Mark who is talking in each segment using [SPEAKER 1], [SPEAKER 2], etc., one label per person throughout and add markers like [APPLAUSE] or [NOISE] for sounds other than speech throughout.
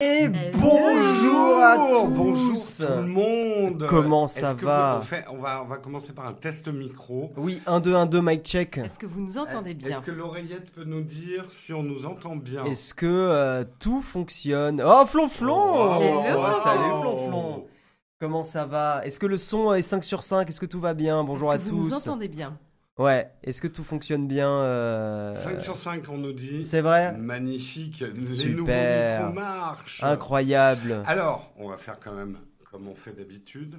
[SPEAKER 1] Et bonjour à tous, tout le monde.
[SPEAKER 2] Comment ça
[SPEAKER 1] Est-ce que
[SPEAKER 2] va
[SPEAKER 1] vous- on, fait- on va on va commencer par un test micro.
[SPEAKER 2] Oui, 1, 2, 1, 2, mic check.
[SPEAKER 3] Est-ce que vous nous
[SPEAKER 2] Eh,
[SPEAKER 3] entendez bien
[SPEAKER 1] Est-ce que l'oreillette peut nous dire si on nous entend bien
[SPEAKER 2] Est-ce que euh, tout fonctionne Oh, flonflon
[SPEAKER 1] Wow.
[SPEAKER 3] Hello.
[SPEAKER 2] Salut flonflon Comment ça va Est-ce que le son est 5 sur 5 Est-ce que tout va bien Bonjour
[SPEAKER 3] Est-ce
[SPEAKER 2] à
[SPEAKER 3] que Vous nous
[SPEAKER 2] tous.
[SPEAKER 3] entendez bien
[SPEAKER 2] Ouais, est-ce que tout fonctionne bien euh,
[SPEAKER 1] 5 sur 5 on nous dit.
[SPEAKER 2] C'est vrai
[SPEAKER 1] Magnifique, les nouveaux
[SPEAKER 2] Super.
[SPEAKER 1] micros marchent.
[SPEAKER 2] Incroyable.
[SPEAKER 1] Alors, on va faire quand même comme on fait d'habitude.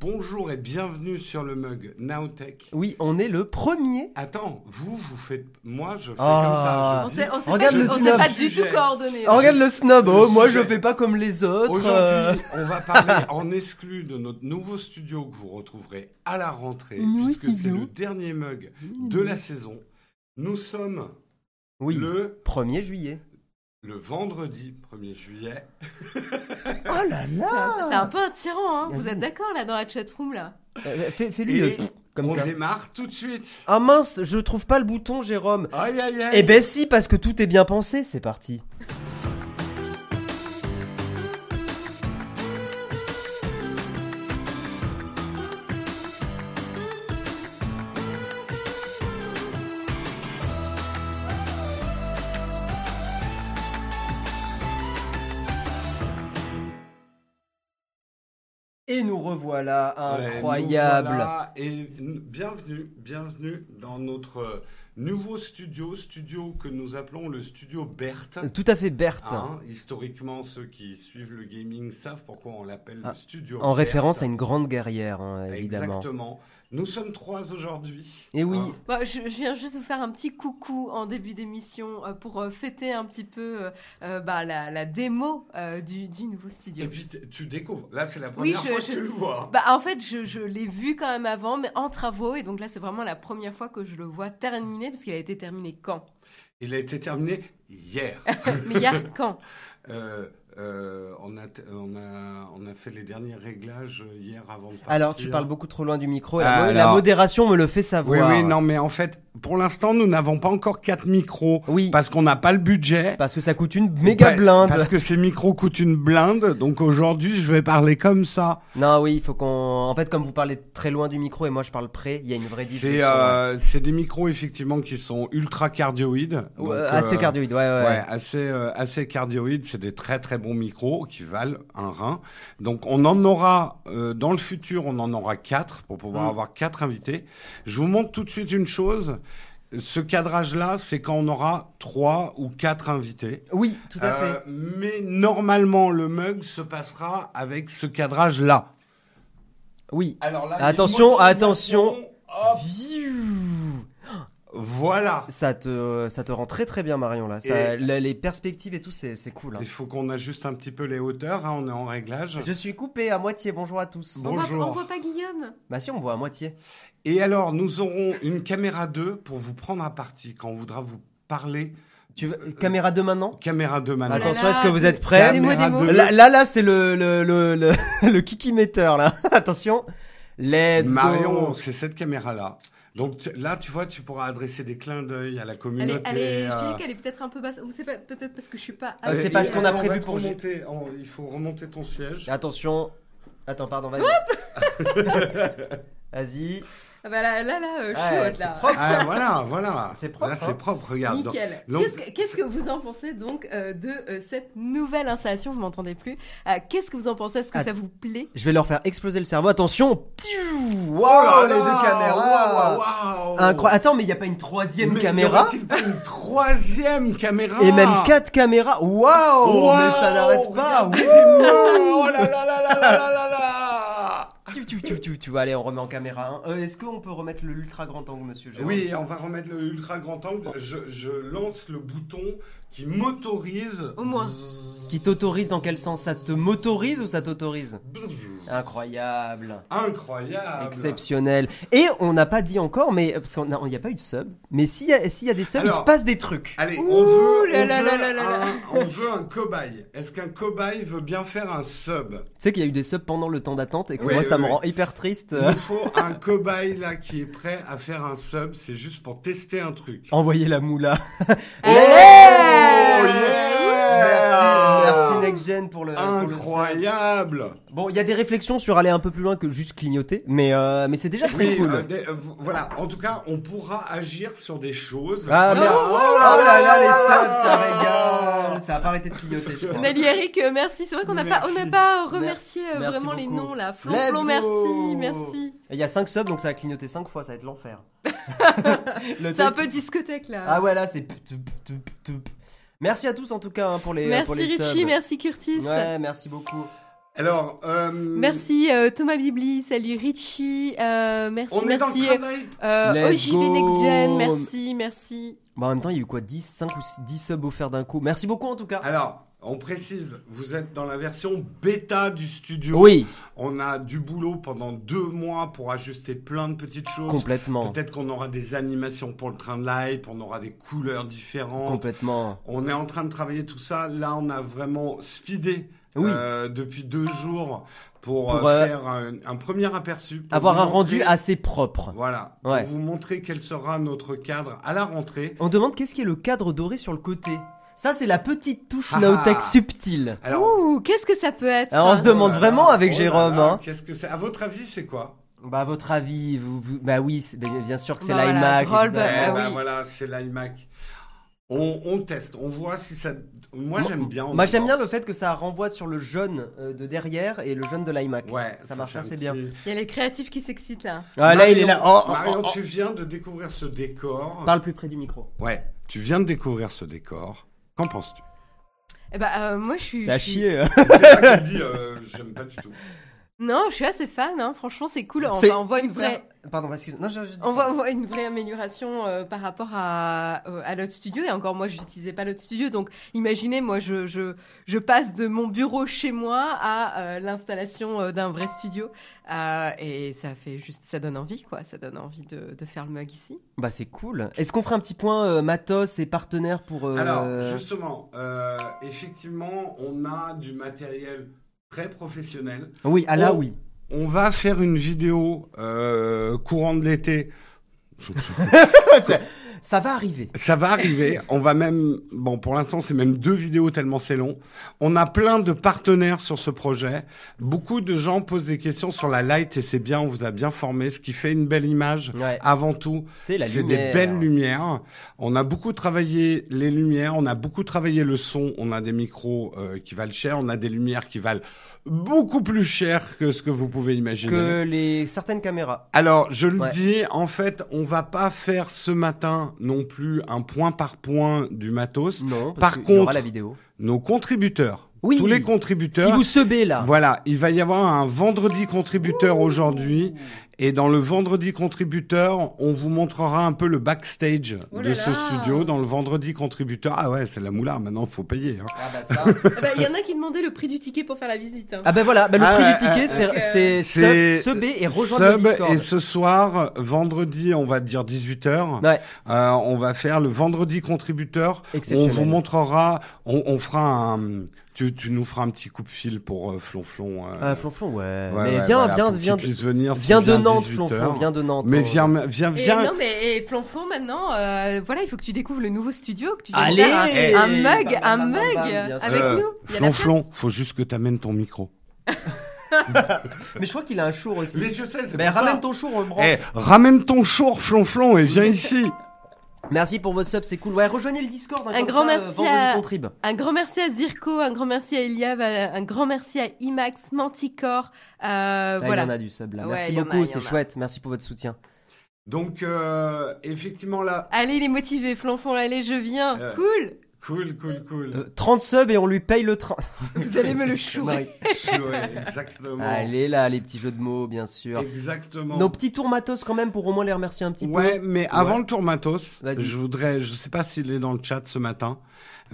[SPEAKER 1] Bonjour et bienvenue sur le mug Nowtech.
[SPEAKER 2] Oui, on est le premier.
[SPEAKER 1] Attends, vous, vous faites. Moi, je fais
[SPEAKER 2] Ah.
[SPEAKER 3] On
[SPEAKER 1] comme ça. je dis-
[SPEAKER 3] sait, on sait
[SPEAKER 2] Regarde
[SPEAKER 3] pas,
[SPEAKER 2] le
[SPEAKER 3] du- on
[SPEAKER 2] synopsis.
[SPEAKER 3] sait pas du tout
[SPEAKER 1] Sujet.
[SPEAKER 3] coordonner. hein.
[SPEAKER 2] Oh, regarde le snob.
[SPEAKER 1] Le
[SPEAKER 2] Oh, moi
[SPEAKER 1] sujet.
[SPEAKER 2] je fais pas comme les autres. euh.
[SPEAKER 1] Aujourd'hui, on
[SPEAKER 2] [LAUGHS]
[SPEAKER 1] va parler en exclu de notre nouveau studio que vous retrouverez à la rentrée,
[SPEAKER 3] Nouveau
[SPEAKER 1] puisque c'est
[SPEAKER 3] studio. Mmh.
[SPEAKER 1] le dernier mug de la saison. Nous sommes
[SPEAKER 2] Oui,
[SPEAKER 1] le,
[SPEAKER 2] 1er juillet.
[SPEAKER 1] le vendredi 1er juillet.
[SPEAKER 2] Oh là là
[SPEAKER 3] C'est un peu un tyran, hein. Vous êtes d'accord là dans la chatroom là
[SPEAKER 2] Euh, fais- Fais-lui
[SPEAKER 1] Et
[SPEAKER 2] le comme
[SPEAKER 1] on
[SPEAKER 2] ça.
[SPEAKER 1] démarre tout de suite.
[SPEAKER 2] Ah mince, je trouve pas le bouton, Jérôme.
[SPEAKER 1] Aïe, aïe, aïe.
[SPEAKER 2] Eh ben si, parce que tout est bien pensé, c'est parti. Et nous revoilà,
[SPEAKER 1] Ouais, nous
[SPEAKER 2] incroyable.
[SPEAKER 1] voilà. et n- bienvenue, bienvenue dans notre euh, nouveau studio, studio que nous appelons le studio Berthe.
[SPEAKER 2] Tout à fait Berthe.
[SPEAKER 1] Hein, historiquement, ceux qui suivent le gaming savent pourquoi on l'appelle
[SPEAKER 2] Ah,
[SPEAKER 1] le studio.
[SPEAKER 2] En
[SPEAKER 1] Berthe.
[SPEAKER 2] référence à une grande guerrière, hein, évidemment.
[SPEAKER 1] Exactement. Nous sommes trois aujourd'hui.
[SPEAKER 2] Et oui,
[SPEAKER 1] Hein.
[SPEAKER 3] Bon, je, je viens juste vous faire un petit coucou en début d'émission euh, pour euh, fêter un petit peu euh, euh, bah, la, la démo euh, du, du nouveau studio.
[SPEAKER 1] Et puis t- tu découvres. Là, c'est la
[SPEAKER 3] Oui,
[SPEAKER 1] première
[SPEAKER 3] je-
[SPEAKER 1] fois que
[SPEAKER 3] je-
[SPEAKER 1] tu le vois.
[SPEAKER 3] Bah, en fait, je, je l'ai vu quand même avant, mais en travaux, et donc là, c'est vraiment la première fois que je le vois terminé, parce qu'il a été terminé quand
[SPEAKER 1] Il a été terminé hier. [LAUGHS]
[SPEAKER 3] Mais hier, quand
[SPEAKER 1] Euh, euh, on, a, t- on, a, on a fait les derniers réglages euh, hier avant de partir.
[SPEAKER 2] Alors, tu parles beaucoup trop loin du micro. et la mo- La
[SPEAKER 1] Alors.
[SPEAKER 2] modération me le fait
[SPEAKER 1] Oui,
[SPEAKER 2] savoir.
[SPEAKER 1] oui, non, mais en fait, pour l'instant, nous n'avons pas encore quatre micros
[SPEAKER 2] Oui,
[SPEAKER 1] parce qu'on n'a pas le budget.
[SPEAKER 2] parce que ça coûte une méga
[SPEAKER 1] Pa-
[SPEAKER 2] blinde.
[SPEAKER 1] Parce que ces micros coûtent une blinde. Donc aujourd'hui, je vais parler comme ça.
[SPEAKER 2] Non, oui, il faut qu'on. En fait, comme vous parlez très loin du micro et moi je parle près, il y a une vraie hein.
[SPEAKER 1] C'est
[SPEAKER 2] différence.
[SPEAKER 1] euh, c'est des micros effectivement qui sont ultra cardioïdes.
[SPEAKER 2] Ou,
[SPEAKER 1] Donc,
[SPEAKER 2] euh, assez
[SPEAKER 1] euh,
[SPEAKER 2] cardioïde, ouais, ouais.
[SPEAKER 1] Ouais, assez, euh, assez cardioïde. C'est des très très bons micros qui valent un rein. Donc on en aura euh, dans le futur, on en aura quatre pour pouvoir
[SPEAKER 2] Mm.
[SPEAKER 1] avoir quatre invités. Je vous montre tout de suite une chose. Ce cadrage-là, c'est quand on aura trois ou quatre invités.
[SPEAKER 2] Oui, tout à
[SPEAKER 1] Euh,
[SPEAKER 2] fait.
[SPEAKER 1] mais normalement, le mug se passera avec ce cadrage-là.
[SPEAKER 2] Oui.
[SPEAKER 1] Alors là,
[SPEAKER 2] Attention,
[SPEAKER 1] il y a une motorisation.
[SPEAKER 2] attention.
[SPEAKER 1] Hop,
[SPEAKER 2] Viou.
[SPEAKER 1] voilà.
[SPEAKER 2] Ça te, ça te rend très très bien Marion là. Ça- la- les perspectives et tout, c'est c'est cool. hein.
[SPEAKER 1] Il faut qu'on ajuste un petit peu les hauteurs. hein, on est en réglage.
[SPEAKER 2] Je suis coupé à moitié. Bonjour à tous. hein.
[SPEAKER 1] Bon.
[SPEAKER 3] On
[SPEAKER 1] Bonjour.
[SPEAKER 3] voit, on voit pas Guillaume
[SPEAKER 2] Bah si, on voit à moitié.
[SPEAKER 1] Et alors, nous aurons une caméra 2 pour vous prendre à partie quand on voudra vous parler.
[SPEAKER 2] Tu veux... caméra de maintenant.
[SPEAKER 1] Caméra 2 maintenant.
[SPEAKER 3] Attends,
[SPEAKER 2] Attention,
[SPEAKER 3] Oh là,
[SPEAKER 2] est-ce que vous êtes prêts
[SPEAKER 3] Des mots, des mots.
[SPEAKER 1] Caméra deux.
[SPEAKER 2] Là, là, là, c'est le le le [LAUGHS] le, le kiki metteur là. [LAUGHS] Attention. Let's
[SPEAKER 1] Marion,
[SPEAKER 2] go.
[SPEAKER 1] c'est cette caméra-là. Donc tu- là, tu vois, tu pourras adresser des clins d'œil à la
[SPEAKER 3] Elle est,
[SPEAKER 1] communauté.
[SPEAKER 3] elle est- je
[SPEAKER 1] euh,
[SPEAKER 3] dirais qu'elle est peut-être un peu basse, ou c'est pas- peut-être parce que je suis pas.
[SPEAKER 2] Ah, c'est
[SPEAKER 1] et-
[SPEAKER 3] assez-
[SPEAKER 2] parce
[SPEAKER 1] et-
[SPEAKER 2] qu'on a
[SPEAKER 1] on va
[SPEAKER 2] prévu
[SPEAKER 1] te
[SPEAKER 2] pour-
[SPEAKER 1] remonter. On- il faut remonter ton siège.
[SPEAKER 2] Attention. Attends, pardon, vas-y. [LAUGHS] vas-y.
[SPEAKER 3] Ah bah là, là, là, euh,
[SPEAKER 2] Ah,
[SPEAKER 3] chaude,
[SPEAKER 2] c'est
[SPEAKER 3] là.
[SPEAKER 2] propre.
[SPEAKER 1] Ah, voilà, voilà.
[SPEAKER 2] [LAUGHS] C'est propre,
[SPEAKER 1] Là, c'est
[SPEAKER 2] hein.
[SPEAKER 1] propre. Regarde.
[SPEAKER 3] Nickel.
[SPEAKER 1] Donc-
[SPEAKER 3] Qu'est-ce que- Qu'est-ce que vous en pensez donc euh, de euh, cette nouvelle installation Vous m'entendez plus. Euh, Qu'est-ce que vous en pensez Est-ce que
[SPEAKER 2] Ah.
[SPEAKER 3] ça vous plaît
[SPEAKER 2] Je vais leur faire exploser le cerveau. Attention. Pfiou. Wow,
[SPEAKER 1] Oh là
[SPEAKER 2] les deux
[SPEAKER 1] là,
[SPEAKER 2] caméras.
[SPEAKER 1] waouh, waouh.
[SPEAKER 2] Incroyable. Attends, mais il n'y a pas une troisième
[SPEAKER 1] Mais
[SPEAKER 2] caméra
[SPEAKER 1] y aura-t-il pas une troisième caméra
[SPEAKER 2] et même quatre caméras. Waouh Mais ça n'arrête pas.
[SPEAKER 1] Regardez
[SPEAKER 2] Ouh.
[SPEAKER 1] les mains. Oh là là là là là là là là
[SPEAKER 2] Tu, tu, tu, tu, tu vas aller, on remet en caméra. hein. Euh, Est-ce qu'on peut remettre le ultra grand angle, monsieur Gérard
[SPEAKER 1] Oui, on va remettre le ultra grand angle. Je, je lance le bouton qui m'autorise.
[SPEAKER 3] Au moins.
[SPEAKER 2] Qui t'autorise dans quel sens Ça te m'autorise ou ça t'autorise Incroyable.
[SPEAKER 1] Incroyable.
[SPEAKER 2] Exceptionnel. Et on n'a pas dit encore, mais parce qu'on n'y a pas eu de sub. Mais s'il y, a- s'il y a des subs, il
[SPEAKER 1] Alors.
[SPEAKER 2] se passe des trucs.
[SPEAKER 1] Allez, on
[SPEAKER 3] Ouh
[SPEAKER 1] veut,
[SPEAKER 3] là
[SPEAKER 1] on,
[SPEAKER 3] là
[SPEAKER 1] veut
[SPEAKER 3] là là là là.
[SPEAKER 1] un, on veut un cobaye. Est-ce qu'un cobaye veut bien faire un sub
[SPEAKER 2] Tu sais qu'il y a eu des subs pendant le temps d'attente et que
[SPEAKER 1] Oui,
[SPEAKER 2] moi
[SPEAKER 1] oui,
[SPEAKER 2] ça me
[SPEAKER 1] oui.
[SPEAKER 2] rend hyper triste. euh, [LAUGHS]
[SPEAKER 1] Il nous faut un cobaye là qui est prêt à faire un sub.
[SPEAKER 2] [LAUGHS]
[SPEAKER 1] C'est juste pour tester un truc.
[SPEAKER 2] Eh Envoyez la moula.
[SPEAKER 3] Oh,
[SPEAKER 2] Yeah
[SPEAKER 1] yeah
[SPEAKER 2] Merci, merci NextGen pour le. Euh, pour le sub.
[SPEAKER 1] Incroyable
[SPEAKER 2] Bon, il y a des réflexions sur aller un peu plus loin que juste clignoter, mais, euh, mais c'est déjà très
[SPEAKER 1] Oui,
[SPEAKER 2] cool.
[SPEAKER 1] euh, des- euh, voilà, en tout cas, on pourra agir sur des choses.
[SPEAKER 2] Ah, merde.
[SPEAKER 3] Oh,
[SPEAKER 2] Oh là là, les subs, ça régale. Ça a pas arrêté de clignoter, je crois.
[SPEAKER 3] Nelly Eric, euh, merci. C'est vrai qu'on n'a pas, on n'a
[SPEAKER 1] Merci.
[SPEAKER 3] pas euh, remercié euh,
[SPEAKER 2] Merci
[SPEAKER 3] vraiment les
[SPEAKER 2] beaucoup.
[SPEAKER 3] noms là.
[SPEAKER 2] Let's
[SPEAKER 3] Flonflon, merci,
[SPEAKER 2] go.
[SPEAKER 3] merci.
[SPEAKER 2] Et Il y a 5 subs, donc ça a clignoté 5 fois, ça va être l'enfer.
[SPEAKER 3] [LAUGHS]
[SPEAKER 2] Le
[SPEAKER 3] C'est un
[SPEAKER 2] truc-
[SPEAKER 3] peu discothèque là.
[SPEAKER 2] Ah ouais, là, c'est... p- toup, toup, toup. Merci à tous, en tout cas, hein, pour les
[SPEAKER 3] merci
[SPEAKER 2] pour les
[SPEAKER 3] Richie,
[SPEAKER 2] subs.
[SPEAKER 3] merci Curtis.
[SPEAKER 2] Ouais, merci beaucoup.
[SPEAKER 1] Alors, euh,
[SPEAKER 3] Merci euh, Thomas Bibli, salut Richie, euh, merci,
[SPEAKER 1] On est dans
[SPEAKER 3] merci.
[SPEAKER 1] le travail.
[SPEAKER 3] Euh,
[SPEAKER 2] Let's
[SPEAKER 3] OJV Next Gen,
[SPEAKER 2] go.
[SPEAKER 3] merci, merci.
[SPEAKER 2] Bon, en même temps, il y a eu quoi 10, 5 ou 10 subs offerts d'un coup. Merci beaucoup, en tout cas.
[SPEAKER 1] Alors, on précise, vous êtes dans la version bêta du studio.
[SPEAKER 2] Oui,
[SPEAKER 1] On a du boulot pendant deux mois pour ajuster plein de petites choses.
[SPEAKER 2] complètement.
[SPEAKER 1] Peut-être qu'on aura des animations pour le train de light, on aura des couleurs différentes.
[SPEAKER 2] Complètement.
[SPEAKER 1] On est en train de travailler tout ça. Là, on a vraiment speedé
[SPEAKER 2] Oui.
[SPEAKER 1] euh, depuis deux jours pour,
[SPEAKER 2] Pour,
[SPEAKER 1] euh,
[SPEAKER 2] euh,
[SPEAKER 1] faire un, un premier aperçu. pour
[SPEAKER 2] Avoir
[SPEAKER 1] vous
[SPEAKER 2] un
[SPEAKER 1] montrer-
[SPEAKER 2] rendu assez propre.
[SPEAKER 1] Voilà.
[SPEAKER 2] Ouais.
[SPEAKER 1] Pour vous montrer quel sera notre cadre à la rentrée.
[SPEAKER 2] On demande qu'est-ce qui est le cadre doré sur le côté. Ça, c'est la petite touche
[SPEAKER 1] Ah.
[SPEAKER 2] Naotech subtile.
[SPEAKER 1] Alors,
[SPEAKER 3] Ouh, qu'est-ce que ça peut être
[SPEAKER 2] Alors, on se
[SPEAKER 3] hein
[SPEAKER 2] demande-
[SPEAKER 1] là
[SPEAKER 2] vraiment
[SPEAKER 1] Ah, oh là,
[SPEAKER 2] avec
[SPEAKER 1] là
[SPEAKER 2] Jérôme,
[SPEAKER 1] là,
[SPEAKER 2] hein.
[SPEAKER 1] Qu'est-ce que c'est À votre avis, c'est quoi
[SPEAKER 2] Bah, à votre avis, vous, vous- bah oui, c'est- bah, bien sûr que c'est
[SPEAKER 3] Bah, voilà,
[SPEAKER 2] l'iMac.
[SPEAKER 3] Groll,
[SPEAKER 2] évidemment.
[SPEAKER 3] bah,
[SPEAKER 1] Eh
[SPEAKER 3] oui.
[SPEAKER 1] ben voilà, c'est l'iMac. On, on teste, on voit si ça.
[SPEAKER 2] Moi-
[SPEAKER 1] Moi, j'aime bien. on
[SPEAKER 2] Moi, j'aime bien le
[SPEAKER 1] avance.
[SPEAKER 2] fait que ça renvoie sur le jeune euh, de derrière et le jeune de l'iMac.
[SPEAKER 1] Ouais,
[SPEAKER 2] ça, marche
[SPEAKER 1] fait un
[SPEAKER 2] assez
[SPEAKER 1] petit-
[SPEAKER 2] bien.
[SPEAKER 3] Il y a les créatifs qui s'excitent là.
[SPEAKER 2] Ah, là, il est là. Oh,
[SPEAKER 1] Marion,
[SPEAKER 2] oh, oh,
[SPEAKER 1] Marion,
[SPEAKER 2] oh.
[SPEAKER 1] tu viens de découvrir ce décor.
[SPEAKER 2] Parle plus près du micro.
[SPEAKER 1] Ouais, tu viens de découvrir ce décor. Qu'en penses-tu
[SPEAKER 2] [LAUGHS]
[SPEAKER 3] Eh ben, euh, moi je suis.
[SPEAKER 2] C'est à
[SPEAKER 3] je suis-
[SPEAKER 2] chier. euh.
[SPEAKER 1] C'est pas qu'elle dit, euh, j'aime pas du tout.
[SPEAKER 3] Non, je suis assez fan, hein. franchement c'est cool. On,
[SPEAKER 2] C'est
[SPEAKER 3] va- on voit une
[SPEAKER 2] super-
[SPEAKER 3] vraie.
[SPEAKER 2] Pardon, excuse. Non, je- je-
[SPEAKER 3] On voit, on voit une vraie amélioration euh, par rapport à, euh, à Lotte Studio. Et encore, moi, je n'utilisais pas Lotte Studio. Donc, imaginez, moi, je, je, je passe de mon bureau chez moi à euh, l'installation euh, d'un vrai studio. Euh, et ça fait juste, ça donne envie, quoi. Ça donne envie de, de faire le mug
[SPEAKER 2] [LAUGHS]
[SPEAKER 3] ici.
[SPEAKER 2] Bah, c'est cool. Est-ce qu'on ferait un petit point euh, matos et partenaires pour. euh,
[SPEAKER 1] Alors, justement, euh, effectivement, on a du matériel très professionnel.
[SPEAKER 2] Oui, ah là,
[SPEAKER 1] on- [LAUGHS]
[SPEAKER 2] oui.
[SPEAKER 1] On va faire une vidéo euh, courant de l'été. Je- je-
[SPEAKER 2] Ça va arriver.
[SPEAKER 1] Ça va arriver. On va même, bon, pour l'instant, c'est même deux vidéos tellement c'est long. On a plein de partenaires sur ce projet. Beaucoup de gens posent des questions sur la light et c'est bien, on vous a bien formé, ce qui fait une belle image.
[SPEAKER 2] Ouais.
[SPEAKER 1] Avant tout,
[SPEAKER 2] Ah, C'est la
[SPEAKER 1] c'est
[SPEAKER 2] lumière.
[SPEAKER 1] des belles lumières. On a beaucoup travaillé les lumières, on a beaucoup travaillé le son. On a des micros euh, qui valent cher, on a des lumières qui valent beaucoup plus cher que ce que vous pouvez imaginer.
[SPEAKER 2] Que les certaines caméras.
[SPEAKER 1] Alors, je le
[SPEAKER 2] Ouais.
[SPEAKER 1] dis, en fait, on va pas faire ce matin non plus un point par point du matos.
[SPEAKER 2] Non.
[SPEAKER 1] Par
[SPEAKER 2] Parce qu'il y aura
[SPEAKER 1] contre,
[SPEAKER 2] la vidéo.
[SPEAKER 1] Nos contributeurs,
[SPEAKER 2] Mm. Oui.
[SPEAKER 1] tous les
[SPEAKER 2] Si
[SPEAKER 1] contributeurs,
[SPEAKER 2] vous sebez là.
[SPEAKER 1] voilà, il va y avoir un vendredi contributeur aujourd'hui. Et dans le vendredi contributeur, on vous montrera un peu le backstage
[SPEAKER 3] Oh là
[SPEAKER 1] de ce
[SPEAKER 3] là.
[SPEAKER 1] studio. Dans le vendredi contributeur, ah ouais, c'est la moula, maintenant faut payer. hein.
[SPEAKER 2] Ah bah ça.
[SPEAKER 3] Ah bah, Il y en a qui demandaient le prix du ticket pour faire la visite. hein.
[SPEAKER 2] Ah ben voilà, bah le
[SPEAKER 1] Ah,
[SPEAKER 2] prix
[SPEAKER 1] ouais,
[SPEAKER 2] du ticket,
[SPEAKER 1] ouais,
[SPEAKER 3] ouais.
[SPEAKER 2] c'est- c'est
[SPEAKER 1] C'est-
[SPEAKER 2] sub, subé et rejoindre
[SPEAKER 1] Sub,
[SPEAKER 2] le Discord.
[SPEAKER 1] Et ce soir, vendredi, on va dire 18h,
[SPEAKER 2] Ouais.
[SPEAKER 1] on va faire le vendredi contributeur. On
[SPEAKER 2] Exceptionnel.
[SPEAKER 1] vous montrera, on, on fera un... Tu, tu nous feras un petit coup de fil pour euh, Flonflon. euh,
[SPEAKER 2] Ah, Flonflon, ouais.
[SPEAKER 1] ouais,
[SPEAKER 2] mais
[SPEAKER 1] ouais,
[SPEAKER 2] viens,
[SPEAKER 1] voilà,
[SPEAKER 2] viens,
[SPEAKER 1] pour qu'il
[SPEAKER 2] viens,
[SPEAKER 1] puisse venir s'il
[SPEAKER 2] viens de
[SPEAKER 1] vient
[SPEAKER 2] Nantes,
[SPEAKER 1] 18
[SPEAKER 2] Flonflon,
[SPEAKER 1] heures.
[SPEAKER 2] viens de Nantes.
[SPEAKER 1] Mais
[SPEAKER 2] euh.
[SPEAKER 1] viens, viens,
[SPEAKER 3] Et
[SPEAKER 1] viens.
[SPEAKER 3] non mais et Flonflon maintenant, euh, voilà, il faut que tu découvres le nouveau studio, que tu viennes
[SPEAKER 2] Allez
[SPEAKER 3] faire un, un mug,
[SPEAKER 2] Bam, bam,
[SPEAKER 3] un
[SPEAKER 2] bam,
[SPEAKER 3] mug
[SPEAKER 2] bam, bien sûr.
[SPEAKER 3] avec
[SPEAKER 1] Euh,
[SPEAKER 3] nous. Il y a la
[SPEAKER 1] Flonflon, faut juste que t'amènes ton micro.
[SPEAKER 2] Mais je crois qu'il a un chour aussi.
[SPEAKER 1] je sais, c'est
[SPEAKER 2] Ben ramène ton chour, on le
[SPEAKER 3] Oh.
[SPEAKER 2] branche.
[SPEAKER 1] Eh, ramène ton chour, Flonflon, et viens ici.
[SPEAKER 2] Merci pour vos subs, c'est cool. Ouais, rejoignez le Discord. hein,
[SPEAKER 3] Un
[SPEAKER 2] comme
[SPEAKER 3] grand
[SPEAKER 2] ça, euh,
[SPEAKER 3] merci
[SPEAKER 2] vendredi
[SPEAKER 3] à-
[SPEAKER 2] contrib.
[SPEAKER 3] Un grand merci à Zirko, un grand merci à Eliav, un grand merci à Imax, Manticore. euh,
[SPEAKER 2] Ah,
[SPEAKER 3] voilà.
[SPEAKER 2] Il y en a du sub là.
[SPEAKER 3] Ouais,
[SPEAKER 2] Merci
[SPEAKER 3] il y en a,
[SPEAKER 2] beaucoup,
[SPEAKER 3] il y
[SPEAKER 2] c'est
[SPEAKER 3] en a.
[SPEAKER 2] chouette. Merci pour votre soutien.
[SPEAKER 1] Donc, euh, effectivement, là...
[SPEAKER 3] Allez, il est motivé, Flonflon, allez, je viens.
[SPEAKER 1] Euh.
[SPEAKER 3] Cool
[SPEAKER 1] Cool, cool, cool.
[SPEAKER 2] Euh, 30 subs et on lui paye le train.
[SPEAKER 3] [LAUGHS] Vous allez me le chourer.
[SPEAKER 1] Ouais, exactement.
[SPEAKER 2] [LAUGHS] Allez là, les petits jeux de mots, bien sûr.
[SPEAKER 1] Exactement.
[SPEAKER 2] Nos petits tours matos quand même pour au moins les remercier un petit
[SPEAKER 1] Ouais, mais avant
[SPEAKER 2] Ouais.
[SPEAKER 1] le tour matos,
[SPEAKER 2] Vas-y.
[SPEAKER 1] je voudrais, je sais pas s'il est dans le chat ce matin,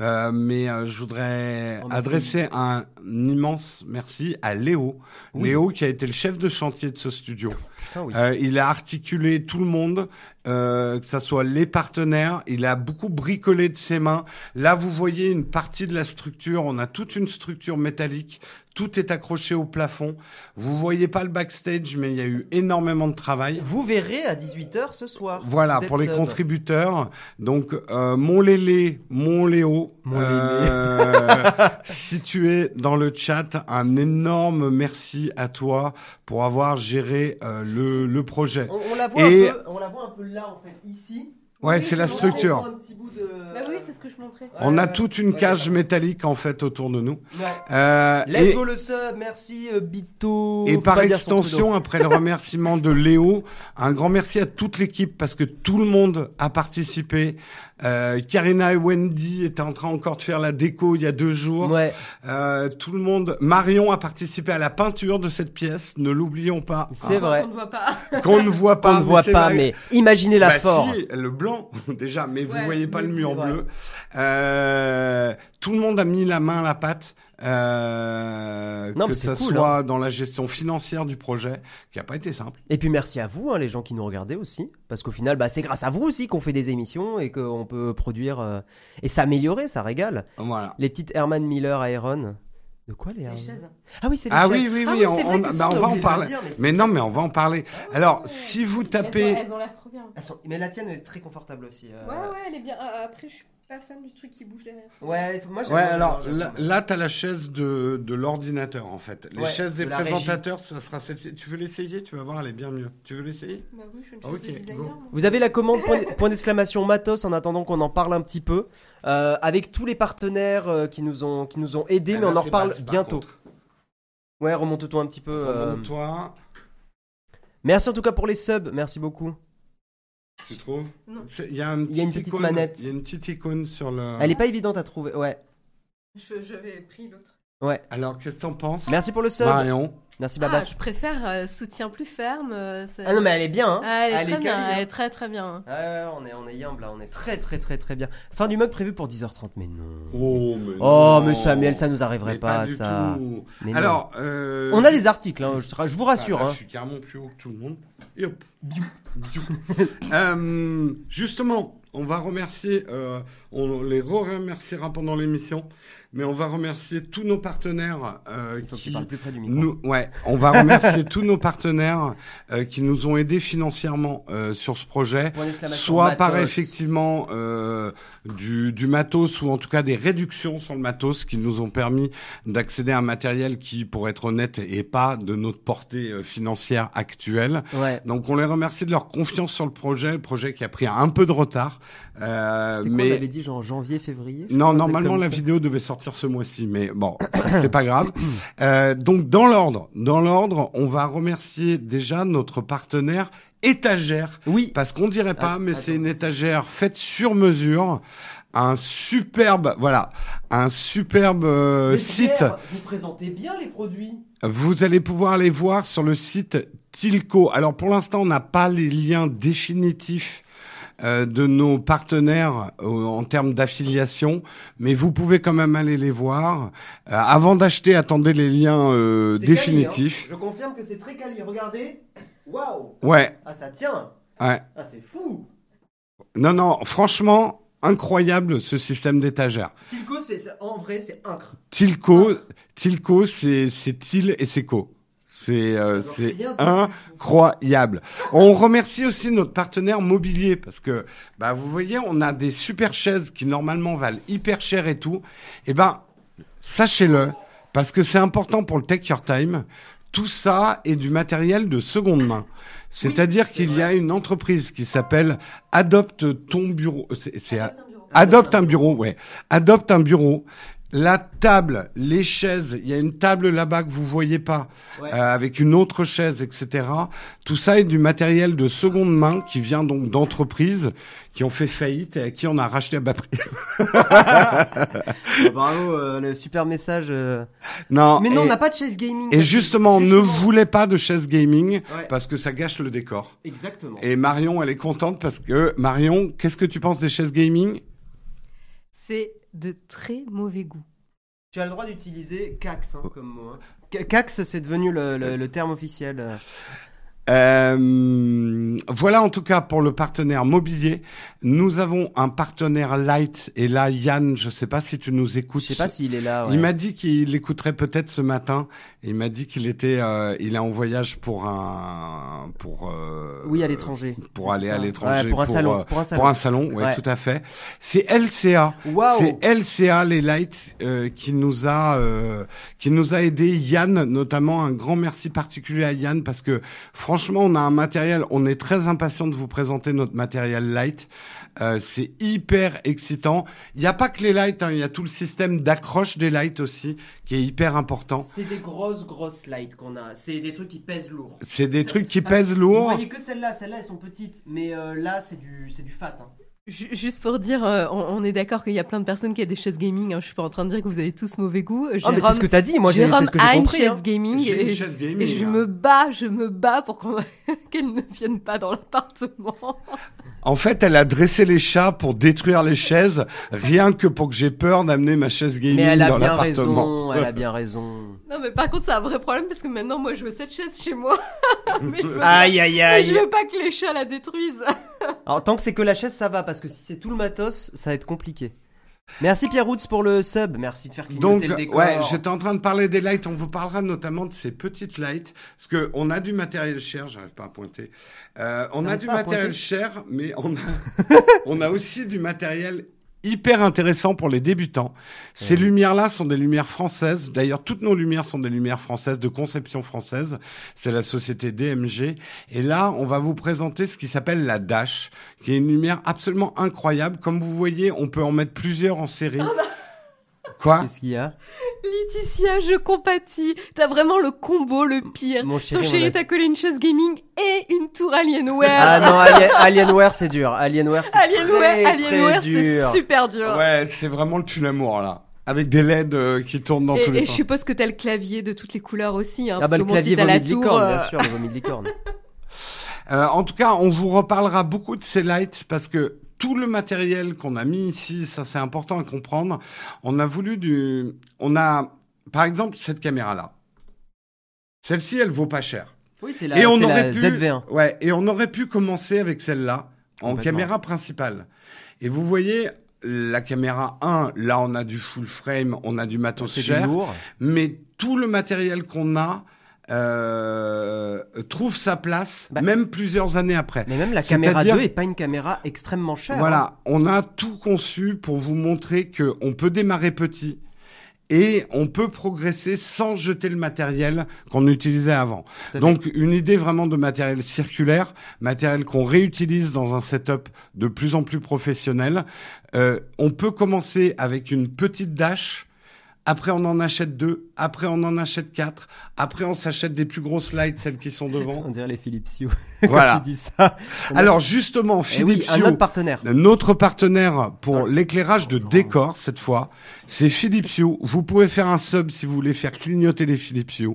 [SPEAKER 1] euh, mais euh, je voudrais
[SPEAKER 2] Oh, merci.
[SPEAKER 1] adresser un immense merci à Léo.
[SPEAKER 2] Oui.
[SPEAKER 1] Léo qui a été le chef de chantier de ce studio.
[SPEAKER 2] Putain, oui.
[SPEAKER 1] Euh, il a articulé tout le monde, euh, que ça soit les partenaires. Il a beaucoup bricolé de ses mains. Là, vous voyez une partie de la structure. On a toute une structure métallique. Tout est accroché au plafond. Vous voyez pas le backstage, mais il y a eu énormément de travail.
[SPEAKER 2] Vous verrez à 18h ce soir.
[SPEAKER 1] Voilà,
[SPEAKER 2] Vous êtes
[SPEAKER 1] pour les
[SPEAKER 2] sub.
[SPEAKER 1] contributeurs. Donc, euh, mon Lélé, mon Léo,
[SPEAKER 2] Mon
[SPEAKER 1] euh, [LAUGHS] situé dans le chat, un énorme merci à toi pour avoir géré euh, le, le projet.
[SPEAKER 2] On, on la voit
[SPEAKER 1] Et-
[SPEAKER 2] un peu, on la voit un peu là, en fait, ici.
[SPEAKER 1] Ouais,
[SPEAKER 3] Oui,
[SPEAKER 1] c'est la
[SPEAKER 3] je vois.
[SPEAKER 1] structure.
[SPEAKER 2] On prend un petit bout de-
[SPEAKER 3] Bah oui, c'est ce que je montrais.
[SPEAKER 1] On a
[SPEAKER 2] Ouais,
[SPEAKER 1] toute une
[SPEAKER 2] ouais,
[SPEAKER 1] cage
[SPEAKER 2] d'accord.
[SPEAKER 1] métallique, en fait, autour de nous.
[SPEAKER 2] Ouais.
[SPEAKER 1] Euh,
[SPEAKER 2] Let's
[SPEAKER 1] et-
[SPEAKER 2] go le sub, merci euh, Bito.
[SPEAKER 1] Et
[SPEAKER 2] Faut
[SPEAKER 1] par
[SPEAKER 2] pas dire son
[SPEAKER 1] extension, après le remerciement de Léo, un grand merci à toute l'équipe parce que tout le monde a participé. Euh, Karina et Wendy étaient en train encore de faire la déco il y a deux jours.
[SPEAKER 2] pseudo. Ouais.
[SPEAKER 1] Euh, tout le monde. Marion a participé à la peinture de cette pièce. Ne l'oublions pas.
[SPEAKER 2] C'est
[SPEAKER 1] hein,
[SPEAKER 2] vrai.
[SPEAKER 3] On ne voit pas.
[SPEAKER 1] Qu'on
[SPEAKER 2] [LAUGHS]
[SPEAKER 1] ne voit pas.
[SPEAKER 2] On ne voit
[SPEAKER 1] c'est
[SPEAKER 2] pas,
[SPEAKER 1] vrai.
[SPEAKER 2] Ah, mais imaginez la
[SPEAKER 1] Bah
[SPEAKER 2] forme.
[SPEAKER 1] si, le blanc [LAUGHS] déjà, mais vous
[SPEAKER 3] Ouais,
[SPEAKER 1] voyez pas le
[SPEAKER 2] oui,
[SPEAKER 1] mur
[SPEAKER 2] c'est vrai.
[SPEAKER 1] bleu. Euh, tout le monde a mis la main à la pâte, euh,
[SPEAKER 2] Non,
[SPEAKER 1] que
[SPEAKER 2] mais c'est
[SPEAKER 1] ça
[SPEAKER 2] cool, hein.
[SPEAKER 1] soit dans la gestion financière du projet, qui a pas été simple.
[SPEAKER 2] Et puis merci à vous, hein, les gens qui nous regardaient aussi, parce qu'au final, bah, c'est grâce à vous aussi qu'on fait des émissions et qu'on peut produire euh, et s'améliorer, ça régale.
[SPEAKER 1] Voilà.
[SPEAKER 2] Les petites Herman Miller à Aaron. De quoi les
[SPEAKER 3] Les
[SPEAKER 2] Herman
[SPEAKER 3] chaises.
[SPEAKER 2] Ah oui, c'est les
[SPEAKER 1] Ah
[SPEAKER 2] chaises.
[SPEAKER 1] oui, oui,
[SPEAKER 2] Ah
[SPEAKER 1] oui,
[SPEAKER 2] oui,
[SPEAKER 1] on,
[SPEAKER 2] c'est vrai
[SPEAKER 1] on-
[SPEAKER 2] que ça,
[SPEAKER 1] bah,
[SPEAKER 2] on
[SPEAKER 1] on
[SPEAKER 2] a
[SPEAKER 1] va en
[SPEAKER 2] oublié de le
[SPEAKER 1] parler.
[SPEAKER 2] dire, mais c'est
[SPEAKER 1] Mais non,
[SPEAKER 2] vrai
[SPEAKER 1] mais
[SPEAKER 2] que
[SPEAKER 1] on va en parler. Alors, si vous
[SPEAKER 3] Elles ont-
[SPEAKER 1] tapez,
[SPEAKER 3] Elles ont l'air trop bien.
[SPEAKER 2] Elles sont- Mais la tienne, elle est très confortable aussi. euh.
[SPEAKER 3] Ouais, ouais, elle est bien. Ah, Après, je suis pas fan du truc qui bouge derrière.
[SPEAKER 2] Ouais, il faut- moi j'aime
[SPEAKER 1] ouais,
[SPEAKER 2] bien,
[SPEAKER 1] alors
[SPEAKER 2] j'aime
[SPEAKER 1] là,
[SPEAKER 2] bien.
[SPEAKER 1] là t'as la chaise de, de l'ordinateur en fait. Les
[SPEAKER 2] Ouais,
[SPEAKER 1] chaises des
[SPEAKER 2] de la régie.
[SPEAKER 1] présentateurs, ça sera celle-ci. Tu veux l'essayer Tu vas voir, elle est bien mieux. Tu veux l'essayer
[SPEAKER 3] Bah oui, je suis une
[SPEAKER 2] Ah
[SPEAKER 3] chose
[SPEAKER 1] Ok,
[SPEAKER 3] de designer.
[SPEAKER 1] go.
[SPEAKER 3] moi.
[SPEAKER 2] Vous avez la commande point, point d'exclamation matos en attendant qu'on en parle un petit peu euh, avec tous les partenaires euh, qui nous ont qui nous ont aidés
[SPEAKER 1] Eh
[SPEAKER 2] mais on
[SPEAKER 1] ben,
[SPEAKER 2] en reparle bientôt. Ouais, remonte-toi un petit peu. euh.
[SPEAKER 1] Toi,
[SPEAKER 2] Merci en tout cas pour les subs, merci beaucoup.
[SPEAKER 1] tu trouves
[SPEAKER 3] Non.
[SPEAKER 1] C'est- Il y a, un
[SPEAKER 2] Il y a une
[SPEAKER 1] petit
[SPEAKER 2] petite
[SPEAKER 1] icône-
[SPEAKER 2] manette.
[SPEAKER 1] Il y a une petite icône sur le.
[SPEAKER 2] Elle est pas évidente à trouver. Ouais.
[SPEAKER 3] Je- J'avais pris l'autre.
[SPEAKER 1] Alors, qu'est-ce que t'en penses
[SPEAKER 2] Merci pour le sub.
[SPEAKER 1] Marion.
[SPEAKER 2] Merci
[SPEAKER 3] Ah,
[SPEAKER 2] Babas.
[SPEAKER 3] je préfère euh, soutien plus ferme. euh, ça-
[SPEAKER 2] Ah, non mais elle est bien. Hein.
[SPEAKER 3] Ah, elle est très
[SPEAKER 2] calée,
[SPEAKER 3] bien.
[SPEAKER 2] hein.
[SPEAKER 3] Elle est très très bien.
[SPEAKER 2] Ouais, ouais, ouais, on est on est yambe, là, on est très très très très bien. Fin du mug prévu pour 10h30 mais non.
[SPEAKER 1] Oh, mais.
[SPEAKER 2] Oh
[SPEAKER 1] non.
[SPEAKER 2] mais Samuel, ça nous arriverait
[SPEAKER 1] Mais
[SPEAKER 2] pas,
[SPEAKER 1] du
[SPEAKER 2] ça.
[SPEAKER 1] tout.
[SPEAKER 2] Mais non.
[SPEAKER 1] Alors, euh,
[SPEAKER 2] on a des
[SPEAKER 1] je-
[SPEAKER 2] articles, hein, je, je vous
[SPEAKER 1] Ah,
[SPEAKER 2] rassure.
[SPEAKER 1] là,
[SPEAKER 2] hein.
[SPEAKER 1] Je suis carrément plus haut que tout le monde. Et hop. Diou. [LAUGHS] Euh, justement, on va remercier, euh, on les re-remerciera pendant l'émission, mais on va remercier tous nos partenaires euh,
[SPEAKER 2] Faut que tu
[SPEAKER 1] qui,
[SPEAKER 2] parles plus près du micro.
[SPEAKER 1] Nous, ouais, on va remercier tous nos partenaires euh, qui nous ont aidés financièrement euh, sur ce projet,
[SPEAKER 2] Point d'exclamation
[SPEAKER 1] soit par
[SPEAKER 2] matos.
[SPEAKER 1] effectivement euh, du, du matos ou en tout cas des réductions sur le matos qui nous ont permis d'accéder à un matériel qui, pour être honnête, est pas de notre portée euh, financière actuelle.
[SPEAKER 2] Ouais.
[SPEAKER 1] Donc on les remercie de leur confiance sur le projet, le projet qui a pris un peu de retard, euh,
[SPEAKER 2] C'était quoi, on
[SPEAKER 1] mais
[SPEAKER 2] avait dit genre janvier, février je crois,
[SPEAKER 1] non,
[SPEAKER 2] un truc
[SPEAKER 1] normalement
[SPEAKER 2] comme
[SPEAKER 1] la
[SPEAKER 2] ça.
[SPEAKER 1] vidéo devait sortir ce mois-ci, mais bon, [COUGHS] c'est pas grave. Euh, donc dans l'ordre, dans l'ordre, on va remercier déjà notre partenaire étagère
[SPEAKER 2] Oui,
[SPEAKER 1] parce qu'on dirait pas,
[SPEAKER 2] Att-
[SPEAKER 1] mais
[SPEAKER 2] attends.
[SPEAKER 1] c'est une étagère faite sur mesure, un superbe, voilà, un superbe euh,
[SPEAKER 2] Mais
[SPEAKER 1] site.
[SPEAKER 2] Pierre, Vous présentez bien les produits.
[SPEAKER 1] Vous allez pouvoir les voir sur le site Tilco. Alors pour l'instant, on n'a pas les liens définitifs euh, de nos partenaires euh, en termes d'affiliation, mais vous pouvez quand même aller les voir. Euh, avant d'acheter, attendez les liens euh,
[SPEAKER 2] C'est
[SPEAKER 1] définitifs.
[SPEAKER 2] quali, hein. Je confirme que c'est très quali. Regardez. Waouh.
[SPEAKER 1] Ouais,
[SPEAKER 2] Ah ça tient.
[SPEAKER 1] ouais.
[SPEAKER 2] Ah c'est fou.
[SPEAKER 1] Non, non, franchement, incroyable ce système d'étagère.
[SPEAKER 2] Tilco c'est c'est- en vrai c'est incre.
[SPEAKER 1] Tilco,
[SPEAKER 2] Ah.
[SPEAKER 1] Tilco, c'est c'est Til et c'est Co. C'est euh,
[SPEAKER 2] Genre,
[SPEAKER 1] c'est
[SPEAKER 2] rien de-
[SPEAKER 1] un Incroyable. On remercie aussi notre partenaire mobilier parce que, bah, vous voyez, on a des super chaises qui normalement valent hyper cher et tout. Eh ben, sachez-le, parce que c'est important pour le Take Your Time. Tout ça est du matériel de seconde main. C'est-à-dire
[SPEAKER 2] c'est
[SPEAKER 1] qu'il y a une entreprise qui s'appelle Adopte ton bureau. euh, C'est, c'est-
[SPEAKER 3] Adopte un bureau.
[SPEAKER 1] Adopte un bureau, ouais. Adopte un bureau. La table, les chaises, il y a une table là-bas que vous voyez pas,
[SPEAKER 2] Ouais.
[SPEAKER 1] euh, avec une autre chaise, etc. Tout ça est du matériel de seconde main qui vient donc d'entreprises qui ont fait faillite et à qui on a racheté à bas
[SPEAKER 2] [LAUGHS]
[SPEAKER 1] prix.
[SPEAKER 2] Ah, bravo euh, le super message. euh.
[SPEAKER 1] non.
[SPEAKER 2] Mais non
[SPEAKER 1] et,
[SPEAKER 2] on n'a pas de chaise gaming.
[SPEAKER 1] et justement, on ne voulait pas de chaise gaming
[SPEAKER 2] Ouais.
[SPEAKER 1] parce que ça gâche le décor.
[SPEAKER 2] Exactement.
[SPEAKER 1] Et Marion, elle est contente parce que Marion, qu'est-ce que tu penses des chaises gaming
[SPEAKER 3] C'est de très mauvais goût.
[SPEAKER 2] Tu as le droit
[SPEAKER 1] Oh.
[SPEAKER 2] d'utiliser cax hein, comme mot. hein. Ca- Cax c'est devenu le, le- le terme officiel. euh.
[SPEAKER 1] Euh, voilà en tout cas pour le partenaire mobilier. Nous avons un partenaire light et là Yann, je sais pas si tu nous écoutes.
[SPEAKER 2] Je sais pas s'il est là. ouais.
[SPEAKER 1] Il m'a dit qu'il écouterait peut-être ce matin. Il m'a dit qu'il était, euh, il est en voyage pour un, pour euh,
[SPEAKER 2] Oui, à l'étranger.
[SPEAKER 1] pour aller à
[SPEAKER 2] Ouais,
[SPEAKER 1] l'étranger
[SPEAKER 2] pour un salon,
[SPEAKER 1] euh,
[SPEAKER 2] pour un salon.
[SPEAKER 1] pour un salon, ouais,
[SPEAKER 2] Ouais.
[SPEAKER 1] tout à fait. C'est LCA,
[SPEAKER 2] Waouh.
[SPEAKER 1] c'est LCA les lights euh, qui nous a euh, qui nous a aidé Yann notamment un grand merci particulier à Yann parce que franchement on a un matériel on est très impatient de vous présenter notre matériel light Euh, c'est hyper excitant il n'y a pas que les lights hein, il y a tout le système d'accroche des lights aussi qui est hyper important
[SPEAKER 2] C'est des grosses grosses lights qu'on a. C'est des trucs qui pèsent lourd.
[SPEAKER 1] c'est des trucs qui
[SPEAKER 2] Parce que
[SPEAKER 1] pèsent lourd
[SPEAKER 2] Vous voyez que celles-là, celles-là elles sont petites, mais euh, là c'est du c'est du fat. hein.
[SPEAKER 3] Ju- Juste pour dire, euh, on, on est d'accord qu'il y a plein de personnes qui ont des chaises gaming. Hein. Je suis pas en train de dire que vous avez tous mauvais goût.
[SPEAKER 2] Ah, mais c'est ce que t'as dit. Moi j'ai
[SPEAKER 3] Jérôme
[SPEAKER 2] c'est ce que j'ai
[SPEAKER 3] a une
[SPEAKER 2] compris. hein.
[SPEAKER 3] chaise gaming.
[SPEAKER 1] J'ai une
[SPEAKER 3] et-
[SPEAKER 1] chaise
[SPEAKER 3] Et
[SPEAKER 1] gaming,
[SPEAKER 3] je
[SPEAKER 1] hein.
[SPEAKER 3] me bats, je me bats pour qu'on- [LAUGHS] qu'elle ne vienne pas dans l'appartement.
[SPEAKER 1] En fait, elle a dressé les chats pour détruire les chaises, rien que pour que j'ai peur d'amener ma chaise gaming
[SPEAKER 2] Mais elle a
[SPEAKER 1] dans
[SPEAKER 2] bien
[SPEAKER 1] l'appartement.
[SPEAKER 2] raison. Elle a bien raison.
[SPEAKER 1] [LAUGHS]
[SPEAKER 3] Non, mais par contre, c'est un vrai problème parce que maintenant, moi, je veux cette chaise chez moi. [LAUGHS] mais je veux,
[SPEAKER 2] Aïe aïe
[SPEAKER 3] mais je
[SPEAKER 2] aïe.
[SPEAKER 3] veux pas que les chats la détruisent.
[SPEAKER 2] Alors tant que c'est que la chaise ça va parce que si c'est tout le matos ça va être compliqué. Merci Pierre Woods pour le sub. Merci de faire clignoter
[SPEAKER 1] Donc,
[SPEAKER 2] le décor.
[SPEAKER 1] ouais, j'étais en train de parler des lights. On vous parlera notamment de ces petites lights, parce que on a du matériel cher. J'arrive pas à pointer. Euh, on a
[SPEAKER 2] T'arrives
[SPEAKER 1] du
[SPEAKER 2] pas à
[SPEAKER 1] matériel
[SPEAKER 2] pointer
[SPEAKER 1] cher, mais on a,
[SPEAKER 2] [LAUGHS]
[SPEAKER 1] on a aussi du matériel hyper intéressant pour les débutants. Ces lumières-là sont des lumières françaises. D'ailleurs, toutes nos lumières sont des lumières françaises de conception française. C'est la société DMG. Et là, on va vous présenter ce qui s'appelle la Dash, qui est une lumière absolument incroyable. Comme vous voyez, on peut en mettre plusieurs en série.
[SPEAKER 2] Ah bah
[SPEAKER 1] Quoi
[SPEAKER 2] Qu'est-ce qu'il y a
[SPEAKER 3] Laetitia, je compatis. T'as vraiment le combo, le pire.
[SPEAKER 2] Mon chéri,
[SPEAKER 3] Ton
[SPEAKER 2] on a-
[SPEAKER 3] chéri, t'as collé une chaise gaming et une tour Alienware.
[SPEAKER 2] Ah non, Ali- Alienware c'est dur. Alienware c'est
[SPEAKER 3] Alienware,
[SPEAKER 2] très, très
[SPEAKER 3] Alienware,
[SPEAKER 2] dur. Ah
[SPEAKER 3] c'est super dur.
[SPEAKER 1] Ouais, c'est vraiment le tue l'amour là, avec des LED euh, qui tournent dans tous
[SPEAKER 3] Et,
[SPEAKER 1] les
[SPEAKER 3] et je
[SPEAKER 1] sens.
[SPEAKER 3] suppose que t'as le clavier de toutes les couleurs aussi. Hein,
[SPEAKER 2] Ah
[SPEAKER 3] parce
[SPEAKER 2] bah
[SPEAKER 3] que
[SPEAKER 2] le
[SPEAKER 3] bon,
[SPEAKER 2] clavier
[SPEAKER 3] si t'as
[SPEAKER 2] vomi
[SPEAKER 3] la
[SPEAKER 2] de
[SPEAKER 3] tour,
[SPEAKER 2] licorne,
[SPEAKER 3] euh,
[SPEAKER 2] bien sûr, le vomi de licorne.
[SPEAKER 1] Euh, en tout cas, on vous reparlera beaucoup de ces lights parce que tout le matériel qu'on a mis ici, ça c'est important à comprendre. On a voulu du, on a, par exemple, cette caméra là. Celle-ci, elle vaut pas cher.
[SPEAKER 2] Oui, c'est la,
[SPEAKER 1] et on
[SPEAKER 2] c'est la
[SPEAKER 1] aurait pu,
[SPEAKER 2] ZV1.
[SPEAKER 1] ouais, et on aurait pu commencer avec celle-là en
[SPEAKER 2] Complètement.
[SPEAKER 1] caméra principale. Et vous voyez. La caméra 1, là on a du full frame, on a du matos
[SPEAKER 2] C'est du
[SPEAKER 1] cher.
[SPEAKER 2] lourd.
[SPEAKER 1] mais tout le matériel qu'on a euh, trouve sa place,
[SPEAKER 2] Bah.
[SPEAKER 1] même plusieurs années après.
[SPEAKER 2] Mais même la
[SPEAKER 1] C'est-à-dire-
[SPEAKER 2] caméra 2 est pas une caméra extrêmement chère. hein.
[SPEAKER 1] Voilà, on a tout conçu pour vous montrer que on peut démarrer petit et on peut progresser sans jeter le matériel qu'on utilisait avant.
[SPEAKER 2] Tout à fait.
[SPEAKER 1] Donc une idée vraiment de matériel circulaire, matériel qu'on réutilise dans un setup de plus en plus professionnel. Euh, on peut commencer avec une petite dash. Après, on en achète deux. Après, on en achète quatre. Après, on s'achète des plus grosses lights, celles qui sont
[SPEAKER 2] On [LAUGHS]
[SPEAKER 1] devant.
[SPEAKER 2] dirait les Philips Hue
[SPEAKER 1] Voilà. Eh
[SPEAKER 2] quand tu dis ça.
[SPEAKER 1] Alors, justement,
[SPEAKER 2] Eh oui,
[SPEAKER 1] Philippe
[SPEAKER 2] un
[SPEAKER 1] Hue,
[SPEAKER 2] autre partenaire.
[SPEAKER 1] notre partenaire pour l'éclairage de décor cette fois, c'est Philips Hue. Vous pouvez faire un sub si vous voulez faire clignoter les Philips Hue.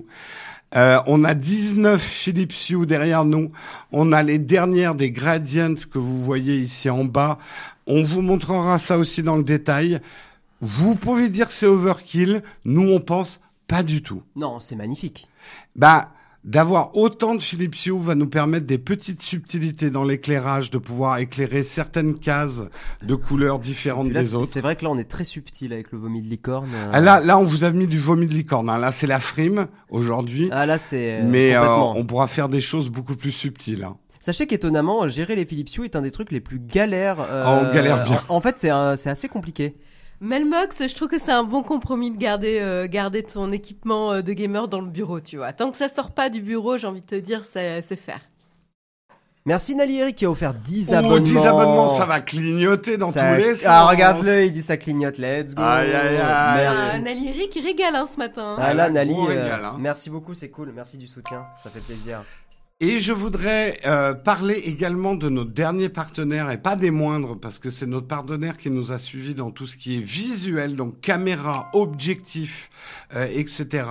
[SPEAKER 1] Euh, on a 19 Philips Hue derrière nous. On a les dernières des gradients que vous voyez ici en bas. On vous montrera ça aussi dans le détail. Vous pouvez dire que c'est overkill. Nous, on pense pas du tout.
[SPEAKER 2] Non, c'est magnifique.
[SPEAKER 1] Bah, d'avoir autant de Philips Hue va nous permettre des petites subtilités dans l'éclairage, de pouvoir éclairer certaines cases de couleurs différentes
[SPEAKER 2] Puis là,
[SPEAKER 1] des
[SPEAKER 2] c'est-
[SPEAKER 1] autres.
[SPEAKER 2] c'est vrai que là, on est très subtil avec le vomi de licorne. euh.
[SPEAKER 1] Ah, là, là, on vous a mis du vomi de licorne. hein. Là, c'est la frime aujourd'hui.
[SPEAKER 2] Ah, là, c'est. euh,
[SPEAKER 1] mais euh,
[SPEAKER 2] complètement.
[SPEAKER 1] on pourra faire des choses beaucoup plus subtiles. hein.
[SPEAKER 2] Sachez qu'étonnamment, gérer les Philips Hue est un des trucs les plus galères. euh,
[SPEAKER 1] Ah, on galère bien.
[SPEAKER 2] En, en fait, c'est un- c'est assez compliqué.
[SPEAKER 3] Melmox, je trouve que c'est un bon compromis de garder, euh, garder ton équipement euh, de gamer dans le bureau, tu vois. Tant que ça sort pas du bureau, j'ai envie de te dire, c'est c'est faire.
[SPEAKER 2] Merci Nali Eric qui a offert 10
[SPEAKER 1] Oh,
[SPEAKER 2] abonnements.
[SPEAKER 1] 10 abonnements, ça va clignoter dans
[SPEAKER 2] Ça-
[SPEAKER 1] tous les sens.
[SPEAKER 2] Ah, regarde-le, il dit ça clignote, let's go.
[SPEAKER 1] Aïe, aïe, aïe.
[SPEAKER 2] Merci.
[SPEAKER 3] Ah, Nali Eric, il régale hein, ce matin. hein.
[SPEAKER 2] Ah là,
[SPEAKER 1] gros
[SPEAKER 2] Nali, euh,
[SPEAKER 1] régal, hein.
[SPEAKER 2] merci beaucoup, c'est cool, merci du soutien, ça fait plaisir.
[SPEAKER 1] Et je voudrais euh, parler également de notre dernier partenaire, et pas des moindres, parce que c'est notre partenaire qui nous a suivis dans tout ce qui est visuel, donc caméra, objectif, euh, etc.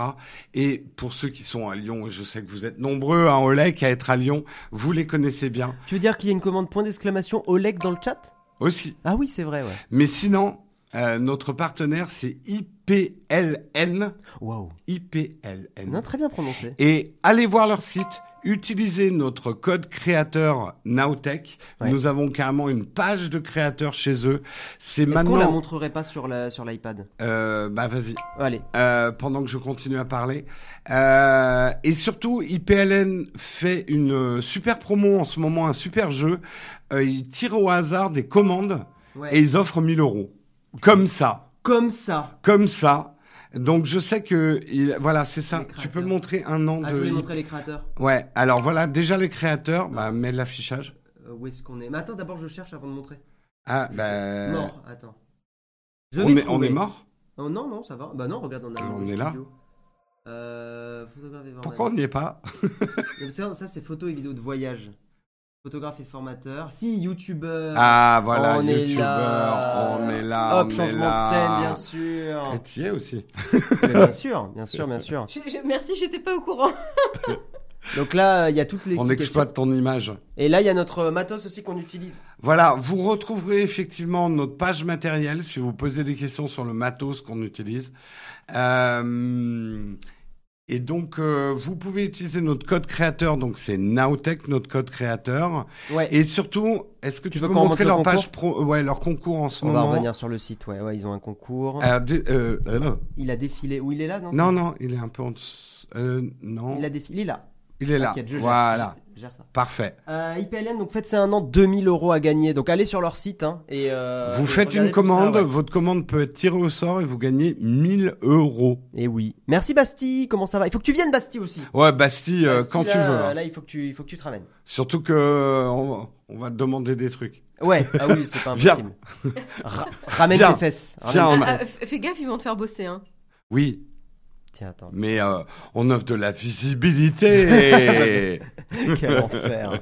[SPEAKER 1] Et pour ceux qui sont à Lyon, et je sais que vous êtes nombreux hein, au LEC à être à Lyon, vous les connaissez bien
[SPEAKER 2] Tu veux dire qu'il y a une commande point d'exclamation Oleg dans le chat
[SPEAKER 1] aussi.
[SPEAKER 2] Ah oui, c'est vrai, ouais.
[SPEAKER 1] Mais sinon, euh, notre partenaire, c'est IPLN.
[SPEAKER 2] Waouh.
[SPEAKER 1] IPLN.
[SPEAKER 2] Non, très bien prononcé.
[SPEAKER 1] Et allez voir leur site Utilisez notre code créateur Nowtech.
[SPEAKER 2] Ouais.
[SPEAKER 1] Nous avons carrément une page de créateurs chez eux. C'est
[SPEAKER 2] Est-ce qu'on la
[SPEAKER 1] maintenant.
[SPEAKER 2] montrerait pas sur la sur l'iPad
[SPEAKER 1] Euh, bah vas-y.
[SPEAKER 2] Allez.
[SPEAKER 1] Euh, pendant que je continue à parler. Euh, et surtout, IPLN fait une euh, super promo en ce moment, un super jeu. Euh, ils tirent au hasard des commandes
[SPEAKER 2] Ouais.
[SPEAKER 1] et ils offrent 1000 euros. Comme ça.
[SPEAKER 2] Comme ça.
[SPEAKER 1] Comme ça. Donc je sais que... il- Voilà, c'est ça.
[SPEAKER 2] Les créateurs.
[SPEAKER 1] Tu peux montrer un an
[SPEAKER 2] Ah, je
[SPEAKER 1] de...
[SPEAKER 2] voulais montrer les créateurs.
[SPEAKER 1] Ouais, alors voilà, déjà les créateurs, bah, mets l'affichage.
[SPEAKER 2] Euh, où est-ce qu'on est Mais attends, d'abord je cherche avant de montrer.
[SPEAKER 1] Ah, bah...
[SPEAKER 2] Mort, attends. Je
[SPEAKER 1] On
[SPEAKER 2] vais
[SPEAKER 1] est, on
[SPEAKER 2] trouver.
[SPEAKER 1] est mort
[SPEAKER 2] Oh, Non, non, ça va. Bah non, regarde, on a.
[SPEAKER 1] On
[SPEAKER 2] le
[SPEAKER 1] est là.
[SPEAKER 2] studio. Euh, photographe et formateur.
[SPEAKER 1] Pourquoi on n'y est pas
[SPEAKER 2] Euh, Non, mais Ça, ça, c'est photos et vidéos de voyage. Photographe et formateur. Si, youtubeur.
[SPEAKER 1] Ah, voilà,
[SPEAKER 2] on est
[SPEAKER 1] youtubeur,
[SPEAKER 2] là.
[SPEAKER 1] on est là,
[SPEAKER 2] Hop,
[SPEAKER 1] on est
[SPEAKER 2] changement
[SPEAKER 1] Ah, là.
[SPEAKER 2] de scène, bien sûr.
[SPEAKER 1] Et t'y es aussi.
[SPEAKER 2] [LAUGHS] Mais bien sûr, bien sûr, bien sûr.
[SPEAKER 3] Je- je- merci, j'étais pas au courant.
[SPEAKER 2] Donc là, il y a toutes les.
[SPEAKER 1] On exploite ton image.
[SPEAKER 2] Et là, il y a notre matos aussi qu'on utilise.
[SPEAKER 1] Voilà, vous retrouverez effectivement notre page matérielle si vous posez des questions sur le matos qu'on utilise. Euh, et donc, euh, vous pouvez utiliser notre code créateur, donc c'est Nowtech, notre code créateur.
[SPEAKER 2] Ouais.
[SPEAKER 1] Et surtout, est-ce que tu,
[SPEAKER 2] Tu veux
[SPEAKER 1] peux
[SPEAKER 2] qu'on remonte
[SPEAKER 1] montrer
[SPEAKER 2] le
[SPEAKER 1] leur
[SPEAKER 2] concours
[SPEAKER 1] page pro, ouais, leur concours en ce
[SPEAKER 2] on va
[SPEAKER 1] moment
[SPEAKER 2] revenir sur le site. Ouais, ouais, ils ont un concours.
[SPEAKER 1] Euh, dé- euh, euh,
[SPEAKER 2] Il a défilé. Où il est là Non,
[SPEAKER 1] Non, non, il est un peu en dessous. Euh,
[SPEAKER 2] c'est-
[SPEAKER 1] non,
[SPEAKER 2] Il a défilé là.
[SPEAKER 1] il est là.
[SPEAKER 2] T'inquiète, je gère-
[SPEAKER 1] Voilà,
[SPEAKER 2] je gère ça.
[SPEAKER 1] parfait.
[SPEAKER 2] Euh, IPLN, donc faites c'est un an 2000 euros à gagner. Donc allez sur leur site hein, et euh,
[SPEAKER 1] vous
[SPEAKER 2] et
[SPEAKER 1] faites
[SPEAKER 2] regardez
[SPEAKER 1] une
[SPEAKER 2] tout ça,
[SPEAKER 1] commande,
[SPEAKER 2] ouais.
[SPEAKER 1] votre commande peut être tirée au sort et vous gagnez 1000 euros.
[SPEAKER 2] Et oui. Merci Bastille. Comment ça va Il faut que tu viennes Bastille aussi.
[SPEAKER 1] Ouais, Bastille, euh,
[SPEAKER 2] Bastille,
[SPEAKER 1] quand
[SPEAKER 2] là,
[SPEAKER 1] tu veux. hein.
[SPEAKER 2] Là, il faut que tu, il faut que tu te ramènes.
[SPEAKER 1] Surtout que euh, on, va- on va te demander des trucs.
[SPEAKER 2] Ouais. Ah oui, c'est pas
[SPEAKER 1] [LAUGHS] Viens.
[SPEAKER 2] impossible. Ra- ramène
[SPEAKER 1] Viens.
[SPEAKER 2] tes fesses. Ramène
[SPEAKER 1] Viens,
[SPEAKER 2] tes
[SPEAKER 1] on
[SPEAKER 3] Ah,
[SPEAKER 1] a-
[SPEAKER 2] fesses.
[SPEAKER 3] f- fais gaffe, ils vont te faire bosser. Hein.
[SPEAKER 1] Oui,
[SPEAKER 2] Tiens, attends.
[SPEAKER 1] mais euh, on offre de
[SPEAKER 2] [LAUGHS]
[SPEAKER 1] la visibilité. [LAUGHS]
[SPEAKER 2] Quel enfer.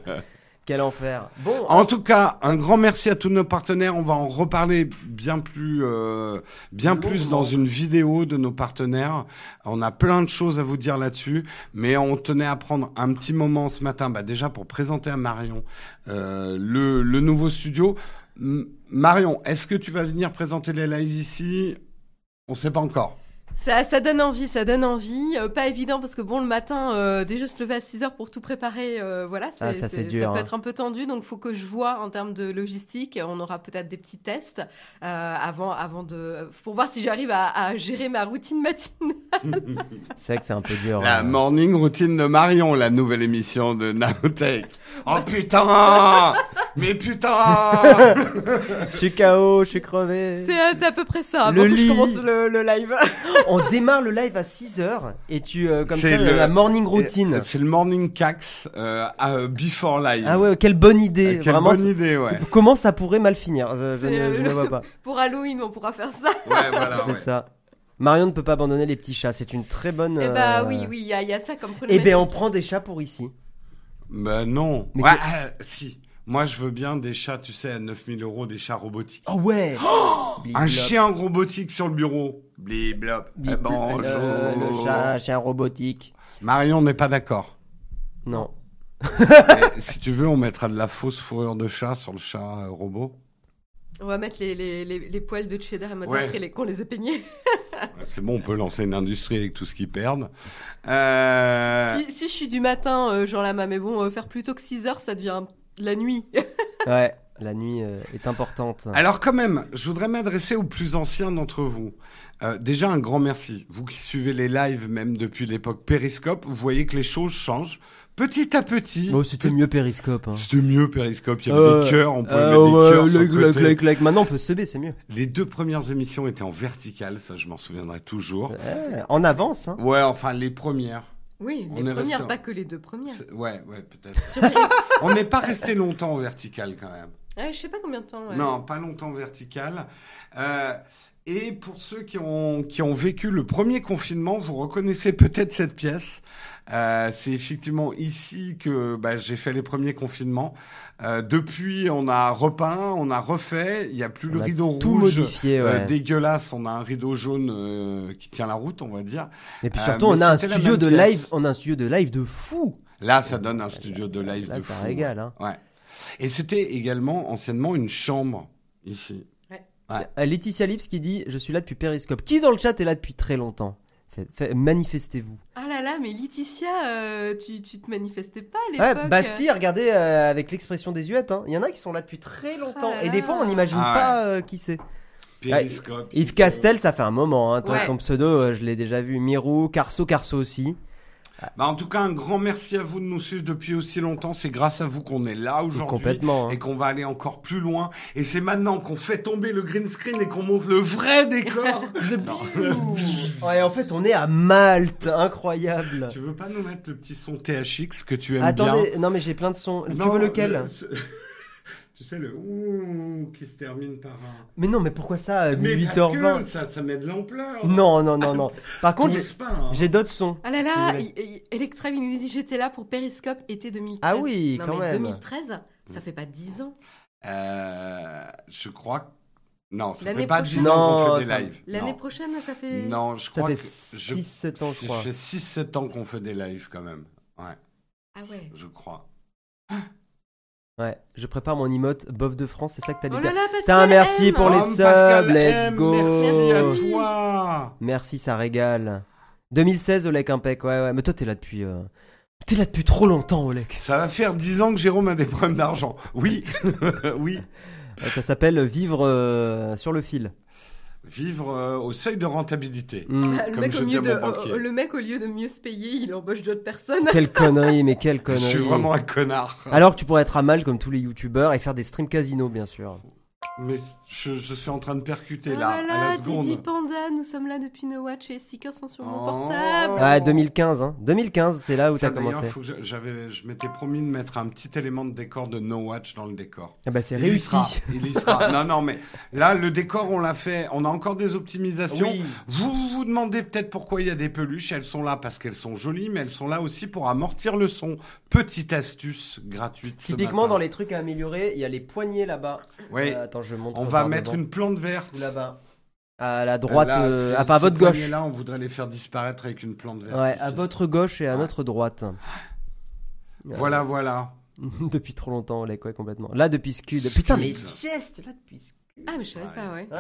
[SPEAKER 2] Quel enfer. Bon.
[SPEAKER 1] en tout cas, un grand merci à tous nos partenaires. On va en reparler bien plus, euh, bien plus
[SPEAKER 2] Longuement.
[SPEAKER 1] dans une vidéo de nos partenaires. On a plein de choses à vous dire là-dessus, mais on tenait à prendre un petit moment ce matin, bah déjà pour présenter à Marion euh, le, le nouveau studio. M- Marion, est-ce que tu vas venir présenter les lives ici On sait pas encore.
[SPEAKER 3] Ça, ça donne envie, ça donne envie. Euh, pas évident parce que bon, le matin, euh, déjà se lever à 6 heures pour tout préparer, euh, voilà, c'est-
[SPEAKER 2] Ah, ça, c'est
[SPEAKER 3] c'est-
[SPEAKER 2] dur,
[SPEAKER 3] ça peut
[SPEAKER 2] hein.
[SPEAKER 3] être un peu tendu. Donc, faut que je vois en termes de logistique. On aura peut-être des petits tests euh, avant, avant de, pour voir si j'arrive à, à gérer ma routine matinale.
[SPEAKER 2] C'est vrai que c'est un peu dur.
[SPEAKER 1] La
[SPEAKER 2] hein.
[SPEAKER 1] morning routine de Marion, la nouvelle émission de Nanotech. Oh [LAUGHS] putain Mais putain
[SPEAKER 2] Je suis KO, je suis crevé.
[SPEAKER 3] C'est euh, c'est à peu près ça.
[SPEAKER 2] Le
[SPEAKER 3] avant que
[SPEAKER 2] lit.
[SPEAKER 3] je commence le, le live. [LAUGHS]
[SPEAKER 2] On démarre le live à 6h et tu euh, comme
[SPEAKER 1] C'est
[SPEAKER 2] ça
[SPEAKER 1] le-
[SPEAKER 2] la morning routine.
[SPEAKER 1] C'est le morning cax euh, à, euh, before live.
[SPEAKER 2] Ah ouais, quelle bonne idée,
[SPEAKER 1] Euh, Quelle
[SPEAKER 2] vraiment.
[SPEAKER 1] bonne idée, ouais.
[SPEAKER 2] [LAUGHS] c'est- Comment ça pourrait mal finir Je, je
[SPEAKER 3] C'est,
[SPEAKER 2] ne,
[SPEAKER 3] euh,
[SPEAKER 2] je ne vois pas.
[SPEAKER 3] Pour Halloween, on pourra faire ça.
[SPEAKER 1] Ouais, voilà,
[SPEAKER 2] c'est
[SPEAKER 1] Ah, ouais.
[SPEAKER 2] ça. Marion ne peut pas abandonner les petits chats, c'est une très bonne.
[SPEAKER 3] Eh bah
[SPEAKER 2] euh,
[SPEAKER 3] oui, oui, il y, a- il y a ça comme
[SPEAKER 2] Eh
[SPEAKER 3] problème.
[SPEAKER 2] ben on prend des chats pour ici.
[SPEAKER 1] Bah non.
[SPEAKER 2] Mais
[SPEAKER 1] Ouais,
[SPEAKER 2] que-
[SPEAKER 1] ah, si. Moi, je veux bien des chats, tu sais, à 9000 euros, des chats robotiques.
[SPEAKER 2] Oh ouais.
[SPEAKER 1] Ah Un chien robotique sur le bureau. Bliblop. Eh, bonjour.
[SPEAKER 2] ben, le chat, chien robotique.
[SPEAKER 1] Marion n'est pas d'accord. [LAUGHS]
[SPEAKER 2] Non.
[SPEAKER 1] Mais si tu veux, on mettra de la fausse fourrure de chat sur le chat euh, robot.
[SPEAKER 3] On va mettre les, les, les, les poils de cheddar et maintenant
[SPEAKER 1] Ouais.
[SPEAKER 3] après les- qu'on les a peignés.
[SPEAKER 1] C'est bon, on peut lancer une industrie avec tout ce qu'ils perdent. Euh,
[SPEAKER 3] Si, si je suis du matin, euh, genre là, mais bon, euh, faire plus tôt que 6 heures, ça devient un- la nuit.
[SPEAKER 2] Ouais, la nuit euh, est importante.
[SPEAKER 1] Alors quand même, je voudrais m'adresser aux plus anciens d'entre vous. Euh, déjà un grand merci. Vous qui suivez les lives même depuis l'époque Périscope, vous voyez que les choses changent petit à petit.
[SPEAKER 2] Bon, Oh, c'était mieux Périscope. Hein.
[SPEAKER 1] C'était mieux Périscope, il y avait
[SPEAKER 2] Euh,
[SPEAKER 1] des cœurs, on pouvait
[SPEAKER 2] Euh,
[SPEAKER 1] mettre des
[SPEAKER 2] ouais,
[SPEAKER 1] cœurs sur le
[SPEAKER 2] like, like,
[SPEAKER 1] côté.
[SPEAKER 2] like, like. Maintenant on peut se c'est mieux.
[SPEAKER 1] Les deux premières émissions étaient en verticale, ça je m'en souviendrai toujours.
[SPEAKER 2] Ouais, en avance. Hein.
[SPEAKER 1] Ouais, enfin les premières.
[SPEAKER 3] Oui,
[SPEAKER 1] On
[SPEAKER 3] les
[SPEAKER 1] est
[SPEAKER 3] premières,
[SPEAKER 1] resté en-
[SPEAKER 3] pas que les deux premières.
[SPEAKER 1] C'est- Ouais, ouais, peut-être.
[SPEAKER 3] [LAUGHS] Sur Paris-
[SPEAKER 1] on n'est pas resté longtemps en verticale quand même.
[SPEAKER 3] Ah Ouais, je sais pas combien de temps. ouais.
[SPEAKER 1] Non, pas longtemps vertical. Euh, et pour ceux qui ont, qui ont vécu le premier confinement, vous reconnaissez peut-être cette pièce. Euh, c'est effectivement ici que bah, j'ai fait les premiers confinements. Euh, depuis, on a repeint, on a refait. Il n'y a plus le
[SPEAKER 2] On a
[SPEAKER 1] rideau
[SPEAKER 2] Tout
[SPEAKER 1] rouge.
[SPEAKER 2] modifié. Ouais.
[SPEAKER 1] euh, dégueulasse, on a un rideau jaune euh, qui tient la route, on va dire.
[SPEAKER 2] Et puis
[SPEAKER 1] Euh,
[SPEAKER 2] surtout,
[SPEAKER 1] mais
[SPEAKER 2] on a un
[SPEAKER 1] c'était la
[SPEAKER 2] studio
[SPEAKER 1] même
[SPEAKER 2] de
[SPEAKER 1] pièce.
[SPEAKER 2] live, on a un studio de live de fou.
[SPEAKER 1] Là, ça donne un studio de live
[SPEAKER 2] Là,
[SPEAKER 1] de
[SPEAKER 2] ça
[SPEAKER 1] fou.
[SPEAKER 2] régale. Hein.
[SPEAKER 1] Ouais. Et c'était également anciennement une chambre ici.
[SPEAKER 2] Euh, Laetitia Lips qui dit, je suis là depuis Periscope. Qui dans le chat est là depuis très longtemps Fait- fait- Manifestez-vous.
[SPEAKER 3] Ah là là là, mais Laetitia, euh, tu, tu te manifestais pas à
[SPEAKER 2] Ouais,
[SPEAKER 3] l'époque.
[SPEAKER 2] Bastille, regardez euh, avec l'expression des huettes. hein. Il y en a qui sont là depuis très longtemps.
[SPEAKER 3] Ah là
[SPEAKER 2] et des
[SPEAKER 3] là.
[SPEAKER 2] fois, on n'imagine
[SPEAKER 1] Ah ouais.
[SPEAKER 2] pas euh, qui c'est.
[SPEAKER 1] Périscope.
[SPEAKER 2] Bah, Yves Castel, ça fait un moment. hein. Ton,
[SPEAKER 3] Ouais.
[SPEAKER 2] ton pseudo, euh, je l'ai déjà vu. Mirou, Carso, Carso aussi.
[SPEAKER 1] Bah, en tout cas, un grand merci à vous de nous suivre depuis aussi longtemps. C'est grâce à vous qu'on est là aujourd'hui.
[SPEAKER 2] Complètement. hein.
[SPEAKER 1] Et qu'on va aller encore plus loin. Et c'est maintenant qu'on fait tomber le green screen et qu'on monte le
[SPEAKER 3] [LAUGHS]
[SPEAKER 1] vrai décor. Non.
[SPEAKER 2] Ouais, en fait, on est à Malte. Incroyable.
[SPEAKER 1] tu veux pas nous mettre le petit son THX que tu aimes bien
[SPEAKER 2] Attendez, non, mais j'ai plein de sons. tu
[SPEAKER 1] Non, euh,
[SPEAKER 2] veux lequel
[SPEAKER 1] le- ce- [LAUGHS] Tu sais, le ouh qui se termine par un.
[SPEAKER 2] Mais non, mais pourquoi ça euh,
[SPEAKER 1] Mais parce
[SPEAKER 2] 8h20
[SPEAKER 1] que ça, ça met de l'ampleur.
[SPEAKER 2] Non, non,
[SPEAKER 1] [LAUGHS]
[SPEAKER 2] non, non. Par contre, j'ai-
[SPEAKER 1] T'oses pas, hein.
[SPEAKER 2] j'ai d'autres sons.
[SPEAKER 3] Ah là
[SPEAKER 1] [LAUGHS]
[SPEAKER 2] si
[SPEAKER 3] là,
[SPEAKER 2] vous voulez.
[SPEAKER 3] il- il- Electra, il nous dit j'étais là pour Periscope été 2013.
[SPEAKER 2] Ah oui,
[SPEAKER 3] non,
[SPEAKER 2] quand
[SPEAKER 3] mais
[SPEAKER 2] même.
[SPEAKER 3] 2013, ça
[SPEAKER 1] Mm.
[SPEAKER 3] fait pas 10 ans.
[SPEAKER 1] Euh, je crois. que- Non, ça
[SPEAKER 3] L'année
[SPEAKER 1] fait pas
[SPEAKER 3] prochaine.
[SPEAKER 1] 10 ans qu'on fait
[SPEAKER 2] Non,
[SPEAKER 1] des
[SPEAKER 2] ça-
[SPEAKER 1] lives.
[SPEAKER 3] L'année
[SPEAKER 1] Non.
[SPEAKER 3] prochaine, ça fait.
[SPEAKER 1] Non, je
[SPEAKER 2] Ça
[SPEAKER 1] crois
[SPEAKER 2] fait
[SPEAKER 1] que. je-
[SPEAKER 2] 6-7 ans, je
[SPEAKER 1] Ça
[SPEAKER 2] crois.
[SPEAKER 1] fait 6-7 ans qu'on fait des lives quand même. Ouais,
[SPEAKER 3] Ah ouais.
[SPEAKER 1] je crois.
[SPEAKER 2] Ouais, je prépare mon emote bof de France, c'est ça que t'allais
[SPEAKER 3] Oh
[SPEAKER 2] dire.
[SPEAKER 3] là là, Pascal.
[SPEAKER 2] Putain, merci
[SPEAKER 3] M.
[SPEAKER 2] pour [LAUGHS] les
[SPEAKER 1] Rome, Pascal
[SPEAKER 2] subs, let's
[SPEAKER 1] M,
[SPEAKER 2] go.
[SPEAKER 1] Merci
[SPEAKER 3] Merci.
[SPEAKER 1] à toi
[SPEAKER 2] Merci, ça régale. 2016, Olek Impec, ouais, ouais. Mais toi, t'es là depuis. euh, T'es là depuis trop longtemps, Olek.
[SPEAKER 1] Ça va faire 10 ans que Jérôme a des problèmes d'argent. Oui, [LAUGHS] oui.
[SPEAKER 2] Ouais, Ça s'appelle Vivre euh, sur le fil.
[SPEAKER 1] Vivre euh, au seuil de rentabilité.
[SPEAKER 2] Hmm.
[SPEAKER 3] Ah, le,
[SPEAKER 1] Comme
[SPEAKER 3] mec
[SPEAKER 1] je
[SPEAKER 3] au
[SPEAKER 1] dis
[SPEAKER 3] lieu
[SPEAKER 1] à
[SPEAKER 3] de,
[SPEAKER 1] mon banquier.
[SPEAKER 3] euh, le mec, au lieu de mieux se payer, il embauche d'autres personnes.
[SPEAKER 2] [LAUGHS] Quelle connerie, mais quelle
[SPEAKER 1] Je
[SPEAKER 2] connerie.
[SPEAKER 1] suis vraiment un connard.
[SPEAKER 2] Alors que tu pourrais être à mal comme tous les youtubeurs et faire des streams casino, bien sûr.
[SPEAKER 1] Oh. Mais je, je suis en train de percuter
[SPEAKER 3] oh
[SPEAKER 1] là,
[SPEAKER 3] là
[SPEAKER 1] à
[SPEAKER 3] là,
[SPEAKER 1] la seconde.
[SPEAKER 3] Didi Panda, nous sommes là depuis No Watch et les stickers sont sur mon
[SPEAKER 1] Oh.
[SPEAKER 3] portable.
[SPEAKER 1] Ah,
[SPEAKER 2] Ouais, 2015, hein. 2015, c'est là où t'as
[SPEAKER 1] Tiens, d'ailleurs,
[SPEAKER 2] commencé.
[SPEAKER 1] faut que je- j'avais, je m'étais promis de mettre un petit élément de décor de No Watch dans le décor.
[SPEAKER 2] Ah bah, c'est
[SPEAKER 1] Il y
[SPEAKER 2] réussi.
[SPEAKER 1] sera, Il y sera. non, non, mais là, le décor, on l'a fait. On a encore des optimisations. Vous vous vous demandez peut-être pourquoi il y a des peluches. Elles sont là parce qu'elles sont jolies, mais elles sont là aussi pour amortir le son. Petite astuce gratuite. ce
[SPEAKER 2] Typiquement,
[SPEAKER 1] matin.
[SPEAKER 2] dans les trucs à améliorer, il y a les poignées là-bas.
[SPEAKER 1] Oui,
[SPEAKER 2] Euh, attends, je montre.
[SPEAKER 1] on va
[SPEAKER 2] par
[SPEAKER 1] mettre
[SPEAKER 2] devant.
[SPEAKER 1] une plante verte.
[SPEAKER 2] Ou là-bas. À la bah, droite,
[SPEAKER 1] Là,
[SPEAKER 2] euh,
[SPEAKER 1] ces-
[SPEAKER 2] enfin à
[SPEAKER 1] ces
[SPEAKER 2] votre gauche.
[SPEAKER 1] poignées-là, on voudrait les faire disparaître avec une plante verte.
[SPEAKER 2] Ouais,
[SPEAKER 1] ici.
[SPEAKER 2] à votre gauche et à
[SPEAKER 1] Ouais.
[SPEAKER 2] notre droite.
[SPEAKER 1] Ah. Voilà, voilà.
[SPEAKER 2] [LAUGHS] depuis trop longtemps, Olek, ouais, complètement. Là, depuis Scud. Putain, mais
[SPEAKER 1] Scud.
[SPEAKER 2] geste, là, depuis Scud.
[SPEAKER 3] Ah, mais je savais
[SPEAKER 1] Ouais.
[SPEAKER 3] pas, ouais.
[SPEAKER 2] Ouais,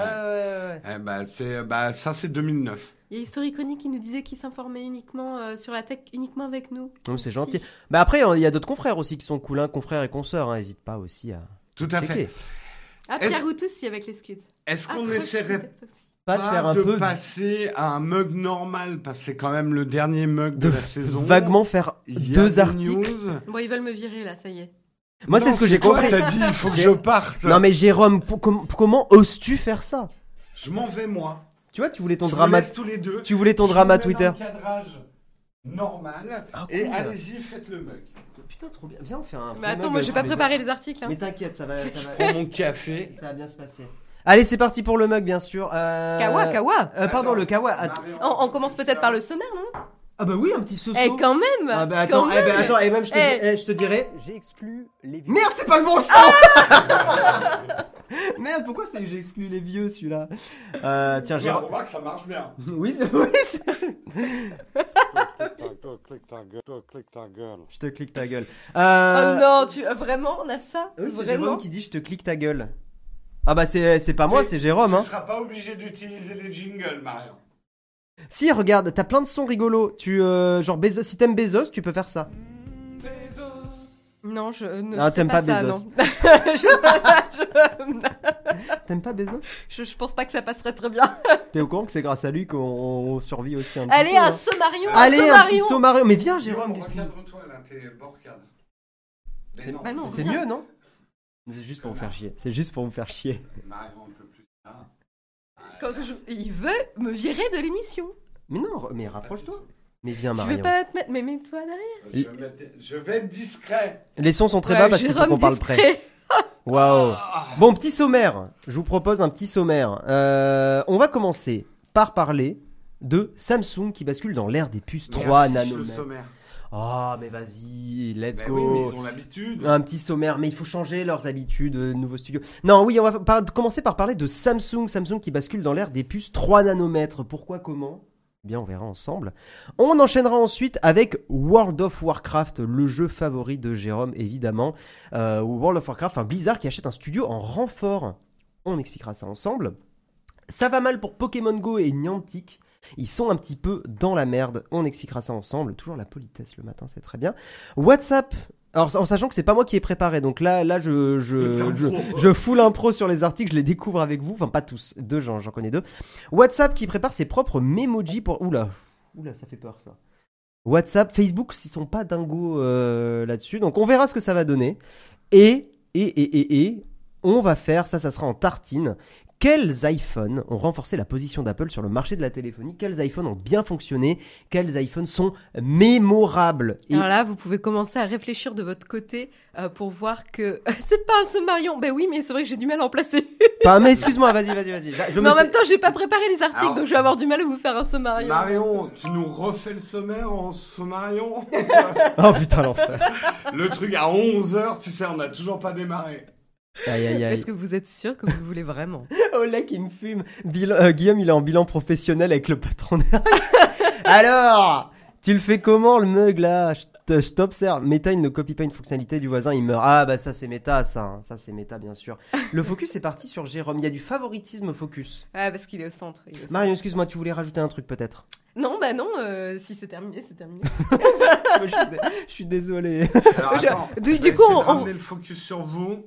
[SPEAKER 2] ouais, ouais.
[SPEAKER 1] Eh ben, c'est, bah, ça, c'est 2009.
[SPEAKER 3] Il y a History Chronique qui nous disait qu'il s'informait uniquement euh, sur la tech, uniquement avec nous.
[SPEAKER 2] Non, mais c'est gentil.
[SPEAKER 3] Si.
[SPEAKER 2] Bah après, il y a d'autres confrères aussi qui sont cool, hein, confrères et consoeurs. hein, N'hésite pas aussi à
[SPEAKER 1] Tout à fait.
[SPEAKER 2] checker.
[SPEAKER 3] Ah,
[SPEAKER 1] Est-ce-
[SPEAKER 3] Pierre Goutou aussi avec les scuds.
[SPEAKER 1] Est-ce
[SPEAKER 3] Ah,
[SPEAKER 1] qu'on
[SPEAKER 3] trop
[SPEAKER 1] essaierait
[SPEAKER 3] chouette aussi.
[SPEAKER 2] Pas de
[SPEAKER 1] pas
[SPEAKER 2] faire un peu
[SPEAKER 1] passer à un mug normal parce que c'est quand même le dernier mug de,
[SPEAKER 2] de
[SPEAKER 1] la saison.
[SPEAKER 2] vaguement faire
[SPEAKER 1] Il y a
[SPEAKER 2] deux
[SPEAKER 1] des
[SPEAKER 2] articles.
[SPEAKER 1] news.
[SPEAKER 3] Bon, ils veulent me virer là, ça y est.
[SPEAKER 2] Moi,
[SPEAKER 1] Non,
[SPEAKER 2] c'est ce que j'ai
[SPEAKER 1] toi,
[SPEAKER 2] compris.
[SPEAKER 1] T'as dit il faut que
[SPEAKER 2] J'ai-
[SPEAKER 1] je parte.
[SPEAKER 2] Non mais Jérôme, pour- com- comment oses-tu faire ça
[SPEAKER 1] Je m'en vais moi.
[SPEAKER 2] Tu vois, tu voulais ton
[SPEAKER 1] je
[SPEAKER 2] drama,
[SPEAKER 1] vous laisse tous les deux.
[SPEAKER 2] tu voulais ton
[SPEAKER 1] Je vous
[SPEAKER 2] drama
[SPEAKER 1] mets dans le
[SPEAKER 2] Twitter.
[SPEAKER 1] cadrage normal
[SPEAKER 2] Ah,
[SPEAKER 1] et
[SPEAKER 2] cool.
[SPEAKER 1] allez-y faites le mug.
[SPEAKER 2] Putain, trop bien. Viens, on fait un.
[SPEAKER 3] Mais attends, moi j'ai pas préparé les articles. hein.
[SPEAKER 2] Mais t'inquiète, ça
[SPEAKER 3] [LAUGHS]
[SPEAKER 2] va, ça va,
[SPEAKER 1] Prends mon café.
[SPEAKER 2] [LAUGHS] ça va bien se passer. Allez, c'est parti pour le mug, bien sûr. Euh,
[SPEAKER 3] Kawa, kawa.
[SPEAKER 2] euh, pardon,
[SPEAKER 1] Attends.
[SPEAKER 2] le kawa. Att-
[SPEAKER 1] Marion,
[SPEAKER 3] On, on commence peut-être par le sommaire, non
[SPEAKER 2] Ah bah oui, un petit soso.
[SPEAKER 3] Eh, quand même
[SPEAKER 2] ah bah
[SPEAKER 3] quand
[SPEAKER 2] attends, eh
[SPEAKER 3] même.
[SPEAKER 2] bah, attends, et même je te, di-
[SPEAKER 3] Eh.
[SPEAKER 2] eh, je te dirais.
[SPEAKER 4] J'ai exclu les vieux.
[SPEAKER 2] Merde, c'est pas le bon son
[SPEAKER 3] [LAUGHS]
[SPEAKER 2] Merde, pourquoi c'est j'ai exclu les vieux celui-là euh, Tiens,
[SPEAKER 1] Ouais,
[SPEAKER 2] Jérôme.
[SPEAKER 1] remarque, ça marche bien.
[SPEAKER 2] [LAUGHS] Oui, c'est- oui, c'est-
[SPEAKER 5] Go click that girl. Go click that girl.
[SPEAKER 2] Je te clique ta gueule.
[SPEAKER 3] Oh
[SPEAKER 2] Euh... Ah
[SPEAKER 3] non, tu... vraiment, on a ça
[SPEAKER 2] Oui, c'est
[SPEAKER 3] Vraiment
[SPEAKER 2] Jérôme qui dit je te clique ta gueule. Ah bah c'est c'est pas moi, c'est Jérôme. Hein.
[SPEAKER 1] Tu seras pas obligé d'utiliser les jingles, Marion.
[SPEAKER 2] Si regarde, t'as plein de sons rigolos. Tu euh, genre Bezos, si t'aimes Bezos, tu peux faire ça.
[SPEAKER 3] Non, je ne
[SPEAKER 2] Ah,
[SPEAKER 3] fais
[SPEAKER 2] t'aimes pas
[SPEAKER 3] ça,
[SPEAKER 2] Bezos.
[SPEAKER 3] non. [LAUGHS] je,
[SPEAKER 2] T'aimes pas Bezos
[SPEAKER 3] je, je pense pas que ça passerait très bien.
[SPEAKER 2] T'es au courant que c'est grâce à lui qu'on on survit aussi un petit
[SPEAKER 3] Allez,
[SPEAKER 2] peu,
[SPEAKER 3] un
[SPEAKER 2] hein.
[SPEAKER 3] sommarion un
[SPEAKER 2] Allez un petit
[SPEAKER 3] sommarion.
[SPEAKER 2] sommarion. Mais viens Oh, Jérôme. dis-
[SPEAKER 1] recadre-toi là, t'es bord cadre. Mais
[SPEAKER 2] C'est-
[SPEAKER 1] non,
[SPEAKER 3] Bah non.
[SPEAKER 2] C'est mieux non C'est juste pour me faire chier. C'est juste pour me faire chier.
[SPEAKER 1] Marion, on peut plus. Ah.
[SPEAKER 3] Quand je- Il veut me virer de l'émission.
[SPEAKER 2] Mais non, re- mais rapproche-toi. Mais viens
[SPEAKER 3] Tu
[SPEAKER 2] Marion.
[SPEAKER 3] veux pas te mettre... Mais mets-toi derrière.
[SPEAKER 1] Euh, Je vais être- je vais être discret.
[SPEAKER 2] Les sons sont très
[SPEAKER 3] Ouais,
[SPEAKER 2] bas parce qu'il faut
[SPEAKER 3] Jérôme
[SPEAKER 2] qu'on parle
[SPEAKER 3] discret.
[SPEAKER 2] près. Waouh.
[SPEAKER 1] Ah,
[SPEAKER 2] Bon, petit sommaire. Je vous propose un petit sommaire. Euh, on va commencer par parler de Samsung qui bascule dans l'ère des puces 3
[SPEAKER 1] Mais affiche le
[SPEAKER 2] nanomètres.
[SPEAKER 1] sommaire.
[SPEAKER 2] Ah, mais vas-y, let's
[SPEAKER 1] Bah oui, mais
[SPEAKER 2] go.
[SPEAKER 1] ils ont l'habitude.
[SPEAKER 2] un petit sommaire, mais il faut changer leurs habitudes, euh, nouveaux studios. Non, oui, on va par- commencer par parler de Samsung. Samsung qui bascule dans l'ère des puces 3 nanomètres. Pourquoi, comment Eh Bien, on verra ensemble. On enchaînera ensuite avec World of Warcraft, le jeu favori de Jérôme, évidemment. Euh, World of Warcraft, un Blizzard qui achète un studio en renfort. On expliquera ça ensemble. Ça va mal pour Pokémon Go et Niantic Ils sont un petit peu dans la merde. On expliquera ça ensemble. Toujours la politesse le matin, c'est très bien. WhatsApp. Alors, en sachant que c'est pas moi qui ai préparé, donc là, là, je, je, je, je foule l'impro sur les articles, je les découvre avec vous. Enfin, pas tous. Deux gens, j'en connais deux. WhatsApp qui prépare ses propres memojis pour. Oula, oula, ça fait peur ça. WhatsApp, Facebook, s'ils sont pas dingos euh, là-dessus. Donc on verra ce que ça va donner. Et, et, et, et, et, on va faire, ça, ça sera en tartine. Quels iPhones ont renforcé la position d'Apple sur le marché de la téléphonie Quels iPhones ont bien fonctionné Quels iPhones sont mémorables Et-
[SPEAKER 3] Alors là, vous pouvez commencer à réfléchir de votre côté euh, pour voir que [LAUGHS] c'est pas un sommarion. Ben oui, mais c'est vrai que j'ai du mal à en placer.
[SPEAKER 2] Pas, mais excuse-moi, vas-y, vas-y, vas-y. Je- je
[SPEAKER 3] mais
[SPEAKER 2] me
[SPEAKER 3] en même temps,
[SPEAKER 2] [LAUGHS]
[SPEAKER 3] j'ai pas préparé les articles,
[SPEAKER 1] Alors-
[SPEAKER 3] donc je vais avoir du mal à vous faire un sommarion.
[SPEAKER 1] Marion, tu nous refais le sommaire en sommarion
[SPEAKER 2] Oh putain, l'enfer.
[SPEAKER 1] Le truc à 11h, tu sais, on n'a toujours pas démarré.
[SPEAKER 2] Aïe, aïe, aïe.
[SPEAKER 3] Est-ce que vous êtes sûr que vous le
[SPEAKER 2] [LAUGHS]
[SPEAKER 3] voulez vraiment
[SPEAKER 2] Oh là qui me fume. Bilan- euh, Guillaume, il est en bilan professionnel avec le patron. [LAUGHS] Alors, tu le fais comment le mug là Je te- je t'observe. Meta, il ne copie pas une fonctionnalité du voisin, il meurt. Ah bah ça c'est méta, ça. hein. Ça c'est méta, bien [LAUGHS] sûr. Le focus est parti sur Jérôme. Il y a du favoritisme au focus.
[SPEAKER 3] Ah, parce qu'il est au centre. il est au centre.
[SPEAKER 2] Marion, excuse-moi, tu voulais rajouter un truc [LAUGHS] peut-être
[SPEAKER 3] Non, bah non, euh, si c'est terminé,
[SPEAKER 2] [LAUGHS]
[SPEAKER 3] c'est terminé.
[SPEAKER 2] je, suis dé- je suis [LAUGHS] désolé.
[SPEAKER 1] Alors,
[SPEAKER 3] Je-
[SPEAKER 1] attends,
[SPEAKER 3] du-
[SPEAKER 1] je
[SPEAKER 3] du
[SPEAKER 1] vais
[SPEAKER 3] coup,
[SPEAKER 1] essayer de
[SPEAKER 3] on-
[SPEAKER 1] ramener le focus sur vous.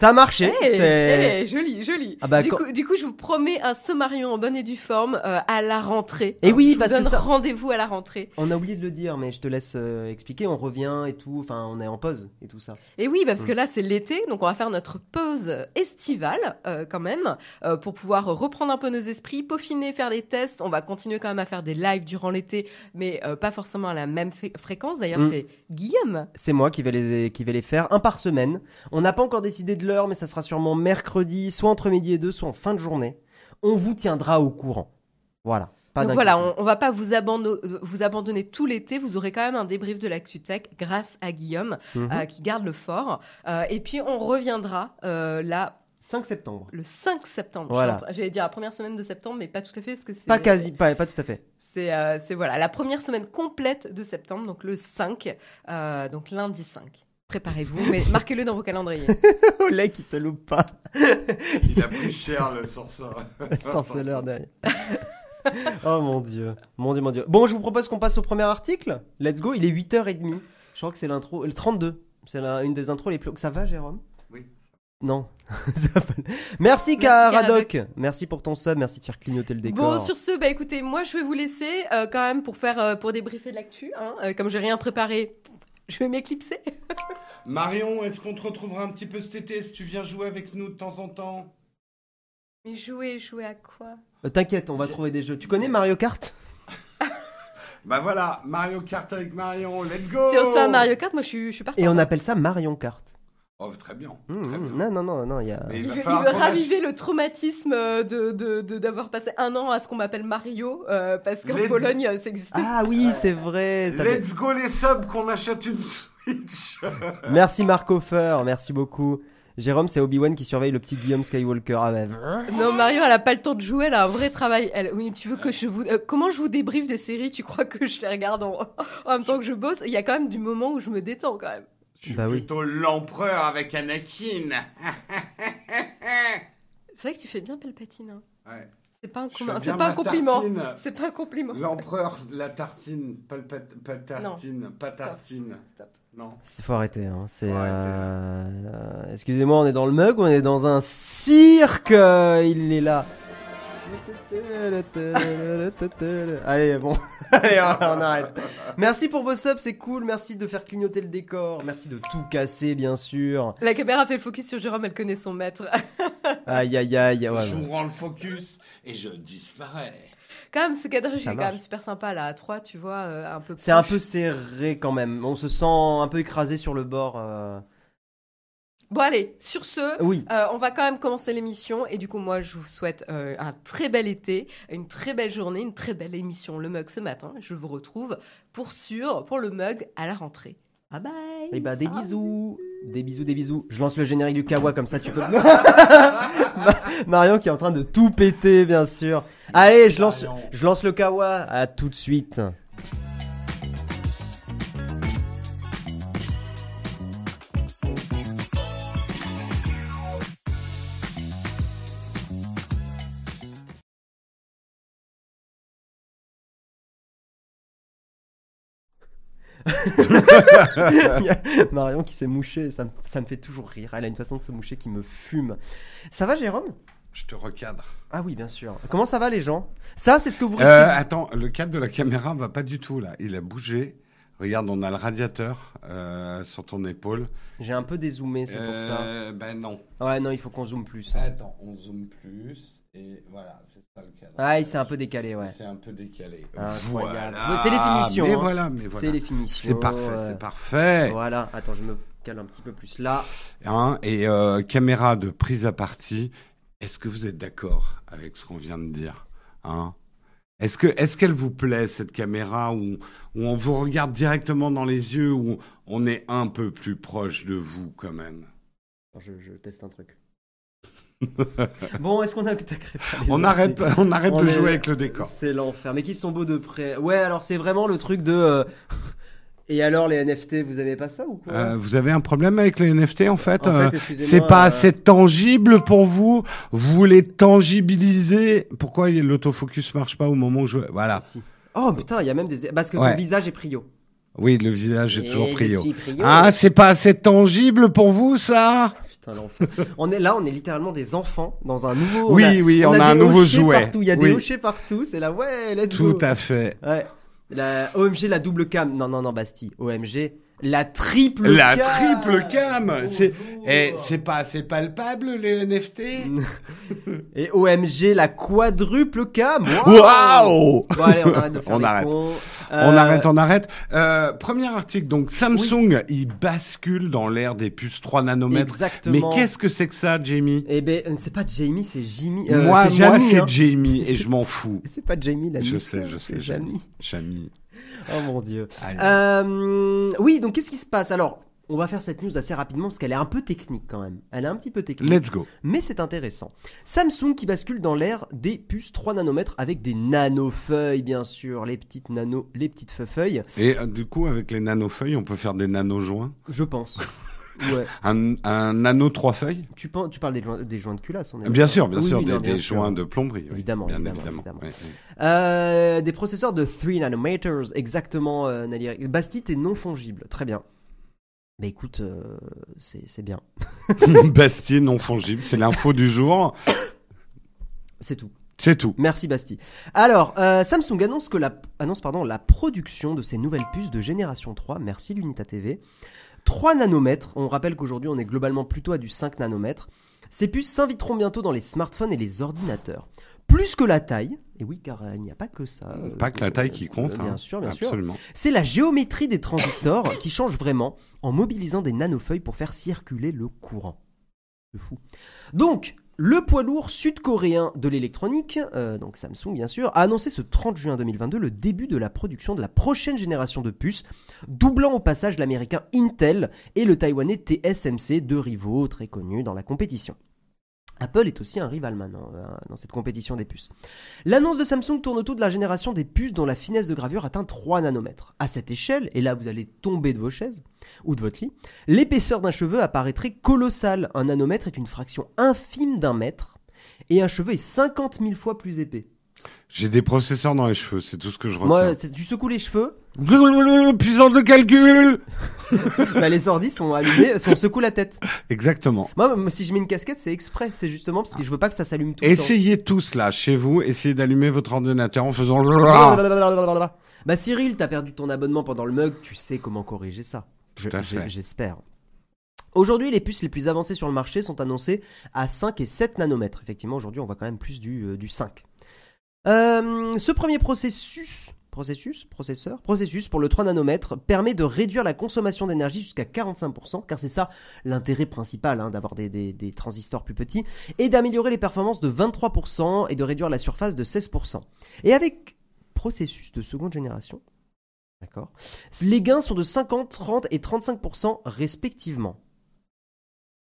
[SPEAKER 2] Ça a marché.
[SPEAKER 3] Hey,
[SPEAKER 2] c'est-
[SPEAKER 3] hey, Eh, joli, joli.
[SPEAKER 2] Ah bah,
[SPEAKER 3] du,
[SPEAKER 2] quand-
[SPEAKER 3] coup, du coup, je vous promets un sommarion en bonne et due forme euh, à la rentrée.
[SPEAKER 2] Eh oui,
[SPEAKER 3] je
[SPEAKER 2] parce que
[SPEAKER 3] vous donne
[SPEAKER 2] ça-
[SPEAKER 3] rendez-vous à la rentrée.
[SPEAKER 2] On a oublié de le dire, mais je te laisse euh, expliquer. On revient et tout. Enfin, on est en pause et tout ça.
[SPEAKER 3] Et oui, bah,
[SPEAKER 2] Mm.
[SPEAKER 3] parce que là, c'est l'été, donc on va faire notre pause estivale euh, quand même, euh, pour pouvoir reprendre un peu nos esprits, peaufiner, faire des tests. On va continuer quand même à faire des lives durant l'été, mais euh, pas forcément à la même fé- fréquence. D'ailleurs,
[SPEAKER 2] Mm.
[SPEAKER 3] c'est Guillaume.
[SPEAKER 2] C'est moi qui vais les, qui vais les faire, un par semaine. On n'a pas encore décidé de l'heure, mais ça sera sûrement mercredi, soit entre midi et deux, soit en fin de journée. On vous tiendra au courant. Voilà. Pas
[SPEAKER 3] donc
[SPEAKER 2] d'inquiétude.
[SPEAKER 3] voilà, on, on va pas vous, abandonner, vous abandonner tout l'été. Vous aurez quand même un débrief de l'actu tech grâce à Guillaume,
[SPEAKER 2] Mhm.
[SPEAKER 3] euh, qui garde le fort. Euh, et puis, on reviendra euh, là
[SPEAKER 2] 5 septembre.
[SPEAKER 3] le 5 septembre.
[SPEAKER 2] Voilà.
[SPEAKER 3] J'ai- J'allais dire la première semaine de septembre, mais pas tout à fait, parce que c'est
[SPEAKER 2] Pas quasi, pas, pas tout à fait.
[SPEAKER 3] [LAUGHS] C'est euh, c'est, voilà, la première semaine complète de septembre, donc le 5, euh, donc lundi 5. Préparez-vous,
[SPEAKER 1] [LAUGHS]
[SPEAKER 3] mais marquez-le dans vos calendriers.
[SPEAKER 2] Oh là, qui te loupe pas.
[SPEAKER 1] Il a plus cher le sorceur.
[SPEAKER 2] Sorceleur derrière. [LAUGHS] oh mon dieu. Mon dieu, mon dieu. Bon, je vous propose qu'on passe au premier article. Let's go, il est 8h30. Je crois que c'est l'intro. Le 32. C'est la- une des intros les plus. Ça va, Jérôme
[SPEAKER 1] Oui.
[SPEAKER 2] Non. [LAUGHS] Ça va. Merci,
[SPEAKER 3] Merci,
[SPEAKER 2] Karadoc. Merci pour ton sub. Merci de faire clignoter le décor.
[SPEAKER 3] Bon, sur ce, bah écoutez, moi je vais vous laisser euh, quand même pour faire euh, pour débriefer de l'actu. Hein, Euh, comme j'ai rien préparé, je vais m'éclipser.
[SPEAKER 1] Marion, est-ce qu'on te retrouvera un petit peu cet été si tu viens jouer avec nous de temps en temps
[SPEAKER 3] Mais jouer, jouer à quoi
[SPEAKER 2] Euh, T'inquiète, on va trouver des jeux. Tu connais Mario Kart
[SPEAKER 1] Bah voilà, Mario Kart avec Marion, let's go
[SPEAKER 3] Si on se fait un Mario Kart, moi je suis, je suis partant.
[SPEAKER 2] Et on appelle ça Marion Kart.
[SPEAKER 1] Oh, très bien.
[SPEAKER 2] Mmh,
[SPEAKER 1] très
[SPEAKER 2] mmh. Non,
[SPEAKER 1] bien.
[SPEAKER 2] non, non, non, il y a.
[SPEAKER 1] Mais
[SPEAKER 3] Il,
[SPEAKER 1] il va
[SPEAKER 3] veut- il
[SPEAKER 1] falloir
[SPEAKER 3] veut
[SPEAKER 1] qu'on
[SPEAKER 3] raviver le traumatisme euh, de de- de- d'avoir passé un an à ce qu'on m'appelle Mario, euh, parce qu'en
[SPEAKER 1] Let's-
[SPEAKER 3] Pologne, euh, ça existait.
[SPEAKER 2] Ah oui, c'est vrai. t'as fait-
[SPEAKER 1] Let's go les subs qu'on achète une Switch
[SPEAKER 2] Merci Marc Hofer, merci beaucoup. Jérôme, c'est Obi-Wan qui surveille le petit Guillaume Skywalker. Ah bah,
[SPEAKER 3] Non, Marion, elle a pas le temps de jouer, elle a un vrai travail. Elle, oui, tu veux que je vous. euh, comment je vous débriefe des séries Tu crois que je les regarde en, [LAUGHS] en même temps que je bosse Il y a quand même du moment où je me détends quand même.
[SPEAKER 1] Je suis
[SPEAKER 2] Bah oui.
[SPEAKER 1] plutôt l'empereur avec Anakin
[SPEAKER 3] C'est vrai que tu fais bien Palpatine. Hein.
[SPEAKER 1] Ouais,
[SPEAKER 3] C'est pas un,
[SPEAKER 1] je fais
[SPEAKER 3] commun-
[SPEAKER 1] bien
[SPEAKER 3] c'est pas un
[SPEAKER 1] ma
[SPEAKER 3] compliment.
[SPEAKER 1] tartine.
[SPEAKER 3] C'est pas
[SPEAKER 2] [LAUGHS]
[SPEAKER 3] un compliment.
[SPEAKER 1] L'empereur, la tartine, pas, le pat- pas tartine, pas
[SPEAKER 3] Stop.
[SPEAKER 1] tartine,
[SPEAKER 3] Stop.
[SPEAKER 1] non.
[SPEAKER 2] c'est- faut arrêter. Hein. C'est,
[SPEAKER 1] Faut arrêter.
[SPEAKER 2] euh, Excusez-moi, on est dans le mug, on est dans un cirque. euh, Il est là. [LAUGHS] Allez, bon. [LAUGHS] Allez, on on arrête. Merci pour vos subs, c'est cool. Merci de faire clignoter le décor. Merci de tout casser, bien sûr.
[SPEAKER 3] La caméra fait le focus sur Jérôme, elle connaît son maître. [LAUGHS]
[SPEAKER 2] Aïe, aïe, aïe. ouais,
[SPEAKER 1] je
[SPEAKER 2] ouais.
[SPEAKER 1] vous rends le focus et je disparais.
[SPEAKER 3] quand même, ce quadrige
[SPEAKER 2] Ça
[SPEAKER 3] est quand
[SPEAKER 2] marche.
[SPEAKER 3] même super sympa là, à 3, tu vois, euh, un peu.
[SPEAKER 2] C'est un
[SPEAKER 3] proche.
[SPEAKER 2] peu serré quand même. On se sent un peu écrasé sur le bord. euh.
[SPEAKER 3] Bon, allez, sur ce.
[SPEAKER 2] Oui.
[SPEAKER 3] Euh, on va quand même commencer l'émission et du coup moi je vous souhaite euh, un très bel été, une très belle journée, une très belle émission Le Mug ce matin. Je vous retrouve pour sûr pour le Mug à la rentrée. Bye bye.
[SPEAKER 2] Et bah des
[SPEAKER 3] Salut.
[SPEAKER 2] bisous, des bisous, des bisous. Je lance le générique du kawa comme ça tu peux. [LAUGHS] Marion qui est en train de tout péter bien sûr. Allez, je lance,
[SPEAKER 1] Marion.
[SPEAKER 2] je lance le kawa. À tout de suite. Il y a Marion qui s'est mouchée, ça, me- ça me fait toujours rire. Elle a une façon de se moucher qui me fume. Ça va, Jérôme
[SPEAKER 1] Je te recadre.
[SPEAKER 2] Ah oui, bien sûr. Comment ça va, les gens Ça, c'est ce que vous risquez.
[SPEAKER 1] Euh, attends, le cadre de la caméra va pas du tout là. Il a bougé. Regarde, on a le radiateur euh, sur ton épaule.
[SPEAKER 2] J'ai un peu dézoomé, c'est pour ça.
[SPEAKER 1] Euh, Ben non.
[SPEAKER 2] Ouais, non, il faut qu'on zoome plus. hein.
[SPEAKER 1] Attends, on zoome plus. Et voilà, c'est ça le cadre.
[SPEAKER 2] Ah, il s'est un peu décalé, ouais.
[SPEAKER 1] euh, C'est un peu décalé.
[SPEAKER 2] Incroyable.
[SPEAKER 1] Voilà.
[SPEAKER 2] C'est les finitions,
[SPEAKER 1] Mais
[SPEAKER 2] hein.
[SPEAKER 1] voilà, mais voilà.
[SPEAKER 2] C'est les finitions.
[SPEAKER 1] C'est parfait,
[SPEAKER 2] euh,
[SPEAKER 1] c'est parfait.
[SPEAKER 2] Voilà, attends, je me cale un petit peu plus là.
[SPEAKER 1] Hein, et euh, caméra de prise à partie, est-ce que vous êtes d'accord avec ce qu'on vient de dire hein Est-ce que est-ce qu'elle vous plaît cette caméra où, où on vous regarde directement dans les yeux, où on est un peu plus proche de vous quand même
[SPEAKER 2] Attends, Je, je teste un
[SPEAKER 1] [LAUGHS]
[SPEAKER 2] truc. bon, est-ce qu'on a attaquerait pas les
[SPEAKER 1] On
[SPEAKER 2] autres,
[SPEAKER 1] arrête
[SPEAKER 2] les-
[SPEAKER 1] on arrête
[SPEAKER 2] On
[SPEAKER 1] de
[SPEAKER 2] est-
[SPEAKER 1] jouer avec le décor.
[SPEAKER 2] C'est l'enfer. Mais qui sont beaux de près. Ouais, alors c'est vraiment le truc de. euh, Et alors les NFT, vous avez pas ça ou quoi
[SPEAKER 1] Euh, vous avez un problème avec les NFT en fait,
[SPEAKER 2] En
[SPEAKER 1] Euh,
[SPEAKER 2] fait, excusez-moi,
[SPEAKER 1] C'est pas
[SPEAKER 2] euh,
[SPEAKER 1] assez tangible pour vous. Vous voulez tangibiliser. Pourquoi l'autofocus marche pas au moment où je voilà.
[SPEAKER 2] si. Oh putain, il y a même des. Parce que
[SPEAKER 1] Ouais.
[SPEAKER 2] ton visage est prio.
[SPEAKER 1] Oui, le visage est
[SPEAKER 2] Et
[SPEAKER 1] toujours
[SPEAKER 2] je
[SPEAKER 1] prio.
[SPEAKER 2] suis prio.
[SPEAKER 1] Ah, c'est pas assez tangible pour vous, ça
[SPEAKER 2] Putain, l'enfer. [LAUGHS] on est là, on est littéralement des enfants dans un nouveau.
[SPEAKER 1] Oui, oui, on a
[SPEAKER 2] des
[SPEAKER 1] un nouveau
[SPEAKER 2] hochets
[SPEAKER 1] jouet.
[SPEAKER 2] Partout, il y a
[SPEAKER 1] Oui.
[SPEAKER 2] des hochets partout. C'est là, ouais, let's
[SPEAKER 1] Tout
[SPEAKER 2] go.
[SPEAKER 1] à fait.
[SPEAKER 2] Ouais. La OMG, la double cam. Non, non, non, Bastille. OMG, la triple.
[SPEAKER 1] La
[SPEAKER 2] cam.
[SPEAKER 1] triple cam
[SPEAKER 2] Bonjour.
[SPEAKER 1] C'est eh, c'est pas assez palpable, les NFT
[SPEAKER 2] [LAUGHS] Euh. Et OMG, la quadruple cam. Waouh
[SPEAKER 1] Waouh
[SPEAKER 2] Bon, allez, on arrête de faire
[SPEAKER 1] [LAUGHS] On
[SPEAKER 2] les
[SPEAKER 1] arrête.
[SPEAKER 2] cons.
[SPEAKER 1] On
[SPEAKER 2] Euh,
[SPEAKER 1] arrête, on arrête. Euh, premier article, donc Samsung, il bascule dans l'ère des puces 3 nanomètres.
[SPEAKER 2] Exactement.
[SPEAKER 1] Mais qu'est-ce que c'est que ça, Jamie
[SPEAKER 2] Eh ben, c'est pas Jamie, c'est Jimmy. Euh,
[SPEAKER 1] Moi,
[SPEAKER 2] c'est
[SPEAKER 1] moi
[SPEAKER 2] Jamie,
[SPEAKER 1] c'est
[SPEAKER 2] hein.
[SPEAKER 1] Jamie
[SPEAKER 2] [LAUGHS]
[SPEAKER 1] et je m'en fous.
[SPEAKER 2] C'est pas Jamie, la
[SPEAKER 1] Je
[SPEAKER 2] Miss,
[SPEAKER 1] sais, je
[SPEAKER 2] c'est
[SPEAKER 1] sais, Jamie. Jamie.
[SPEAKER 2] Oh mon dieu.
[SPEAKER 1] Allez.
[SPEAKER 2] Euh, oui, donc qu'est-ce qui se passe Alors, on va faire cette news assez rapidement parce qu'elle est un peu technique quand même. Elle est un petit peu technique.
[SPEAKER 1] Let's go.
[SPEAKER 2] Mais c'est intéressant. Samsung qui bascule dans l'ère des puces 3 nanomètres avec des nanofeuilles, bien sûr. Les petites nano, les petites feuilles,
[SPEAKER 1] Et euh, du coup, avec les nanofeuilles, on peut faire des nanojoints
[SPEAKER 2] je
[SPEAKER 1] [LAUGHS]
[SPEAKER 2] pense. Ouais.
[SPEAKER 1] un, un nano trois feuilles
[SPEAKER 2] Tu, pen- tu parles des, joints- des joints de culasse, on est
[SPEAKER 1] Bien
[SPEAKER 2] d'accord.
[SPEAKER 1] sûr, bien
[SPEAKER 2] Oui,
[SPEAKER 1] sûr,
[SPEAKER 2] oui,
[SPEAKER 1] des,
[SPEAKER 2] non,
[SPEAKER 1] des
[SPEAKER 2] bien sûr.
[SPEAKER 1] joints de plomberie. oui.
[SPEAKER 2] Évidemment,
[SPEAKER 1] bien
[SPEAKER 2] évidemment,
[SPEAKER 1] évidemment.
[SPEAKER 2] évidemment.
[SPEAKER 1] ouais, ouais.
[SPEAKER 2] Euh, des processeurs de 3 nanometers, exactement, euh, Nali. Bastite est non fongible, très bien. Bah écoute, euh, c'est c'est bien.
[SPEAKER 1] [LAUGHS] Bastille non fongible, c'est l'info du jour.
[SPEAKER 2] C'est tout.
[SPEAKER 1] C'est tout.
[SPEAKER 2] Merci Basti. Alors, euh, Samsung annonce, que la, annonce pardon, la production de ces nouvelles puces de génération 3, merci l'Unita TV, 3 nanomètres, on rappelle qu'aujourd'hui on est globalement plutôt à du 5 nanomètres, ces puces s'inviteront bientôt dans les smartphones et les ordinateurs. Plus que la taille, et oui car euh, il n'y a pas que ça. euh,
[SPEAKER 1] Pas que la taille
[SPEAKER 2] euh,
[SPEAKER 1] qui compte.
[SPEAKER 2] Bien
[SPEAKER 1] hein.
[SPEAKER 2] sûr, bien sûr.
[SPEAKER 1] Absolument.
[SPEAKER 2] C'est la géométrie des transistors qui change vraiment en mobilisant des nanofeuilles pour faire circuler le courant. C'est fou. Donc, le poids lourd sud-coréen de l'électronique, euh, donc Samsung bien sûr, a annoncé ce 30 juin 2022 le début de la production de la prochaine génération de puces, doublant au passage l'américain Intel et le taïwanais TSMC, deux rivaux très connus dans la compétition. Apple est aussi un rival maintenant euh, dans cette compétition des puces. L'annonce de Samsung tourne autour de la génération des puces dont la finesse de gravure atteint 3 nanomètres. À cette échelle, et là vous allez tomber de vos chaises ou de votre lit, l'épaisseur d'un cheveu apparaîtrait colossale. Un nanomètre est une fraction infime d'un mètre et un cheveu est 50 000 fois plus épais.
[SPEAKER 1] J'ai des processeurs dans les cheveux, c'est tout ce que je retiens.
[SPEAKER 2] Moi, euh, c'est- tu secoues les cheveux, [COUGHS]
[SPEAKER 1] Blablabla, Puissance de calcul
[SPEAKER 2] bah, les ordi sont allumés parce qu'on secoue la tête.
[SPEAKER 1] Exactement.
[SPEAKER 2] Moi, moi, si je mets une casquette, c'est exprès, c'est justement parce que je veux pas que ça s'allume tout le temps.
[SPEAKER 1] Essayez tous là, chez vous, essayez d'allumer votre ordinateur en faisant...
[SPEAKER 2] Ah, Bah Cyril, t'as perdu ton abonnement pendant le mug, tu sais comment corriger ça. Je-
[SPEAKER 1] Tout à
[SPEAKER 2] je-
[SPEAKER 1] fait.
[SPEAKER 2] J'espère. Aujourd'hui, les puces les plus avancées sur le marché sont annoncées à 5 et 7 nanomètres. Effectivement, aujourd'hui, on voit quand même plus du, euh, du 5. Euh, ce premier processus, processus, processeur, processus pour le 3 nanomètres permet de réduire la consommation d'énergie jusqu'à 45%, car c'est ça l'intérêt principal hein, d'avoir des, des- des transistors plus petits, et d'améliorer les performances de 23% et de réduire la surface de 16%. Et avec processus de seconde génération, d'accord, les gains sont de 50, 30 et 35% respectivement.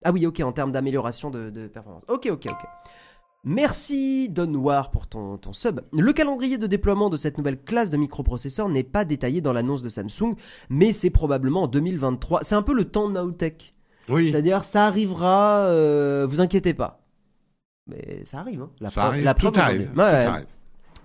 [SPEAKER 2] Ah oui, ok, en termes d'amélioration de, de performance. Ok, ok, ok. Merci Don Noir pour ton, ton sub. Le calendrier de déploiement de cette nouvelle classe de microprocesseurs n'est pas détaillé dans l'annonce de Samsung, mais c'est probablement en 2023. C'est un peu le temps de Nowtech.
[SPEAKER 1] Oui,
[SPEAKER 2] C'est-à-dire, ça arrivera, euh, vous inquiétez pas. Mais ça arrive, hein. La
[SPEAKER 1] ça arrive,
[SPEAKER 2] la
[SPEAKER 1] tout
[SPEAKER 2] preuve
[SPEAKER 1] arrive.
[SPEAKER 2] aujourd'hui.
[SPEAKER 1] tout
[SPEAKER 2] Ouais, ouais.
[SPEAKER 1] arrive.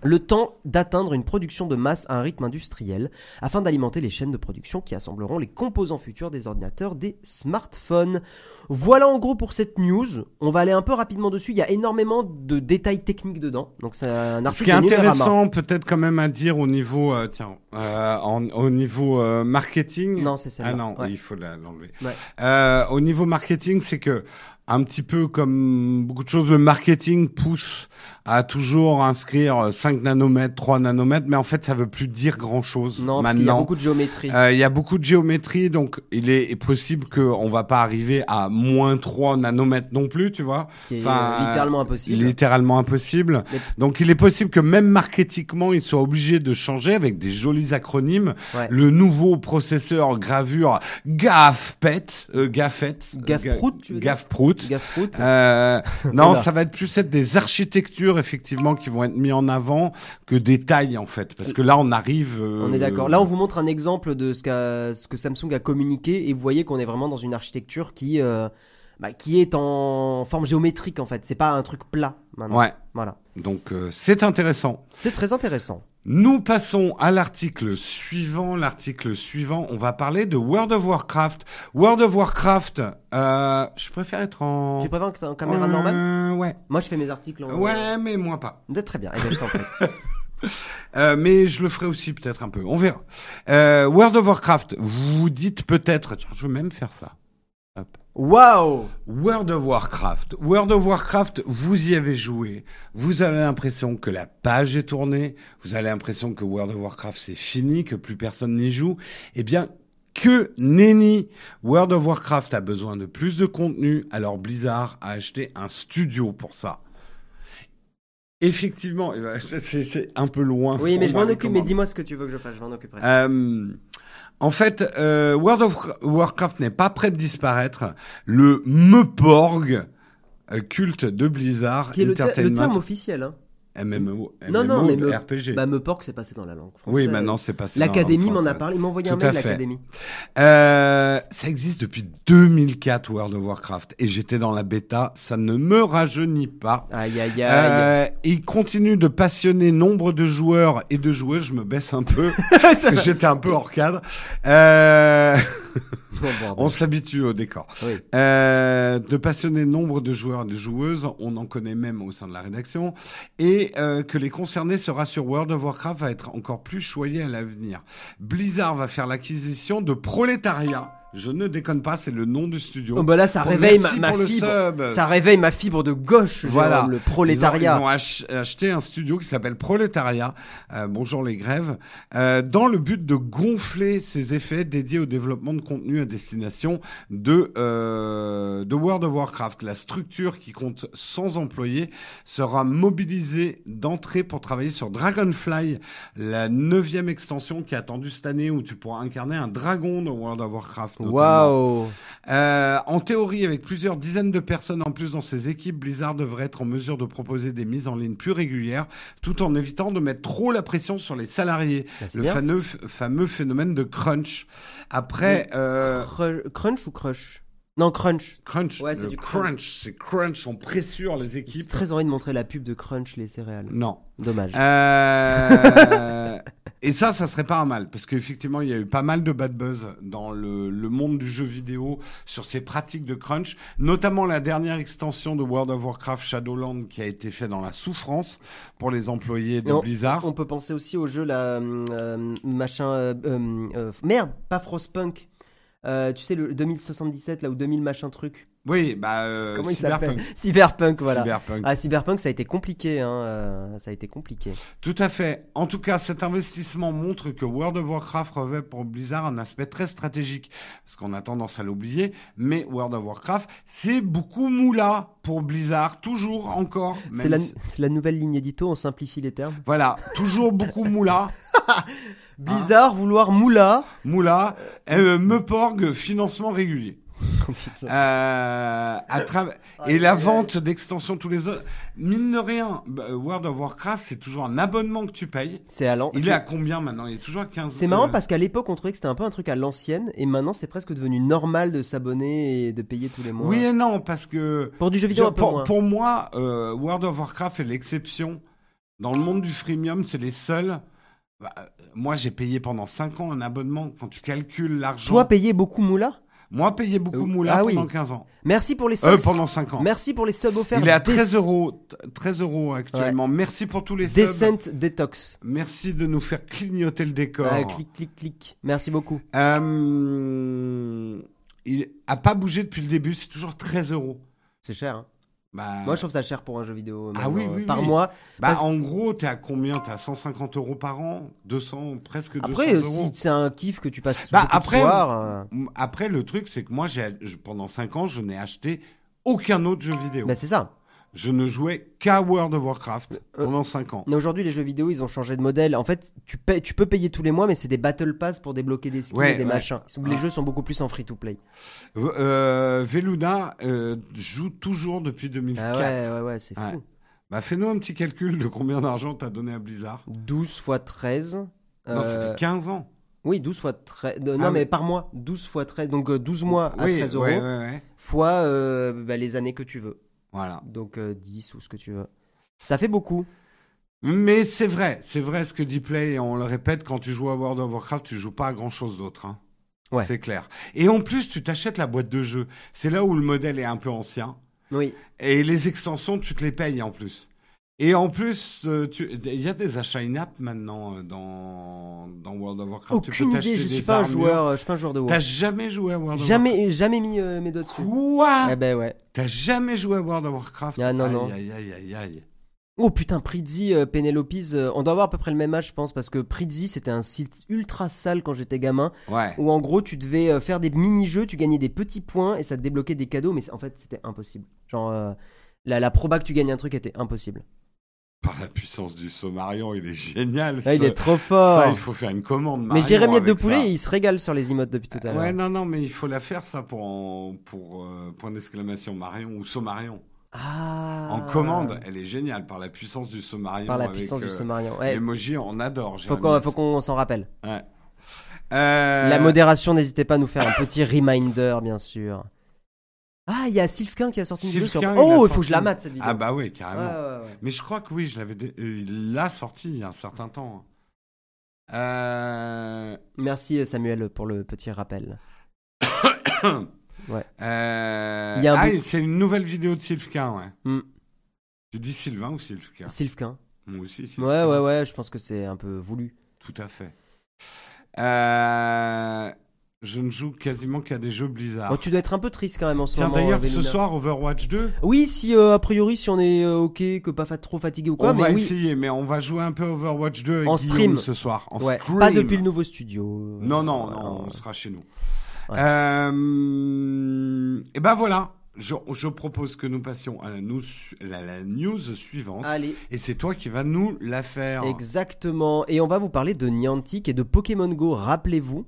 [SPEAKER 2] le temps d'atteindre une production de masse à un rythme industriel, afin d'alimenter les chaînes de production qui assembleront les composants futurs des ordinateurs, des smartphones. Voilà en gros pour cette news. On va aller un peu rapidement dessus. Il y a énormément de détails techniques dedans. Donc c'est un article hein,
[SPEAKER 1] Ce qui est
[SPEAKER 2] de Numérama.
[SPEAKER 1] intéressant, peut-être quand même à dire au niveau, euh, tiens, euh, en- au niveau euh, marketing.
[SPEAKER 2] Non, c'est celle-là.
[SPEAKER 1] Ah non,
[SPEAKER 2] Ouais.
[SPEAKER 1] il faut la- l'enlever.
[SPEAKER 2] Ouais.
[SPEAKER 1] Euh, au niveau marketing, c'est que un petit peu comme beaucoup de choses, le marketing pousse à toujours inscrire euh, 5 nanomètres, 3 nanomètres, mais en fait, ça veut plus dire grand-chose
[SPEAKER 2] Non, parce qu'il y a
[SPEAKER 1] maintenant.
[SPEAKER 2] beaucoup de géométrie.
[SPEAKER 1] Euh, Il y a beaucoup de géométrie, donc il est possible qu'on va pas arriver à moins 3 nanomètres non plus, tu vois.
[SPEAKER 2] ce qui est
[SPEAKER 1] enfin,
[SPEAKER 2] euh, littéralement impossible.
[SPEAKER 1] Littéralement impossible.
[SPEAKER 2] Mais-
[SPEAKER 1] Donc il est possible que même marketingement, ils soient obligés de changer avec des jolis acronymes.
[SPEAKER 2] Ouais.
[SPEAKER 1] Le nouveau processeur gravure GAFPET, euh, GAFET.
[SPEAKER 2] Gafprout, tu veux dire
[SPEAKER 1] GAFPROUT.
[SPEAKER 2] Gafprout. [LAUGHS]
[SPEAKER 1] Euh, non,
[SPEAKER 2] Oula.
[SPEAKER 1] ça va être plus être des architectures effectivement qui vont être mis en avant que des tailles en fait, parce que là on arrive. euh,
[SPEAKER 2] On est d'accord. Là, on vous montre un exemple de ce, qu'a- ce que Samsung a communiqué et vous voyez qu'on est vraiment dans une architecture qui, euh, bah, qui est en forme géométrique en fait. C'est pas un truc plat maintenant.
[SPEAKER 1] Ouais.
[SPEAKER 2] Voilà.
[SPEAKER 1] Donc euh, c'est intéressant.
[SPEAKER 2] C'est très intéressant.
[SPEAKER 1] Nous passons à l'article suivant. L'article suivant, on va parler de World of Warcraft. World of Warcraft, euh, je préfère être en...
[SPEAKER 2] Tu préviens que t'as en caméra
[SPEAKER 1] Euh,
[SPEAKER 2] normale
[SPEAKER 1] Ouais.
[SPEAKER 2] Moi, je fais mes articles en.
[SPEAKER 1] Ouais, mais moi pas.
[SPEAKER 2] Peut-être Très bien. Eh ben, je
[SPEAKER 1] [LAUGHS]
[SPEAKER 2] t'en prie.
[SPEAKER 1] Euh, mais je le ferai aussi peut-être un peu. On verra. Euh, World of Warcraft, vous vous dites peut-être... Tiens, je vais même faire ça.
[SPEAKER 2] Waouh
[SPEAKER 1] World of Warcraft. World of Warcraft, vous y avez joué. Vous avez l'impression que la page est tournée. Vous avez l'impression que World of Warcraft c'est fini, que plus personne n'y joue. Eh bien, que nenni World of Warcraft a besoin de plus de contenu, alors Blizzard a acheté un studio pour ça. Effectivement, eh ben, [LAUGHS] c'est c'est un peu loin.
[SPEAKER 2] Oui, mais
[SPEAKER 1] On
[SPEAKER 2] je m'en
[SPEAKER 1] va les
[SPEAKER 2] occupe. Mais
[SPEAKER 1] commander.
[SPEAKER 2] dis-moi ce que tu veux que je fasse. Je m'en occuperai.
[SPEAKER 1] Euh, en fait, euh, World of Warcraft n'est pas prêt de disparaître. Le Meuporg, euh, culte de Blizzard,
[SPEAKER 2] qui est le, ter- le
[SPEAKER 1] Entertainment,
[SPEAKER 2] terme officiel. Hein.
[SPEAKER 1] MMO,
[SPEAKER 2] Non, non, mais me-
[SPEAKER 1] RPG.
[SPEAKER 2] Bah, me porc, c'est passé dans la langue française.
[SPEAKER 1] oui, maintenant c'est passé. dans la langue
[SPEAKER 2] L'académie m'en a
[SPEAKER 1] française.
[SPEAKER 2] parlé. Ils m'ont envoyé un
[SPEAKER 1] Tout
[SPEAKER 2] mail.
[SPEAKER 1] à fait.
[SPEAKER 2] L'académie.
[SPEAKER 1] Euh, ça existe depuis 2004 World of Warcraft et j'étais dans la bêta. Ça ne me rajeunit pas.
[SPEAKER 2] Aïe aïe aïe.
[SPEAKER 1] Euh, il continue de passionner nombre de joueurs et de joueuses. Je me baisse
[SPEAKER 2] [LAUGHS]
[SPEAKER 1] un peu parce que j'étais un peu hors cadre. Euh,
[SPEAKER 2] Oh, bordel.
[SPEAKER 1] on s'habitue au décor.
[SPEAKER 2] Oui.
[SPEAKER 1] Euh, de passionner nombre de joueurs et de joueuses, on en connaît même au sein de la rédaction, et euh, que les concernés se rassurent, World of Warcraft va être encore plus choyé à l'avenir. Blizzard va faire l'acquisition de Prolétariat. Je ne déconne pas, c'est le nom du studio.
[SPEAKER 2] Oh, bah là, ça
[SPEAKER 1] Bon,
[SPEAKER 2] réveille ma,
[SPEAKER 1] merci
[SPEAKER 2] ma
[SPEAKER 1] pour le
[SPEAKER 2] fibre.
[SPEAKER 1] sub.
[SPEAKER 2] Ça réveille ma fibre de gauche,
[SPEAKER 1] Voilà.
[SPEAKER 2] Jérôme, le prolétariat.
[SPEAKER 1] Ils ont, ils ont ach- acheté un studio qui s'appelle Prolétariat, euh, bonjour les grèves, euh, dans le but de gonfler ses effets dédiés au développement de contenu à destination de, euh, de World of Warcraft. La structure qui compte 100 employés sera mobilisée d'entrée pour travailler sur Dragonfly, la neuvième extension qui est attendue cette année où tu pourras incarner un dragon dans World of Warcraft. notamment.
[SPEAKER 2] Waouh
[SPEAKER 1] Euh, en théorie, avec plusieurs dizaines de personnes en plus dans ses équipes, Blizzard devrait être en mesure de proposer des mises en ligne plus régulières, tout en évitant de mettre trop la pression sur les salariés.
[SPEAKER 2] Bah, c'est
[SPEAKER 1] Le
[SPEAKER 2] bien.
[SPEAKER 1] fameux, fameux phénomène de crunch. Après, euh,
[SPEAKER 2] Cru- Crunch ou crush Non, crunch.
[SPEAKER 1] crunch,
[SPEAKER 2] Ouais, c'est
[SPEAKER 1] le
[SPEAKER 2] du crunch.
[SPEAKER 1] crunch, c'est crunch, on pressure les
[SPEAKER 2] J'ai
[SPEAKER 1] équipes.
[SPEAKER 2] très envie de montrer la pub de crunch les céréales.
[SPEAKER 1] Non.
[SPEAKER 2] Dommage.
[SPEAKER 1] Euh, et ça, ça serait pas mal, parce qu'effectivement, il y a eu pas mal de bad buzz dans le, le monde du jeu vidéo sur ces pratiques de crunch, notamment la dernière extension de World of Warcraft Shadowland qui a été faite dans la souffrance pour les employés de
[SPEAKER 2] Non.
[SPEAKER 1] Blizzard.
[SPEAKER 2] On peut penser aussi au jeu là, euh, machin, euh, euh, euh, merde, pas Frostpunk. Euh, tu sais le 2077 là ou 2000 machin truc.
[SPEAKER 1] Oui, bah, euh,
[SPEAKER 2] Comment il s'appelle
[SPEAKER 1] Cyberpunk.
[SPEAKER 2] Cyberpunk voilà.
[SPEAKER 1] Cyberpunk.
[SPEAKER 2] Ah Cyberpunk ça a été compliqué hein, euh, ça a été compliqué.
[SPEAKER 1] Tout à fait. En tout cas, cet investissement montre que World of Warcraft revêt pour Blizzard un aspect très stratégique, parce qu'on a tendance à l'oublier, mais World of Warcraft, c'est beaucoup moula pour Blizzard, toujours encore. même
[SPEAKER 2] C'est la,
[SPEAKER 1] si-
[SPEAKER 2] c'est la nouvelle ligne édito, on simplifie les termes.
[SPEAKER 1] [LAUGHS] Voilà, toujours beaucoup moula,
[SPEAKER 2] Blizzard vouloir moula.
[SPEAKER 1] moula, euh, Meuporg, financement régulier.
[SPEAKER 2] Oh, [LAUGHS] putain.
[SPEAKER 1] Euh, à travers et la vente d'extensions tous les autres. Mine de rien, bah, World of Warcraft, c'est toujours un abonnement que tu payes.
[SPEAKER 2] C'est à l'an-
[SPEAKER 1] Il
[SPEAKER 2] Oh, c'est-
[SPEAKER 1] est à combien maintenant Il est toujours à 15
[SPEAKER 2] C'est marrant
[SPEAKER 1] euh,
[SPEAKER 2] parce qu'à l'époque, on trouvait que c'était un peu un truc à l'ancienne, et maintenant, c'est presque devenu normal de s'abonner et de payer tous les mois.
[SPEAKER 1] Oui et non, parce que
[SPEAKER 2] Pour du jeu vidéo,
[SPEAKER 1] Je-
[SPEAKER 2] un peu
[SPEAKER 1] pour,
[SPEAKER 2] moins.
[SPEAKER 1] pour moi, euh, World of Warcraft est l'exception Dans le monde du freemium, c'est les seuls. Bah, euh, moi, j'ai payé pendant 5 ans un abonnement. Quand tu calcules l'argent.
[SPEAKER 2] Toi, payer beaucoup Moula
[SPEAKER 1] Moi, payé beaucoup
[SPEAKER 2] Euh,
[SPEAKER 1] Moula
[SPEAKER 2] ah oui.
[SPEAKER 1] pendant 15 ans.
[SPEAKER 2] Merci pour les subs.
[SPEAKER 1] Euh, pendant 5 ans.
[SPEAKER 2] Merci pour les subs offerts.
[SPEAKER 1] Il est à
[SPEAKER 2] Des-
[SPEAKER 1] 13 euros, 13 euros actuellement. Merci pour tous les subs.
[SPEAKER 2] Descent Detox.
[SPEAKER 1] Merci de nous faire clignoter le décor.
[SPEAKER 2] Ah, clic, clic, clic. Merci beaucoup.
[SPEAKER 1] Euh, il a pas bougé depuis le début. C'est toujours 13 euros.
[SPEAKER 2] C'est cher. hein.
[SPEAKER 1] Bah,
[SPEAKER 2] Moi, je trouve ça cher pour un jeu vidéo.
[SPEAKER 1] Ah
[SPEAKER 2] maintenant,
[SPEAKER 1] oui,
[SPEAKER 2] euh,
[SPEAKER 1] oui,
[SPEAKER 2] Par
[SPEAKER 1] oui.
[SPEAKER 2] mois.
[SPEAKER 1] bah,
[SPEAKER 2] parce-
[SPEAKER 1] en gros, t'es à combien T'es à 150 euros par an 200, presque 200
[SPEAKER 2] Après, euh,
[SPEAKER 1] euros.
[SPEAKER 2] si c'est un kiff que tu passes
[SPEAKER 1] Bah,
[SPEAKER 2] beaucoup de
[SPEAKER 1] après,
[SPEAKER 2] soirs, euh,
[SPEAKER 1] Après, le truc, c'est que moi, j'ai, je- pendant 5 ans, je n'ai acheté aucun autre jeu vidéo.
[SPEAKER 2] bah, c'est ça.
[SPEAKER 1] Je ne jouais qu'à World of Warcraft
[SPEAKER 2] Euh,
[SPEAKER 1] pendant 5 ans.
[SPEAKER 2] Mais aujourd'hui, les jeux vidéo, ils ont changé de modèle. En fait, tu, payes- tu peux payer tous les mois, mais c'est des battle pass pour débloquer des skins
[SPEAKER 1] Ouais, Ah.
[SPEAKER 2] et des
[SPEAKER 1] ouais.
[SPEAKER 2] machins. Les jeux sont beaucoup plus en free to play.
[SPEAKER 1] V- Euh, Veluda euh, joue toujours depuis 2004.
[SPEAKER 2] Ah ouais, ouais, ouais, c'est
[SPEAKER 1] Ouais.
[SPEAKER 2] fou.
[SPEAKER 1] Bah, fais-nous un petit calcul de combien d'argent t'as donné à Blizzard.
[SPEAKER 2] 12 fois 13.
[SPEAKER 1] Non,
[SPEAKER 2] euh,
[SPEAKER 1] ça fait 15 ans.
[SPEAKER 2] Oui, 12 fois 13. Non,
[SPEAKER 1] Ah
[SPEAKER 2] mais
[SPEAKER 1] oui.
[SPEAKER 2] par mois. 12 fois 13. Donc euh, 12 mois à
[SPEAKER 1] oui,
[SPEAKER 2] 13 euros.
[SPEAKER 1] ouais, ouais, ouais.
[SPEAKER 2] Fois euh, bah, les années que tu veux.
[SPEAKER 1] Voilà.
[SPEAKER 2] Donc euh, 10 ou ce que tu veux. Ça fait beaucoup.
[SPEAKER 1] Mais c'est vrai, c'est vrai ce que dit Play, et on le répète, quand tu joues à World of Warcraft, tu joues pas à grand chose d'autre. hein.
[SPEAKER 2] Ouais.
[SPEAKER 1] C'est clair. Et en plus, tu t'achètes la boîte de jeu. C'est là où le modèle est un peu ancien.
[SPEAKER 2] Oui.
[SPEAKER 1] Et les extensions, tu te les payes en plus. Et en plus, euh, tu- il y a des achats in-app maintenant euh, dans, dans World of Warcraft. Ah, tu
[SPEAKER 2] Aucune
[SPEAKER 1] peux
[SPEAKER 2] idée.
[SPEAKER 1] t'acheter
[SPEAKER 2] Je suis
[SPEAKER 1] des
[SPEAKER 2] pas un
[SPEAKER 1] armures.
[SPEAKER 2] joueur. euh, Je suis pas un joueur de
[SPEAKER 1] T'as
[SPEAKER 2] WoW.
[SPEAKER 1] jamais joué à World of
[SPEAKER 2] Jamais, jamais mis euh, mes doigts dessus.
[SPEAKER 1] Warcraft Quoi
[SPEAKER 2] Eh ben ouais.
[SPEAKER 1] T'as jamais joué à World of Warcraft
[SPEAKER 2] Ah, non,
[SPEAKER 1] aïe,
[SPEAKER 2] non.
[SPEAKER 1] Aïe, aïe, aïe, aïe.
[SPEAKER 2] Oh putain, Prizzy, euh, Penelope's, euh, on doit avoir à peu près le même âge, je pense, parce que Prizzy, c'était un site ultra sale quand j'étais gamin,
[SPEAKER 1] Ouais.
[SPEAKER 2] où en gros, tu devais euh, faire des mini-jeux, tu gagnais des petits points et ça te débloquait des cadeaux, mais c- en fait, c'était impossible. Genre, euh, la, la proba que tu gagnais un truc était impossible.
[SPEAKER 1] Par la puissance du Sommarion, il est génial.
[SPEAKER 2] Ah, il
[SPEAKER 1] ce-
[SPEAKER 2] est trop
[SPEAKER 1] Ça,
[SPEAKER 2] fort
[SPEAKER 1] il faut faire une commande.
[SPEAKER 2] Mais
[SPEAKER 1] Marion,
[SPEAKER 2] Jérémy
[SPEAKER 1] avec
[SPEAKER 2] de Poulet,
[SPEAKER 1] ça.
[SPEAKER 2] il se régale sur les emotes depuis tout à l'heure.
[SPEAKER 1] Ouais, non, non, mais il faut la faire, ça, pour, en- pour euh, point d'exclamation Marion ou Sommarion.
[SPEAKER 2] Ah
[SPEAKER 1] En commande, elle est géniale, par la puissance du Sommarion.
[SPEAKER 2] Par la
[SPEAKER 1] avec,
[SPEAKER 2] puissance
[SPEAKER 1] euh,
[SPEAKER 2] du sommarion. Ouais,
[SPEAKER 1] L'emoji, on adore.
[SPEAKER 2] faut
[SPEAKER 1] Jérémy.
[SPEAKER 2] qu'on faut qu'on s'en rappelle.
[SPEAKER 1] Ouais. Euh,
[SPEAKER 2] La modération, n'hésitez pas à nous faire un petit reminder, bien sûr. Ah, il y a Sylvkin qui a sorti une vidéo sur.
[SPEAKER 1] Sylvkin, il a
[SPEAKER 2] Oh, il faut
[SPEAKER 1] sorti
[SPEAKER 2] que je la
[SPEAKER 1] une-
[SPEAKER 2] mate cette vidéo.
[SPEAKER 1] Ah, bah oui,
[SPEAKER 2] Ouais,
[SPEAKER 1] carrément.
[SPEAKER 2] ouais, ouais.
[SPEAKER 1] Mais je crois que oui, je l'avais dé- euh, il l'a sorti il y a un certain temps. hein. Euh,
[SPEAKER 2] Merci Samuel pour le petit rappel.
[SPEAKER 1] euh,
[SPEAKER 2] Il y a un
[SPEAKER 1] ah,
[SPEAKER 2] bout-
[SPEAKER 1] et c'est une nouvelle vidéo de Sylvain, ouais.
[SPEAKER 2] Hmm.
[SPEAKER 1] Tu dis Sylvain ou Sylvain
[SPEAKER 2] Sylvkin.
[SPEAKER 1] Moi aussi,
[SPEAKER 2] Ouais,
[SPEAKER 1] Sylvain.
[SPEAKER 2] ouais, ouais, je pense que c'est un peu voulu.
[SPEAKER 1] Tout à fait. Euh, je ne joue quasiment qu'à des jeux Blizzard.
[SPEAKER 2] Bon, Oh, tu dois être un peu triste quand même en ce
[SPEAKER 1] Ah. Tiens,
[SPEAKER 2] moment.
[SPEAKER 1] d'ailleurs,
[SPEAKER 2] euh,
[SPEAKER 1] ce
[SPEAKER 2] Vélina.
[SPEAKER 1] soir, Overwatch 2,
[SPEAKER 2] Oui, si euh, a priori, si on est euh, ok, que pas fa- trop fatigué ou quoi,
[SPEAKER 1] on va
[SPEAKER 2] mais oui.
[SPEAKER 1] essayer, mais on va jouer un peu Overwatch 2 avec
[SPEAKER 2] En
[SPEAKER 1] Guillaume
[SPEAKER 2] stream.
[SPEAKER 1] ce soir. En
[SPEAKER 2] Ouais,
[SPEAKER 1] stream.
[SPEAKER 2] Pas depuis le nouveau studio. Euh,
[SPEAKER 1] Non, non,
[SPEAKER 2] Voilà.
[SPEAKER 1] non, on sera chez nous.
[SPEAKER 2] Ouais.
[SPEAKER 1] Euh, et ben voilà, je, je propose que nous passions à la news, la, la news suivante.
[SPEAKER 2] Allez,
[SPEAKER 1] Et c'est toi qui vas nous la faire.
[SPEAKER 2] Ah. exactement. Et on va vous parler de Niantic et de Pokémon Go. Rappelez-vous.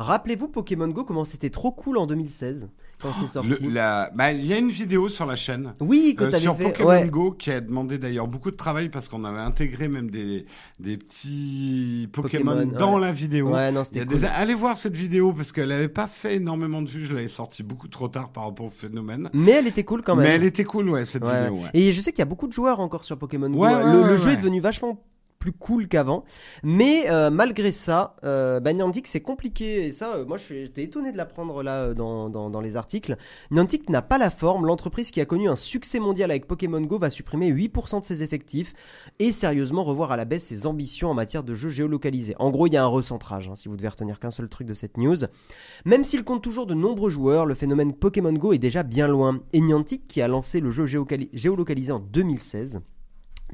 [SPEAKER 2] Rappelez-vous Pokémon Go, comment c'était trop cool en 2016 quand c'est sorti.
[SPEAKER 1] Oh, Le- la- bah, Il y a une vidéo sur la chaîne.
[SPEAKER 2] Oui, que
[SPEAKER 1] Euh,
[SPEAKER 2] t'avais
[SPEAKER 1] sur
[SPEAKER 2] fait.
[SPEAKER 1] Pokémon
[SPEAKER 2] ouais.
[SPEAKER 1] Go, qui a demandé d'ailleurs beaucoup de travail parce qu'on avait intégré même des, des petits Pokémon,
[SPEAKER 2] Pokémon,
[SPEAKER 1] dans
[SPEAKER 2] ouais.
[SPEAKER 1] la vidéo.
[SPEAKER 2] Ouais, non,
[SPEAKER 1] Il y
[SPEAKER 2] c'était
[SPEAKER 1] a
[SPEAKER 2] cool.
[SPEAKER 1] des- Allez voir cette vidéo parce qu'elle n'avait pas fait énormément de vues. Je l'avais sortie beaucoup trop tard par rapport au phénomène.
[SPEAKER 2] Mais elle était cool quand même.
[SPEAKER 1] Mais elle était cool, ouais, cette
[SPEAKER 2] Ouais.
[SPEAKER 1] vidéo. ouais.
[SPEAKER 2] Et je sais qu'il y a beaucoup de joueurs encore sur Pokémon Go.
[SPEAKER 1] Ouais,
[SPEAKER 2] hein.
[SPEAKER 1] ouais,
[SPEAKER 2] le
[SPEAKER 1] ouais,
[SPEAKER 2] le jeu
[SPEAKER 1] ouais.
[SPEAKER 2] est devenu vachement plus cool qu'avant. Mais euh, malgré ça, euh, bah, Niantic, c'est compliqué. Et ça, euh, moi, je suis- j'étais étonné de l'apprendre là euh, dans, dans- dans les articles. Niantic n'a pas la forme. L'entreprise qui a connu un succès mondial avec Pokémon Go va supprimer 8% de ses effectifs et sérieusement revoir à la baisse ses ambitions en matière de jeux géolocalisés. En gros, il y a un recentrage, hein, si vous devez retenir qu'un seul truc de cette news. Même s'il compte toujours de nombreux joueurs, le phénomène Pokémon Go est déjà bien loin. Et Niantic, qui a lancé le jeu géocali- géolocalisé en 2016,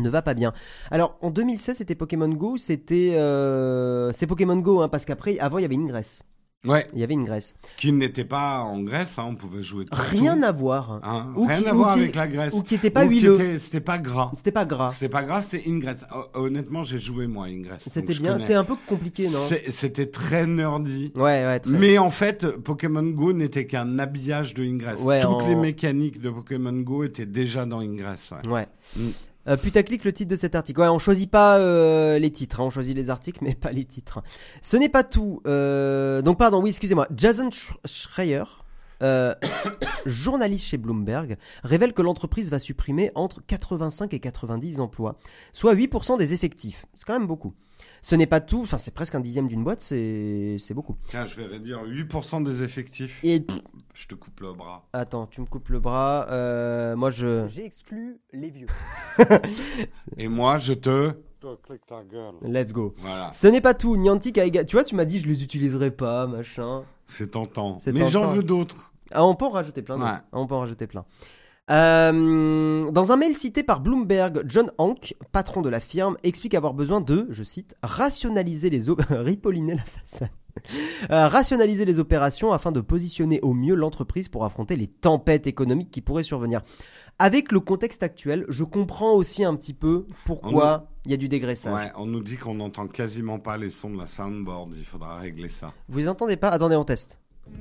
[SPEAKER 2] ne va pas bien. Alors, en 2016, c'était Pokémon Go, c'était... euh, C'est Pokémon Go, hein, parce qu'après, avant, il y avait une Grèce.
[SPEAKER 1] Ouais.
[SPEAKER 2] Il y avait une Grèce.
[SPEAKER 1] Qui n'était pas en Grèce, hein, on pouvait jouer. de partout.
[SPEAKER 2] Rien à voir.
[SPEAKER 1] Hein,
[SPEAKER 2] Ou
[SPEAKER 1] rien
[SPEAKER 2] qui-
[SPEAKER 1] à
[SPEAKER 2] ou
[SPEAKER 1] voir
[SPEAKER 2] qui-
[SPEAKER 1] avec la Grèce.
[SPEAKER 2] Ou qui n'était pas
[SPEAKER 1] Ou qui
[SPEAKER 2] huileux. Ah.
[SPEAKER 1] était- C'était pas gras.
[SPEAKER 2] C'était pas gras.
[SPEAKER 1] C'était pas gras, c'était Ingress. Honnêtement, j'ai joué moi à Ingress. donc
[SPEAKER 2] C'était
[SPEAKER 1] je
[SPEAKER 2] bien,
[SPEAKER 1] connais.
[SPEAKER 2] c'était un peu compliqué, non
[SPEAKER 1] C'est- C'était très nerdy.
[SPEAKER 2] Ouais, ouais, très...
[SPEAKER 1] Mais en fait, Pokémon Go n'était qu'un habillage de Ingress.
[SPEAKER 2] Ouais,
[SPEAKER 1] Toutes
[SPEAKER 2] en-
[SPEAKER 1] les mécaniques de Pokémon Go étaient déjà dans Ingress. ouais.
[SPEAKER 2] Ouais.
[SPEAKER 1] Mm.
[SPEAKER 2] Euh, putaclic, le titre de cet article. Ouais, on choisit pas euh, les titres, hein, on choisit les articles, [LAUGHS] mais pas les titres. Ce n'est pas tout. euh, donc, pardon, oui, excusez-moi. Jason Sch- Schreier, euh, [COUGHS] journaliste chez Bloomberg, révèle que l'entreprise va supprimer entre 85 et 90 emplois, soit 8% des effectifs. C'est quand même beaucoup. Ce n'est pas tout, enfin c'est presque un dixième d'une boîte, c'est c'est beaucoup.
[SPEAKER 1] Tiens, je vais dire 8% des effectifs.
[SPEAKER 2] Et
[SPEAKER 1] Je te coupe le bras.
[SPEAKER 2] attends, tu me coupes le bras, euh, moi je...
[SPEAKER 4] J'ai exclu les vieux.
[SPEAKER 1] Et moi, je te.
[SPEAKER 5] Toi, clique ta gueule.
[SPEAKER 2] Let's go.
[SPEAKER 1] Voilà.
[SPEAKER 2] Ce n'est pas tout, Niantic a éga- Tu vois, tu m'as dit je les utiliserai pas, machin.
[SPEAKER 1] C'est tentant.
[SPEAKER 2] C'est
[SPEAKER 1] Mais j'en
[SPEAKER 2] tentant.
[SPEAKER 1] veux d'autres.
[SPEAKER 2] Ah, on peut en rajouter plein. d'autres.
[SPEAKER 1] Ouais.
[SPEAKER 2] Ah, on peut en rajouter plein. Euh, dans un mail cité par Bloomberg, John Hank, patron de la firme, explique avoir besoin de, je cite, rationaliser les op- [LAUGHS] ripolliner la façade. Euh, rationaliser les opérations afin de positionner au mieux l'entreprise pour affronter les tempêtes économiques qui pourraient survenir. Avec le contexte actuel, je comprends aussi un petit peu pourquoi il y a du dégraissage.
[SPEAKER 1] Ouais, on nous dit qu'on n'entend quasiment pas les sons de la soundboard. Il faudra régler ça.
[SPEAKER 2] Vous les entendez pas Attendez, on teste.
[SPEAKER 1] Mmh.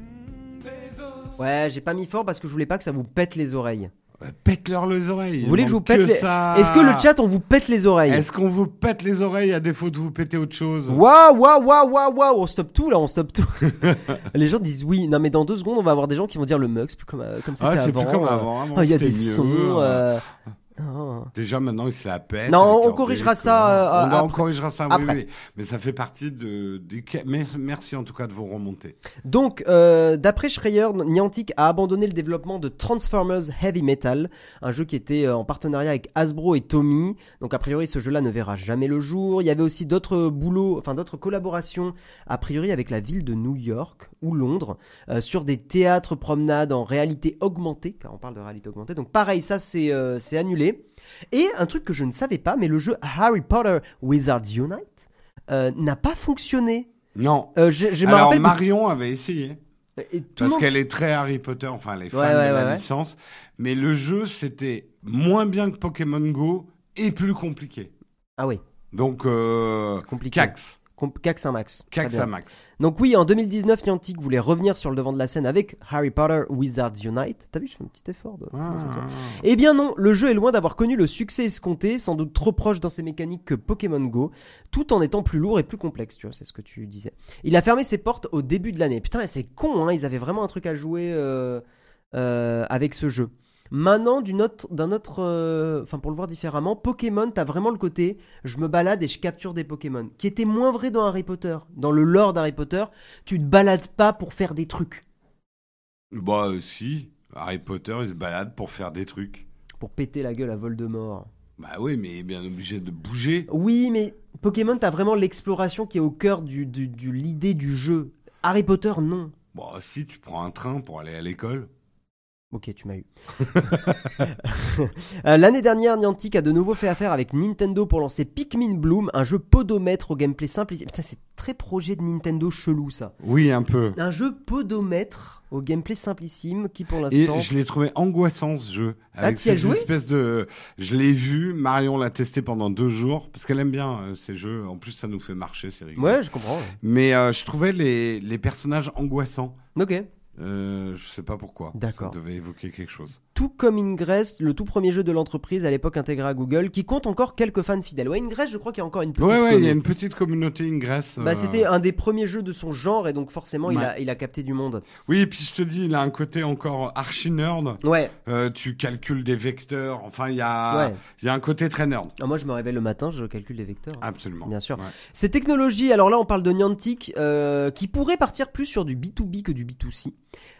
[SPEAKER 2] Ouais, j'ai pas mis fort parce que je voulais pas que ça vous pète les oreilles.
[SPEAKER 1] Euh, Pète-leur les oreilles.
[SPEAKER 2] Vous voulez que je vous pète les-
[SPEAKER 1] ça.
[SPEAKER 2] Est-ce que le chat, on vous pète les oreilles
[SPEAKER 1] Ah. Est-ce qu'on vous pète les oreilles à défaut de vous péter autre chose
[SPEAKER 2] Waouh, waouh, waouh, waouh, waouh, on stoppe tout là, on stoppe tout. [LAUGHS] les gens disent oui, non mais dans deux secondes, on va avoir des gens qui vont dire le mux, plus comme, euh, comme c'était
[SPEAKER 1] Ah, c'est
[SPEAKER 2] avant.
[SPEAKER 1] plus comme
[SPEAKER 2] euh,
[SPEAKER 1] avant. Avant,
[SPEAKER 2] ah, Il y a
[SPEAKER 1] c'était
[SPEAKER 2] des
[SPEAKER 1] mieux,
[SPEAKER 2] sons.
[SPEAKER 1] hein.
[SPEAKER 2] euh, oh.
[SPEAKER 1] Déjà, maintenant, ils se la pètent.
[SPEAKER 2] Non,
[SPEAKER 1] avec
[SPEAKER 2] on
[SPEAKER 1] leur
[SPEAKER 2] corrigera
[SPEAKER 1] truc,
[SPEAKER 2] ça,
[SPEAKER 1] euh,
[SPEAKER 2] euh,
[SPEAKER 1] on, on
[SPEAKER 2] après.
[SPEAKER 1] corrigera ça, oui,
[SPEAKER 2] Après.
[SPEAKER 1] oui. Mais ça fait partie de. du ca- mer- Merci en tout cas de vos remontées.
[SPEAKER 2] Donc, euh, d'après Schreier, Niantic a abandonné le développement de Transformers Heavy Metal, un jeu qui était euh, en partenariat avec Hasbro et Tommy. Donc, a priori, ce jeu-là ne verra jamais le jour. Il y avait aussi d'autres boulots, enfin d'autres collaborations, a priori avec la ville de New York ou Londres, euh, sur des théâtres promenades en réalité augmentée, car on parle de réalité augmentée. Donc, pareil, ça, c'est euh, c'est annulé. Et un truc que je ne savais pas, mais le jeu Harry Potter Wizards Unite euh, n'a pas fonctionné.
[SPEAKER 1] Non.
[SPEAKER 2] Euh, je, je me
[SPEAKER 1] Alors,
[SPEAKER 2] rappelle que-
[SPEAKER 1] Marion avait essayé.
[SPEAKER 2] et tout le
[SPEAKER 1] Parce
[SPEAKER 2] monde-
[SPEAKER 1] qu'elle est très Harry Potter, enfin elle est fan
[SPEAKER 2] Ouais, ouais,
[SPEAKER 1] de la
[SPEAKER 2] ouais, ouais.
[SPEAKER 1] licence, mais le jeu c'était moins bien que Pokémon Go et plus compliqué.
[SPEAKER 2] Ah oui,
[SPEAKER 1] Donc euh,
[SPEAKER 2] compliqué.
[SPEAKER 1] Cax,
[SPEAKER 2] Com- Cax 1 max. Très
[SPEAKER 1] Cax
[SPEAKER 2] bien.
[SPEAKER 1] à max.
[SPEAKER 2] Donc oui, en 2019, Niantic voulait revenir sur le devant de la scène avec Harry Potter Wizards Unite. T'as vu, je fais un petit effort. De...
[SPEAKER 1] Ah.
[SPEAKER 2] Eh bien non, le jeu est loin d'avoir connu le succès escompté, sans doute trop proche dans ses mécaniques que Pokémon Go, tout en étant plus lourd et plus complexe, tu vois, c'est ce que tu disais. Il a fermé ses portes au début de l'année. Putain, c'est con, hein, ils avaient vraiment un truc à jouer euh, euh, avec ce jeu. Maintenant, d'une autre- d'un autre, euh, enfin pour le voir différemment, Pokémon, t'as vraiment le côté, je me balade et je capture des Pokémon, qui était moins vrai dans Harry Potter, dans le lore d'Harry Potter, tu te balades pas pour faire des trucs,
[SPEAKER 1] Bah euh, si, Harry Potter il se balade pour faire des trucs.
[SPEAKER 2] pour péter la gueule à Voldemort.
[SPEAKER 1] Bah oui, mais il est bien obligé de bouger.
[SPEAKER 2] Oui, mais Pokémon, t'as vraiment l'exploration qui est au cœur du, du- du- l'idée du jeu. Harry Potter, non.
[SPEAKER 1] Bon, Bah, si tu prends un train pour aller à l'école.
[SPEAKER 2] Ok, tu m'as
[SPEAKER 1] [LAUGHS]
[SPEAKER 2] eu. Euh, L'année dernière, Niantic a de nouveau fait affaire avec Nintendo pour lancer Pikmin Bloom, un jeu podomètre au gameplay simple. Putain, c'est très projet de Nintendo chelou ça.
[SPEAKER 1] Oui, un peu.
[SPEAKER 2] Un jeu podomètre au gameplay simplissime qui pour
[SPEAKER 1] Et
[SPEAKER 2] l'instant.
[SPEAKER 1] je l'ai trouvé angoissant ce jeu.
[SPEAKER 2] Ah,
[SPEAKER 1] Avec
[SPEAKER 2] tu y as
[SPEAKER 1] ces
[SPEAKER 2] joué
[SPEAKER 1] espèces de. Je l'ai vu, Marion l'a testé pendant deux jours, parce qu'elle aime bien euh, ces jeux. En plus, ça nous fait marcher, c'est rigolo.
[SPEAKER 2] Ouais, je comprends. ouais.
[SPEAKER 1] Mais euh, je trouvais les, les personnages angoissants.
[SPEAKER 2] Ok.
[SPEAKER 1] Euh, je sais pas pourquoi.
[SPEAKER 2] D'accord.
[SPEAKER 1] Ça devait évoquer quelque chose.
[SPEAKER 2] Tout comme Ingress, le tout premier jeu de l'entreprise à l'époque intégré à Google, qui compte encore quelques fans fidèles. Ouais, Ingress, je crois qu'il y a encore une petite.
[SPEAKER 1] ouais, ouais, il y
[SPEAKER 2] commu.
[SPEAKER 1] a une petite communauté ingresse.
[SPEAKER 2] Bah,
[SPEAKER 1] euh,
[SPEAKER 2] c'était un des premiers jeux de son genre et donc forcément il,
[SPEAKER 1] Ouais.
[SPEAKER 2] a, il a capté du monde.
[SPEAKER 1] Oui, et puis je te dis, il a un côté encore archi nerd.
[SPEAKER 2] Ouais,
[SPEAKER 1] Euh, tu calcules des vecteurs. Enfin, il y a,
[SPEAKER 2] ouais.
[SPEAKER 1] il y a un côté très nerd.
[SPEAKER 2] Ah, moi je me réveille le matin, je calcule les vecteurs.
[SPEAKER 1] Absolument.
[SPEAKER 2] Bien sûr.
[SPEAKER 1] Ah, Ouais.
[SPEAKER 2] Ces technologies, alors là on parle de Niantic, euh, qui pourrait partir plus sur du B2B que du B2C.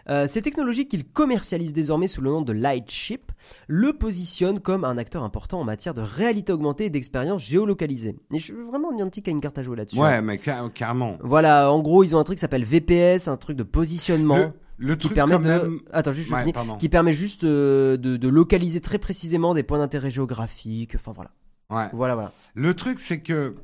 [SPEAKER 2] Euh, ces technologies qu'il commercialise désormais sous le nom de Lightship le positionnent comme un acteur important en matière de réalité augmentée et d'expérience géolocalisée. Et je, vraiment Niantic a une carte à jouer là-dessus. hein.
[SPEAKER 1] Ouais, mais ca- carrément.
[SPEAKER 2] Voilà, en gros ils ont un truc qui s'appelle VPS, un truc de positionnement.
[SPEAKER 1] Le, le
[SPEAKER 2] qui
[SPEAKER 1] truc
[SPEAKER 2] permet
[SPEAKER 1] quand
[SPEAKER 2] de...
[SPEAKER 1] même.
[SPEAKER 2] Attends, juste, je
[SPEAKER 1] Ouais,
[SPEAKER 2] finis.
[SPEAKER 1] pardon.
[SPEAKER 2] qui permet juste euh, de, de localiser très précisément des points d'intérêt géographique. Enfin voilà,
[SPEAKER 1] Ouais.
[SPEAKER 2] voilà, voilà.
[SPEAKER 1] Le truc, c'est que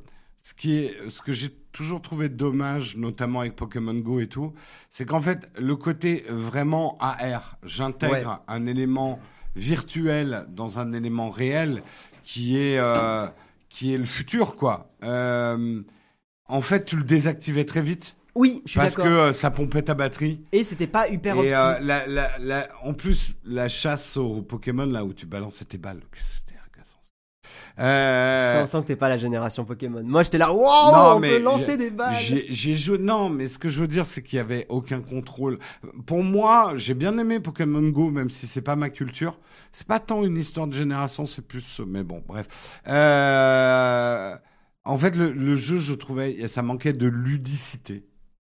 [SPEAKER 1] ce, qui est, ce que j'ai toujours trouvé dommage, notamment avec Pokémon Go et tout, c'est qu'en fait, le côté vraiment AR, j'intègre un élément virtuel dans un élément réel qui est, euh, qui est le futur, quoi. Euh, en fait, tu le désactivais très vite
[SPEAKER 2] Oui, je suis
[SPEAKER 1] parce que
[SPEAKER 2] d'accord.
[SPEAKER 1] euh, ça pompait ta batterie.
[SPEAKER 2] Et c'était pas hyper opti.
[SPEAKER 1] Et euh, la- la- la- en plus, la chasse aux Pokémon, là où tu balançais tes balles, que c'était agaçant. Euh,
[SPEAKER 2] Ça, on sent que t'es pas la génération Pokémon. Moi, j'étais là, wow,
[SPEAKER 1] Non,
[SPEAKER 2] on
[SPEAKER 1] mais
[SPEAKER 2] peut lancer
[SPEAKER 1] j'ai-
[SPEAKER 2] des balles.
[SPEAKER 1] J'ai j'ai joué. Non, mais ce que je veux dire, c'est qu'il y avait aucun contrôle. Pour moi, j'ai bien aimé Pokémon Go, même si c'est pas ma culture. C'est pas tant une histoire de génération, c'est plus. Mais bon, bref. Euh, En fait, le, le jeu, je trouvais, ça manquait de ludicité.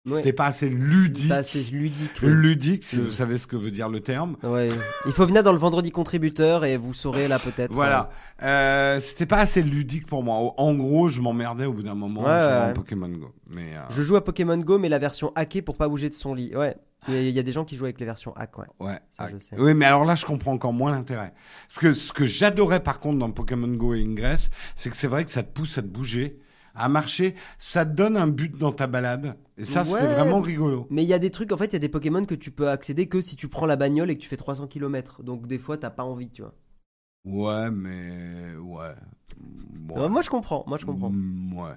[SPEAKER 2] Ouais.
[SPEAKER 1] C'était pas assez ludique.
[SPEAKER 2] Ça, c'est ludique. oui.
[SPEAKER 1] Ludique, si
[SPEAKER 2] Mm.
[SPEAKER 1] vous savez ce que veut dire le terme.
[SPEAKER 2] Ouais. Il faut venir dans le vendredi contributeur et vous saurez là peut-être.
[SPEAKER 1] Voilà, euh, c'était pas assez ludique pour moi. En gros, je m'emmerdais au bout d'un moment
[SPEAKER 2] Ouais,
[SPEAKER 1] en jouant
[SPEAKER 2] ouais.
[SPEAKER 1] à Pokémon Go. Mais euh,
[SPEAKER 2] Je joue à Pokémon Go, mais la version hackée pour pas bouger de son lit. Ouais. Il y a- il y, a des gens qui jouent avec les versions hack, ouais.
[SPEAKER 1] Ouais.
[SPEAKER 2] Ça,
[SPEAKER 1] ah,
[SPEAKER 2] je sais.
[SPEAKER 1] Oui, mais alors là, je comprends encore moins l'intérêt. Ce que, ce que j'adorais par contre dans Pokémon Go et Ingress, c'est que c'est vrai que ça te pousse à te bouger, à marcher, ça te donne un but dans ta balade. Et ça, c'était
[SPEAKER 2] Ouais.
[SPEAKER 1] vraiment rigolo.
[SPEAKER 2] Mais il y a des trucs, en fait, il y a des Pokémon que tu peux accéder que si tu prends la bagnole et que tu fais 300 km. Donc des fois, t'as pas envie, tu vois.
[SPEAKER 1] Ouais, mais. Ouais.
[SPEAKER 2] Ouais, Bah, Moi, je comprends. Moi, je comprends.
[SPEAKER 1] Mm, ouais.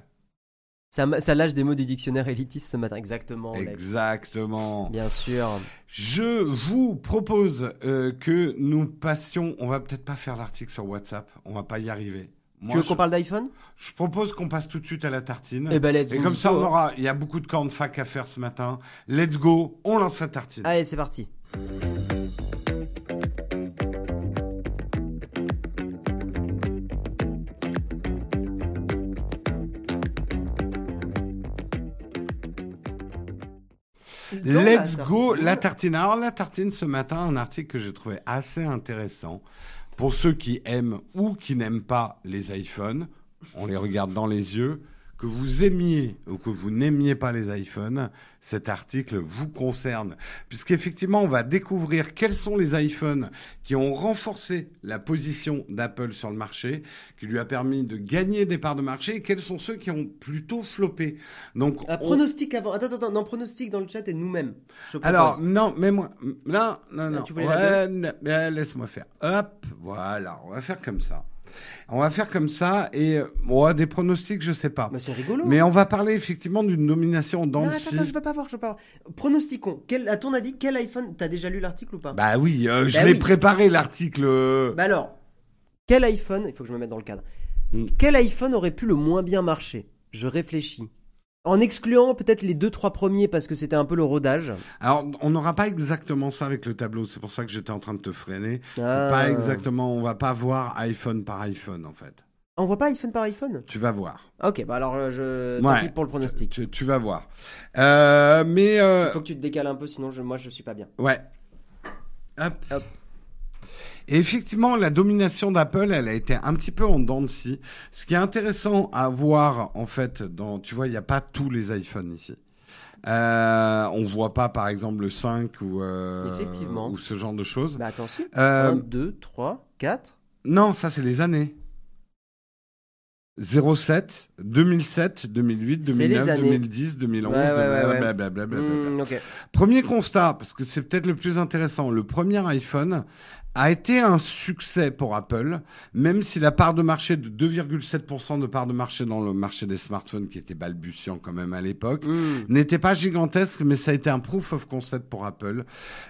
[SPEAKER 2] Ça, m- ça lâche des mots du dictionnaire élitiste ce matin. Exactement. Lex.
[SPEAKER 1] Exactement.
[SPEAKER 2] Bien sûr.
[SPEAKER 1] Je vous propose euh, que nous passions. On va peut-être pas faire l'article sur WhatsApp. On va pas y arriver. Moi,
[SPEAKER 2] tu veux
[SPEAKER 1] je,
[SPEAKER 2] qu'on parle d'iPhone
[SPEAKER 1] je propose qu'on passe tout de suite à la tartine.
[SPEAKER 2] Eh ben, let's
[SPEAKER 1] Et
[SPEAKER 2] go,
[SPEAKER 1] comme ça,
[SPEAKER 2] go,
[SPEAKER 1] on
[SPEAKER 2] hein.
[SPEAKER 1] aura. Il y a beaucoup de camps de fac à faire ce matin. Let's go, on lance la tartine.
[SPEAKER 2] Allez, c'est parti. Dans la
[SPEAKER 1] Let's go,
[SPEAKER 2] tartine.
[SPEAKER 1] la tartine. Alors, la tartine ce matin, un article que j'ai trouvé assez intéressant. Pour ceux qui aiment ou qui n'aiment pas les iPhones, on les regarde dans les yeux. Que vous aimiez ou que vous n'aimiez pas les iPhones, cet article vous concerne. Puisqu'effectivement, on va découvrir quels sont les iPhones qui ont renforcé la position d'Apple sur le marché, qui lui a permis de gagner des parts de marché, et quels sont ceux qui ont plutôt floppé. Donc,
[SPEAKER 2] Un
[SPEAKER 1] on-
[SPEAKER 2] pronostic avant. Attends, attends, attends, non, pronostic dans le chat et nous-mêmes. Je propose.
[SPEAKER 1] alors, non, mais moi. Non, non, non.
[SPEAKER 2] Euh, tu voulais la
[SPEAKER 1] Ouais, non, mais Laisse-moi faire. Hop, voilà, on va faire comme ça. On va faire comme ça et. euh, ouais, des pronostics, je sais pas.
[SPEAKER 2] Bah, c'est rigolo.
[SPEAKER 1] Mais on va parler effectivement d'une nomination dans
[SPEAKER 2] Non,
[SPEAKER 1] le
[SPEAKER 2] attends, attends, je vais pas voir, je vais pas voir. Pronostiquons. Quel, à ton avis, quel iPhone T'as déjà lu l'article ou pas bah,
[SPEAKER 1] Bah oui, euh, je
[SPEAKER 2] Bah
[SPEAKER 1] l'ai
[SPEAKER 2] oui. Bah
[SPEAKER 1] préparé l'article. euh,
[SPEAKER 2] alors, quel iPhone Il faut que je me mette dans le cadre.
[SPEAKER 1] Mm.
[SPEAKER 2] Quel iPhone aurait pu le moins bien marcher Je réfléchis. En excluant peut-être les deux trois premiers parce que c'était un peu le rodage.
[SPEAKER 1] Alors, on n'aura pas exactement ça avec le tableau. C'est pour ça que j'étais en train de te freiner. C'est
[SPEAKER 2] Ah.
[SPEAKER 1] Pas exactement. On va pas voir iPhone par iPhone en fait.
[SPEAKER 2] On voit pas iPhone par iPhone
[SPEAKER 1] Tu vas voir.
[SPEAKER 2] Ah, Ok, bah alors euh, je. tant
[SPEAKER 1] Ouais.
[SPEAKER 2] pis pour le pronostic.
[SPEAKER 1] Tu, tu vas voir. Euh, mais euh,
[SPEAKER 2] Il faut que tu te décales un peu, sinon je, moi je suis pas bien.
[SPEAKER 1] Ouais. Hop.
[SPEAKER 2] Hop.
[SPEAKER 1] Et effectivement, la domination d'Apple, elle a été un petit peu en dents de scie. Ce qui est intéressant à voir, en fait, dans, tu vois, il n'y a pas tous les iPhones ici. Euh, on voit pas, par exemple, le 5 ou, euh,
[SPEAKER 2] Effectivement.
[SPEAKER 1] ou ce genre de choses.
[SPEAKER 2] Bah attention.
[SPEAKER 1] Euh,
[SPEAKER 2] 1, 2, 3, 4.
[SPEAKER 1] non, ça, c'est les années. 07, 2007, 2008,
[SPEAKER 2] C'est les
[SPEAKER 1] 2009,
[SPEAKER 2] années.
[SPEAKER 1] 2010, 2011,
[SPEAKER 2] Ouais, ouais, ouais, ouais. Hmm.
[SPEAKER 1] blablabla, blablabla.
[SPEAKER 2] ok.
[SPEAKER 1] Premier constat, parce que c'est peut-être le plus intéressant, le premier iPhone a été un succès pour Apple, même si la part de marché de 2,7% de part de marché dans le marché des smartphones, qui était balbutiant quand même à l'époque,
[SPEAKER 2] Mm.
[SPEAKER 1] n'était pas gigantesque, mais ça a été un proof of concept pour Apple.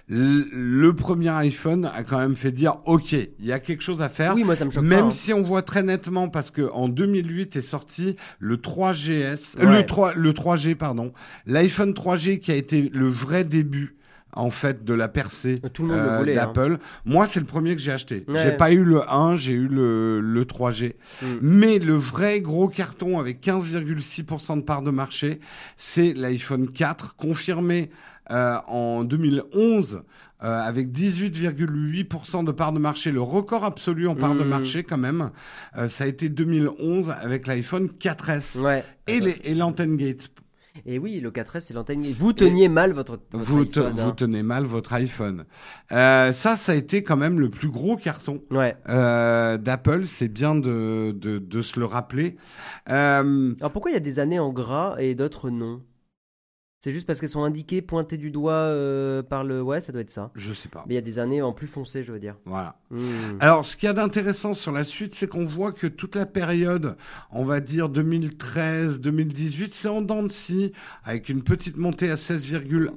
[SPEAKER 1] L- le premier iPhone a quand même fait dire, OK, il y a quelque chose à faire.
[SPEAKER 2] Oui, moi ça me choque
[SPEAKER 1] Même
[SPEAKER 2] pas, hein.
[SPEAKER 1] si on voit très nettement, parce que en 2008 est sorti le 3GS,
[SPEAKER 2] Ouais.
[SPEAKER 1] euh, le 3, le 3G, pardon, l'iPhone 3G qui a été le vrai début. En fait, de la percée
[SPEAKER 2] Tout le monde le
[SPEAKER 1] euh,
[SPEAKER 2] voulait, hein.
[SPEAKER 1] d'Apple. Moi, c'est le premier que j'ai acheté.
[SPEAKER 2] Ouais.
[SPEAKER 1] J'ai pas eu le 1, j'ai eu le, le 3G.
[SPEAKER 2] Mm.
[SPEAKER 1] Mais le vrai gros carton avec 15,6% de part de marché, c'est l'iPhone 4, confirmé euh, en 2011 euh, avec 18,8% de part de marché, le record absolu en part de
[SPEAKER 2] Mhm.
[SPEAKER 1] marché quand même. Euh, ça a été 2011 avec l'iPhone 4S
[SPEAKER 2] Ouais.
[SPEAKER 1] et les- et l'antenne gate.
[SPEAKER 2] Et oui, le 4S, c'est l'antenne. Vous teniez mal votre. votre
[SPEAKER 1] Vous, te-
[SPEAKER 2] iPhone,
[SPEAKER 1] vous
[SPEAKER 2] hein.
[SPEAKER 1] tenez mal votre iPhone. Euh, ça, ça a été quand même le plus gros carton
[SPEAKER 2] Ouais.
[SPEAKER 1] euh, d'Apple. C'est bien de, de, de se le rappeler. Euh,
[SPEAKER 2] Alors pourquoi il y a des années en gras et d'autres non C'est juste parce qu'elles sont indiquées, pointées du doigt euh, par le. Ouais, ça doit être ça.
[SPEAKER 1] Je sais pas.
[SPEAKER 2] Mais il y a des années en plus foncé, je veux dire.
[SPEAKER 1] Voilà.
[SPEAKER 2] Hmm.
[SPEAKER 1] Alors, ce qu'il y a d'intéressant sur la suite, c'est qu'on voit que toute la période, on va dire 2013-2018, c'est en dents de scie, avec une petite montée à 16,1,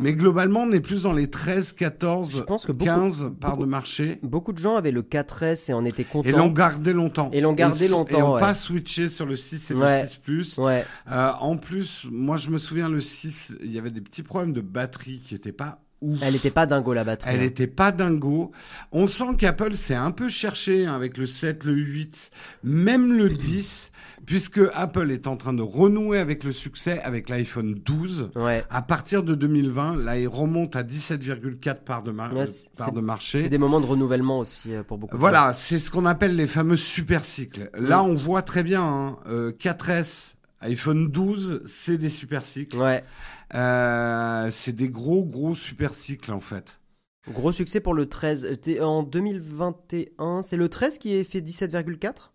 [SPEAKER 1] mais globalement, on est plus dans les 13, 14,
[SPEAKER 2] Je pense que beaucoup,
[SPEAKER 1] 15 parts de
[SPEAKER 2] beaucoup-
[SPEAKER 1] marché.
[SPEAKER 2] beaucoup de gens avaient le 4S et en étaient contents.
[SPEAKER 1] Et l'ont gardé longtemps.
[SPEAKER 2] Et l'ont gardé
[SPEAKER 1] s-
[SPEAKER 2] longtemps,
[SPEAKER 1] Et n'ont
[SPEAKER 2] ouais.
[SPEAKER 1] pas switché sur le 6 et
[SPEAKER 2] Ouais.
[SPEAKER 1] le 6 plus.
[SPEAKER 2] Ouais.
[SPEAKER 1] Euh, en plus, moi, je me souviens, le 6, il y avait des petits problèmes de batterie qui n'étaient pas ouf.
[SPEAKER 2] Elle était pas dingo la batterie.
[SPEAKER 1] Elle
[SPEAKER 2] hein.
[SPEAKER 1] était pas dingo. On sent qu'Apple s'est un peu cherché hein, avec le 7, le 8, même le
[SPEAKER 2] Mhm.
[SPEAKER 1] 10, puisque Apple est en train de renouer avec le succès avec l'iPhone 12.
[SPEAKER 2] Ouais.
[SPEAKER 1] À partir de 2020, là, il remonte à 17,4 parts de, mar- euh,
[SPEAKER 2] Ouais, c'est-
[SPEAKER 1] parts de
[SPEAKER 2] C'est
[SPEAKER 1] marché.
[SPEAKER 2] des moments de renouvellement aussi euh, pour beaucoup. de gens.
[SPEAKER 1] Voilà, c'est ce qu'on appelle les fameux super cycles. Là, on voit très bien hein, euh, 4S, iPhone 12, c'est des super cycles.
[SPEAKER 2] Ouais.
[SPEAKER 1] Euh, c'est des gros, gros super cycles en fait.
[SPEAKER 2] Gros succès pour le 13. Euh, t'es- En 2021, c'est le 13 qui est fait 17,4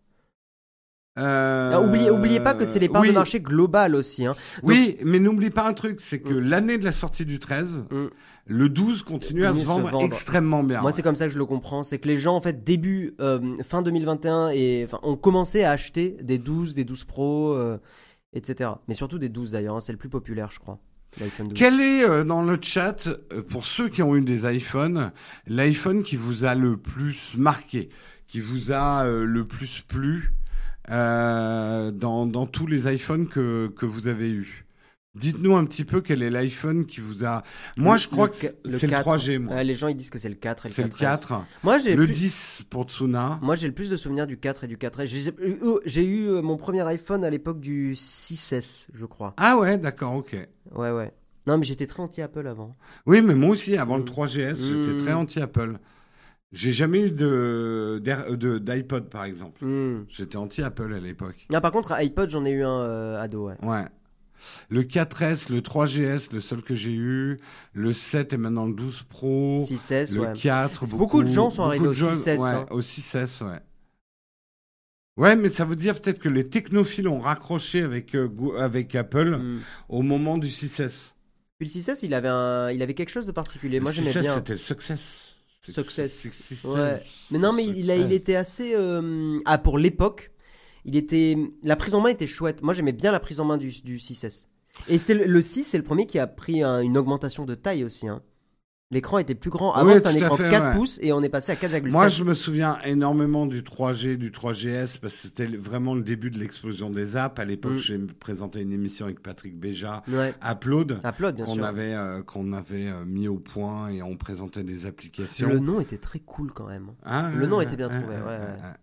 [SPEAKER 1] Euh,
[SPEAKER 2] Ah, oubliez, oubliez pas que c'est les parts
[SPEAKER 1] oui,
[SPEAKER 2] de marché globales aussi. Hein.
[SPEAKER 1] Oui, mais n'oublie pas un truc, c'est que
[SPEAKER 2] Mm.
[SPEAKER 1] l'année de la sortie du 13,
[SPEAKER 2] Mm.
[SPEAKER 1] le 12 continue à
[SPEAKER 2] Continue
[SPEAKER 1] se vendre,
[SPEAKER 2] se vendre.
[SPEAKER 1] extrêmement bien.
[SPEAKER 2] Moi, c'est comme ça que je le comprends. C'est que les gens, en fait, début, euh, fin 2021, et, enfin, ont commencé à acheter des 12, des 12 Pro, euh, etc. Mais surtout des 12 d'ailleurs. hein. c'est le plus populaire, je crois. L'iPhone 12.
[SPEAKER 1] Quel est euh, dans le chat, euh, pour ceux qui ont eu des iPhones, l'iPhone qui vous a le plus marqué, qui vous a euh, le plus plu euh, dans, dans tous les iPhones que, que vous avez eus Dites-nous un petit peu quel est l'iPhone qui vous a... Moi,
[SPEAKER 2] Le-
[SPEAKER 1] je crois
[SPEAKER 2] le
[SPEAKER 1] que
[SPEAKER 2] ca- le
[SPEAKER 1] c'est le
[SPEAKER 2] 4.
[SPEAKER 1] 3G, moi.
[SPEAKER 2] Ouais, les gens, ils disent que c'est le 4 et le
[SPEAKER 1] c'est le
[SPEAKER 2] 4S.
[SPEAKER 1] 4.
[SPEAKER 2] Moi, j'ai
[SPEAKER 1] Le
[SPEAKER 2] plus-
[SPEAKER 1] 10 pour Tsuna.
[SPEAKER 2] Moi, j'ai le plus de souvenirs du 4 et du 4S. J'ai eu- J'ai eu euh, mon premier iPhone à l'époque du 6S, je crois.
[SPEAKER 1] Ah ouais, d'accord, ok.
[SPEAKER 2] Ouais, ouais. Non, mais j'étais très anti-Apple avant.
[SPEAKER 1] Oui, mais moi aussi, avant le
[SPEAKER 2] Mm.
[SPEAKER 1] 3GS,
[SPEAKER 2] Mm.
[SPEAKER 1] j'étais très anti-Apple. J'ai jamais eu de d'air- de- d'iPod, par exemple.
[SPEAKER 2] Hmm.
[SPEAKER 1] J'étais anti-Apple à l'époque.
[SPEAKER 2] Ah, par contre, à iPod, j'en ai eu un euh, ado, ouais.
[SPEAKER 1] Ouais. Le 4S, le 3GS, le seul que j'ai eu, le 7 et maintenant le 12 Pro,
[SPEAKER 2] 6S,
[SPEAKER 1] Oh, le
[SPEAKER 2] ouais.
[SPEAKER 1] 4.
[SPEAKER 2] Beaucoup de gens sont
[SPEAKER 1] beaucoup
[SPEAKER 2] arrivés
[SPEAKER 1] de
[SPEAKER 2] au 6S,
[SPEAKER 1] Ouais,
[SPEAKER 2] hein.
[SPEAKER 1] au 6S, ouais. Ouais, mais ça veut dire peut-être que les technophiles ont raccroché avec, euh, Go- avec Apple
[SPEAKER 2] Hmm.
[SPEAKER 1] au moment du 6S.
[SPEAKER 2] Puis le 6S, il avait, un... il avait quelque chose de particulier. Moi,
[SPEAKER 1] Le
[SPEAKER 2] j'aimais
[SPEAKER 1] 6S,
[SPEAKER 2] bien.
[SPEAKER 1] c'était le success.
[SPEAKER 2] Success.
[SPEAKER 1] C'est- c'est- c'est-
[SPEAKER 2] Ouais.
[SPEAKER 1] c'est-
[SPEAKER 2] Mais non, mais il, a, il
[SPEAKER 1] success.
[SPEAKER 2] était assez. euh, Ah, pour l'époque, il était. La prise en main était chouette. Moi, j'aimais bien la prise en main du, du 6S. Et c'est le, le 6, c'est le premier qui a pris un- une augmentation de taille aussi. hein. L'écran était plus grand. Avant,
[SPEAKER 1] Oui,
[SPEAKER 2] c'était un
[SPEAKER 1] tout à
[SPEAKER 2] écran
[SPEAKER 1] fait,
[SPEAKER 2] 4
[SPEAKER 1] ouais.
[SPEAKER 2] pouces et on est passé à 4,5.
[SPEAKER 1] Moi, je me souviens énormément du 3G, du 3GS, parce que c'était vraiment le début de l'explosion des apps. À l'époque,
[SPEAKER 2] Mm.
[SPEAKER 1] j'ai présenté une émission avec Patrick Béja,
[SPEAKER 2] Ouais.
[SPEAKER 1] Upload,
[SPEAKER 2] Upload, Ah, bien
[SPEAKER 1] qu'on
[SPEAKER 2] sûr.
[SPEAKER 1] avait, euh, qu'on avait euh, mis au point et on présentait des applications.
[SPEAKER 2] Le nom était très cool quand même.
[SPEAKER 1] Ah,
[SPEAKER 2] le nom
[SPEAKER 1] ah,
[SPEAKER 2] était bien
[SPEAKER 1] ah,
[SPEAKER 2] trouvé,
[SPEAKER 1] ah,
[SPEAKER 2] ouais,
[SPEAKER 1] ah,
[SPEAKER 2] ouais.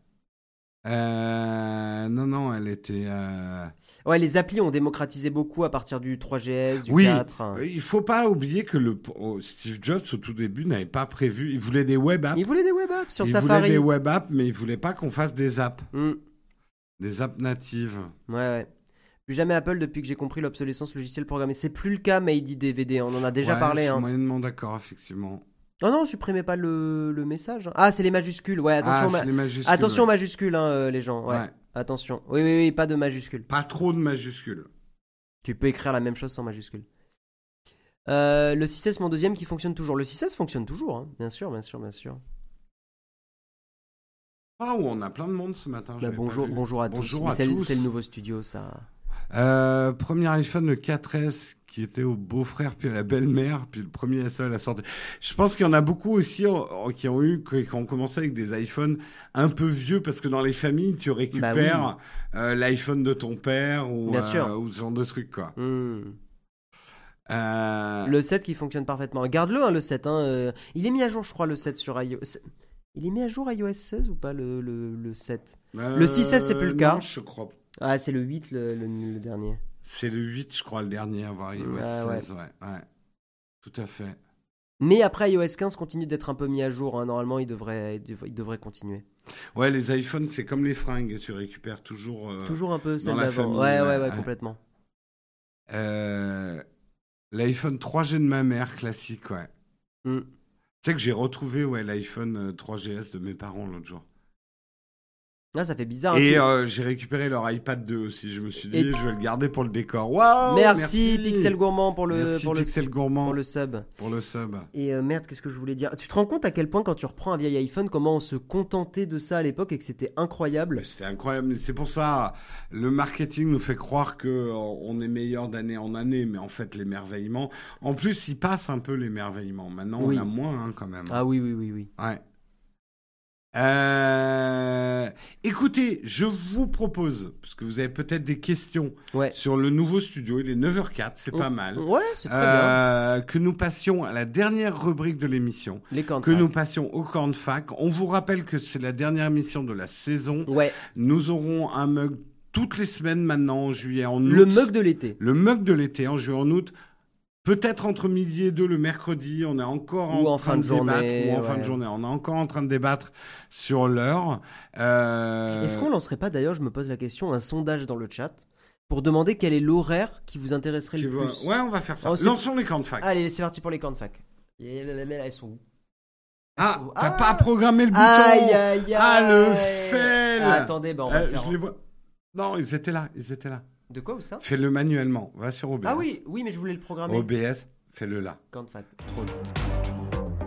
[SPEAKER 1] ah. Euh, non, non, elle était. euh,
[SPEAKER 2] Ouais, les applis ont démocratisé beaucoup à partir du 3GS, du
[SPEAKER 1] Oui.
[SPEAKER 2] 4. hein.
[SPEAKER 1] Il faut pas oublier que le oh, Steve Jobs au tout début n'avait pas prévu. Il voulait des web apps.
[SPEAKER 2] Ils voulaient des web apps sur
[SPEAKER 1] il voulait
[SPEAKER 2] Safari.
[SPEAKER 1] des web apps, mais il voulait pas qu'on fasse des apps,
[SPEAKER 2] Hmm.
[SPEAKER 1] des apps natives.
[SPEAKER 2] Ouais, ouais. Plus jamais Apple depuis que j'ai compris l'obsolescence logicielle programmée. C'est plus le cas, mais il dit DVD. On en a déjà
[SPEAKER 1] Ouais,
[SPEAKER 2] parlé.
[SPEAKER 1] Je suis
[SPEAKER 2] Hein.
[SPEAKER 1] moyennement d'accord, effectivement.
[SPEAKER 2] Non, non, supprimez pas le, le message. Ah, c'est les majuscules. Ouais, attention,
[SPEAKER 1] ah,
[SPEAKER 2] aux ma-
[SPEAKER 1] c'est les majuscules.
[SPEAKER 2] attention aux
[SPEAKER 1] ouais.
[SPEAKER 2] majuscules, hein, euh, les gens. Ouais,
[SPEAKER 1] Ouais.
[SPEAKER 2] attention. Oui, oui, oui, pas de majuscules.
[SPEAKER 1] Pas trop de majuscules.
[SPEAKER 2] Tu peux écrire la même chose sans majuscules. Euh, le 6S, mon deuxième, qui fonctionne toujours. Le 6S fonctionne toujours, hein. bien sûr, bien sûr, bien sûr.
[SPEAKER 1] Ah, où on a plein de monde ce matin.
[SPEAKER 2] Bah,
[SPEAKER 1] j'avais pas
[SPEAKER 2] bonjour,
[SPEAKER 1] vu.
[SPEAKER 2] bonjour à tous.
[SPEAKER 1] Bonjour
[SPEAKER 2] Mais
[SPEAKER 1] à
[SPEAKER 2] c'est le-
[SPEAKER 1] tous.
[SPEAKER 2] c'est le nouveau studio, ça.
[SPEAKER 1] Euh, premier iPhone, le 4S, qui était au beau-frère, puis à la belle-mère, puis le premier SE à la sortie. Je pense qu'il y en a beaucoup aussi euh, qui ont eu, qui ont commencé avec des iPhones un peu vieux, parce que dans les familles,
[SPEAKER 2] Bah
[SPEAKER 1] tu récupères euh, l'iPhone de ton père ou,
[SPEAKER 2] Bien
[SPEAKER 1] euh,
[SPEAKER 2] sûr.
[SPEAKER 1] ou ce genre de truc, quoi.
[SPEAKER 2] Hmm.
[SPEAKER 1] Euh,
[SPEAKER 2] Le 7 qui fonctionne parfaitement. Garde-le, hein, le 7. hein, euh, il est mis à jour, je crois, le 7 sur iOS. Il est mis à jour iOS 16 ou pas le, le, le 7
[SPEAKER 1] euh,
[SPEAKER 2] le 6S, c'est plus le cas.
[SPEAKER 1] non, je crois.
[SPEAKER 2] Ah, c'est le 8, le, le- le dernier.
[SPEAKER 1] C'est le 8, je crois, le dernier à avoir iOS
[SPEAKER 2] Ah, ouais.
[SPEAKER 1] 16, ouais. ouais. Tout à fait.
[SPEAKER 2] Mais après, iOS 15 continue d'être un peu mis à jour. hein. Normalement, il devrait, il devrait, il devrait continuer.
[SPEAKER 1] Ouais, les iPhones, c'est comme les fringues, tu récupères toujours. euh,
[SPEAKER 2] Toujours un peu celle
[SPEAKER 1] la
[SPEAKER 2] d'avant.
[SPEAKER 1] famille,
[SPEAKER 2] Ouais, ouais, ouais,
[SPEAKER 1] ouais, ouais.
[SPEAKER 2] complètement.
[SPEAKER 1] euh, L'iPhone 3G de ma mère, classique, ouais.
[SPEAKER 2] Mm.
[SPEAKER 1] Tu sais que j'ai retrouvé ouais, l'iPhone euh, 3GS de mes parents l'autre jour.
[SPEAKER 2] Là, ça fait bizarre.
[SPEAKER 1] Et
[SPEAKER 2] hein.
[SPEAKER 1] euh, j'ai récupéré leur iPad 2 aussi. Je me suis dit,
[SPEAKER 2] Et-
[SPEAKER 1] je vais le garder pour le décor. Waouh
[SPEAKER 2] merci, Pixel Gourmand pour le,
[SPEAKER 1] oh, Merci
[SPEAKER 2] pour le,
[SPEAKER 1] Pixel Gourmand
[SPEAKER 2] pour le sub.
[SPEAKER 1] sub.
[SPEAKER 2] Et euh, merde, qu'est-ce que je voulais dire Tu te rends compte à quel point quand tu reprends un vieil iPhone, comment on se contentait de ça à l'époque et que c'était incroyable
[SPEAKER 1] C'est incroyable. C'est pour ça, le marketing nous fait croire que euh, on est meilleur d'année en année, mais en fait, l'émerveillement. En plus, il passe un peu l'émerveillement. Maintenant,
[SPEAKER 2] Oui.
[SPEAKER 1] on a moins hein, quand même.
[SPEAKER 2] Ah oui, oui, oui, oui.
[SPEAKER 1] Ouais. Euh, écoutez, je vous propose, parce que vous avez peut-être des questions
[SPEAKER 2] Ouais.
[SPEAKER 1] sur le nouveau studio, il est 9h04, c'est pas mal,
[SPEAKER 2] Ouais, c'est très bien.
[SPEAKER 1] Euh, que nous passions à la dernière rubrique de l'émission,
[SPEAKER 2] Les
[SPEAKER 1] que
[SPEAKER 2] contrats.
[SPEAKER 1] nous passions au camp de fac. On vous rappelle que c'est la dernière émission de la saison.
[SPEAKER 2] Ouais,
[SPEAKER 1] Nous aurons un mug toutes les semaines maintenant, en juillet, en août.
[SPEAKER 2] le mug de l'été.
[SPEAKER 1] Le mug de l'été, en juillet, en août. Peut-être entre midi et deux le mercredi, on est encore
[SPEAKER 2] Ou en
[SPEAKER 1] train
[SPEAKER 2] fin de journée,
[SPEAKER 1] débattre, ou en fin
[SPEAKER 2] ouais.
[SPEAKER 1] de journée, on est encore en train de débattre sur l'heure. Euh,
[SPEAKER 2] Est-ce qu'on lancerait pas d'ailleurs, je me pose la question, un sondage dans le chat pour demander quel est l'horaire qui vous intéresserait
[SPEAKER 1] tu
[SPEAKER 2] le
[SPEAKER 1] vois-
[SPEAKER 2] plus
[SPEAKER 1] Ouais, on va faire ça.
[SPEAKER 2] Oh, c'est-
[SPEAKER 1] Lançons les camps de fac. Ah,
[SPEAKER 2] Allez, c'est parti pour les camps de fac. Et là, là, là, Elles sont où
[SPEAKER 1] t'as
[SPEAKER 2] Ah.
[SPEAKER 1] pas programmé le
[SPEAKER 2] Aïe,
[SPEAKER 1] bouton.
[SPEAKER 2] aïe, aïe
[SPEAKER 1] Ah, le fail.
[SPEAKER 2] Ah, Attendez, bah on va
[SPEAKER 1] Euh,
[SPEAKER 2] le faire
[SPEAKER 1] je
[SPEAKER 2] en-
[SPEAKER 1] les vois. Non, ils étaient là, ils étaient là.
[SPEAKER 2] De quoi ou ça
[SPEAKER 1] Fais-le manuellement. Va sur OBS.
[SPEAKER 2] Ah oui, oui, mais je voulais le programmer.
[SPEAKER 1] OBS, fais-le là.
[SPEAKER 2] Camp de fac. Trop long.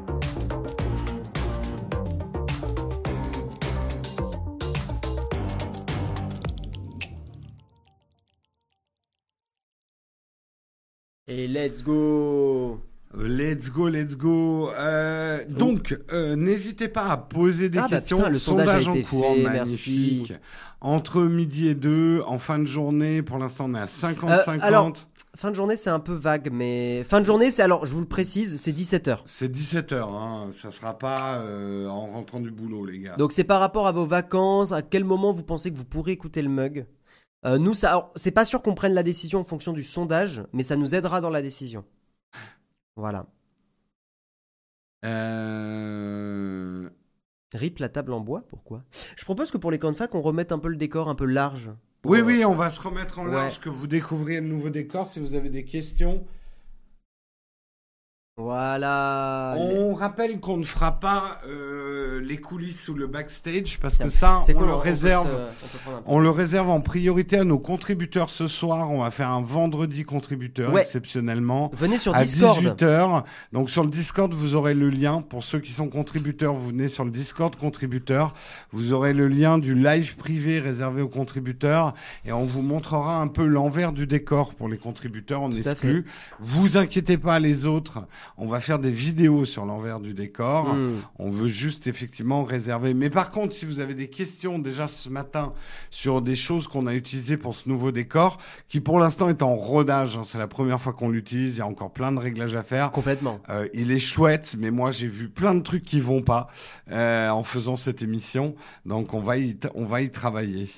[SPEAKER 2] Et let's go
[SPEAKER 1] Let's go, let's go. Euh, donc, euh, n'hésitez pas à poser des
[SPEAKER 2] Ah bah
[SPEAKER 1] questions.
[SPEAKER 2] putain, le sondage a
[SPEAKER 1] en
[SPEAKER 2] été
[SPEAKER 1] cours,
[SPEAKER 2] fait,
[SPEAKER 1] magnifique.
[SPEAKER 2] merci.
[SPEAKER 1] Entre midi et deux, en fin de journée, pour l'instant, on est à 50-50.
[SPEAKER 2] Euh, alors- Fin de journée, c'est un peu vague, mais... Fin de journée, c'est... Alors, je vous le précise, c'est 17h.
[SPEAKER 1] C'est 17 heures, hein. ça sera pas euh, en rentrant du boulot, les gars.
[SPEAKER 2] Donc c'est par rapport à vos vacances, à quel moment vous pensez que vous pourrez écouter le mug. Euh, nous, ça, alors, c'est pas sûr qu'on prenne la décision en fonction du sondage, mais ça nous aidera dans la décision. Voilà.
[SPEAKER 1] Euh,
[SPEAKER 2] Rip la table en bois, pourquoi Je propose que pour les camps de fac, on remette un peu le décor un peu large. Pour,
[SPEAKER 1] Oui,
[SPEAKER 2] euh,
[SPEAKER 1] oui, on va se remettre en
[SPEAKER 2] Ouais.
[SPEAKER 1] large, que vous découvriez le nouveau décor. Si vous avez des questions,
[SPEAKER 2] Voilà. Les-
[SPEAKER 1] on rappelle qu'on ne fera pas euh, les coulisses ou le backstage, parce
[SPEAKER 2] Tiens,
[SPEAKER 1] que ça, on
[SPEAKER 2] quoi, euh,
[SPEAKER 1] le
[SPEAKER 2] peut
[SPEAKER 1] réserve.
[SPEAKER 2] se- on peut prendre un peu.
[SPEAKER 1] On le réserve en priorité à nos contributeurs ce soir. On va faire un vendredi contributeur
[SPEAKER 2] Ouais.
[SPEAKER 1] exceptionnellement.
[SPEAKER 2] Venez sur
[SPEAKER 1] À
[SPEAKER 2] Discord.
[SPEAKER 1] 18h. Donc sur le Discord, vous aurez le lien. Pour ceux qui sont contributeurs, vous venez sur le Discord contributeur. Vous aurez le lien du live privé réservé aux contributeurs. Et on vous montrera un peu l'envers du décor pour les contributeurs en
[SPEAKER 2] Tout à
[SPEAKER 1] exclu. Vous inquiétez pas les autres. On va faire des vidéos sur l'envers du décor.
[SPEAKER 2] Hmm.
[SPEAKER 1] On veut juste effectivement réserver. Mais par contre, si vous avez des questions déjà ce matin sur des choses qu'on a utilisées pour ce nouveau décor, qui pour l'instant est en rodage, hein, c'est la première fois qu'on l'utilise, il y a encore plein de réglages à faire.
[SPEAKER 2] Complètement.
[SPEAKER 1] Euh, il est chouette, mais moi j'ai vu plein de trucs qui vont pas euh, en faisant cette émission, donc on va y, t- on va y travailler.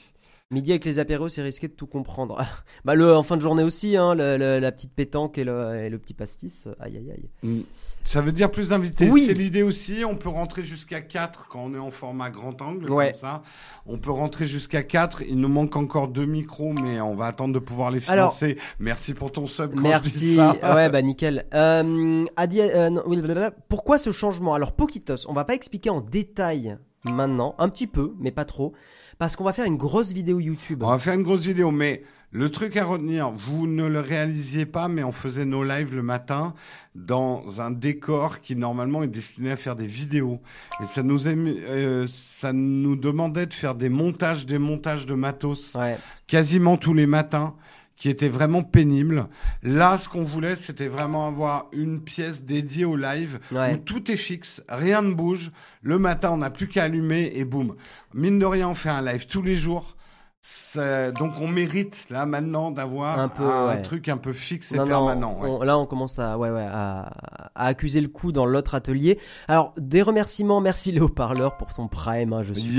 [SPEAKER 2] Midi avec les apéros, c'est risqué de tout comprendre. [LAUGHS] bah le en fin de journée aussi, hein, le- le- la petite pétanque et le, et le petit pastis. Aïe aïe aïe.
[SPEAKER 1] Ça veut dire plus d'invités.
[SPEAKER 2] Oui.
[SPEAKER 1] C'est l'idée aussi. On peut rentrer jusqu'à 4 quand on est en format grand angle.
[SPEAKER 2] Ouais.
[SPEAKER 1] Comme ça. On peut rentrer jusqu'à 4. Il nous manque encore deux micros, mais on va attendre de pouvoir les
[SPEAKER 2] Alors-
[SPEAKER 1] financer. Merci pour ton sub. quand je
[SPEAKER 2] Merci.
[SPEAKER 1] dis ça.
[SPEAKER 2] Ouais, bah nickel. Euh, Adi- euh, non, oui, blablabla. pourquoi ce changement Alors, Poquitos, on va pas expliquer en détail maintenant, un petit peu, mais pas trop, parce qu'on va faire une grosse vidéo YouTube.
[SPEAKER 1] On va faire une grosse vidéo, mais le truc à retenir, vous ne le réalisiez pas, mais on faisait nos lives le matin dans un décor qui normalement est destiné à faire des vidéos. Et ça nous, aimait- euh, ça nous demandait de faire des montages, des montages de matos.
[SPEAKER 2] Ouais.
[SPEAKER 1] quasiment tous les matins qui était vraiment pénible. Là, ce qu'on voulait, c'était vraiment avoir une pièce dédiée au live où
[SPEAKER 2] Ouais.
[SPEAKER 1] tout est fixe, rien ne bouge. Le matin, on n'a plus qu'à allumer et boum. Mine de rien, on fait un live tous les jours. Ça- donc, on mérite là maintenant d'avoir
[SPEAKER 2] Un
[SPEAKER 1] un,
[SPEAKER 2] peu, ouais.
[SPEAKER 1] truc un peu fixe et
[SPEAKER 2] Non, non,
[SPEAKER 1] permanent. ouais.
[SPEAKER 2] on- là, on commence à, ouais, ouais, à, à accuser le coup dans l'autre atelier. Alors, des remerciements. Merci Léo Parleur pour ton prime. hein, je suis,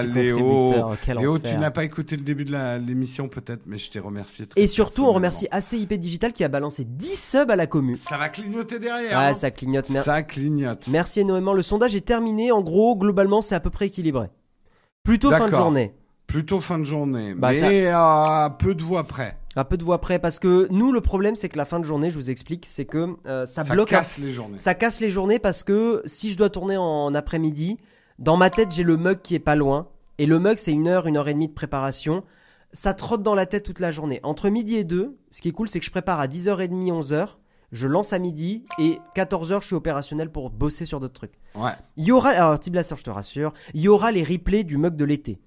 [SPEAKER 2] je suis
[SPEAKER 1] Léo.
[SPEAKER 2] contributeur. Quel
[SPEAKER 1] Léo,
[SPEAKER 2] enfer.
[SPEAKER 1] tu n'as pas écouté le début de la- l'émission peut-être, mais je t'ai remercié. très
[SPEAKER 2] Et surtout, on
[SPEAKER 1] personnellement.
[SPEAKER 2] remercie ACIP Digital qui a balancé 10 subs à la commu.
[SPEAKER 1] Ça va clignoter derrière.
[SPEAKER 2] Ouais,
[SPEAKER 1] hein.
[SPEAKER 2] ça clignote. mer-
[SPEAKER 1] ça clignote.
[SPEAKER 2] Merci énormément. Le sondage est terminé. En gros, globalement, c'est à peu près équilibré. Plutôt fin de
[SPEAKER 1] D'accord.
[SPEAKER 2] journée.
[SPEAKER 1] Plutôt fin de journée,
[SPEAKER 2] Bah,
[SPEAKER 1] mais à peu de voix près.
[SPEAKER 2] Un peu de voix près. Parce que nous, le problème, c'est que la fin de journée, je vous explique, c'est que euh, ça,
[SPEAKER 1] Ça,
[SPEAKER 2] bloque. un-
[SPEAKER 1] casse les journées.
[SPEAKER 2] Ça casse les journées parce que si je dois tourner en après-midi, dans ma tête, j'ai le mug qui est pas loin. Et le mug, c'est une heure, une heure et demie de préparation. Ça trotte dans la tête toute la journée. Entre midi et 2, ce qui est cool, c'est que je prépare à 10h30, 11h. Je lance à midi et 14h, je suis opérationnel pour bosser sur d'autres trucs.
[SPEAKER 1] Ouais.
[SPEAKER 2] Il y aura, alors Tiblasser, je te rassure, il y aura les replays du mug de l'été.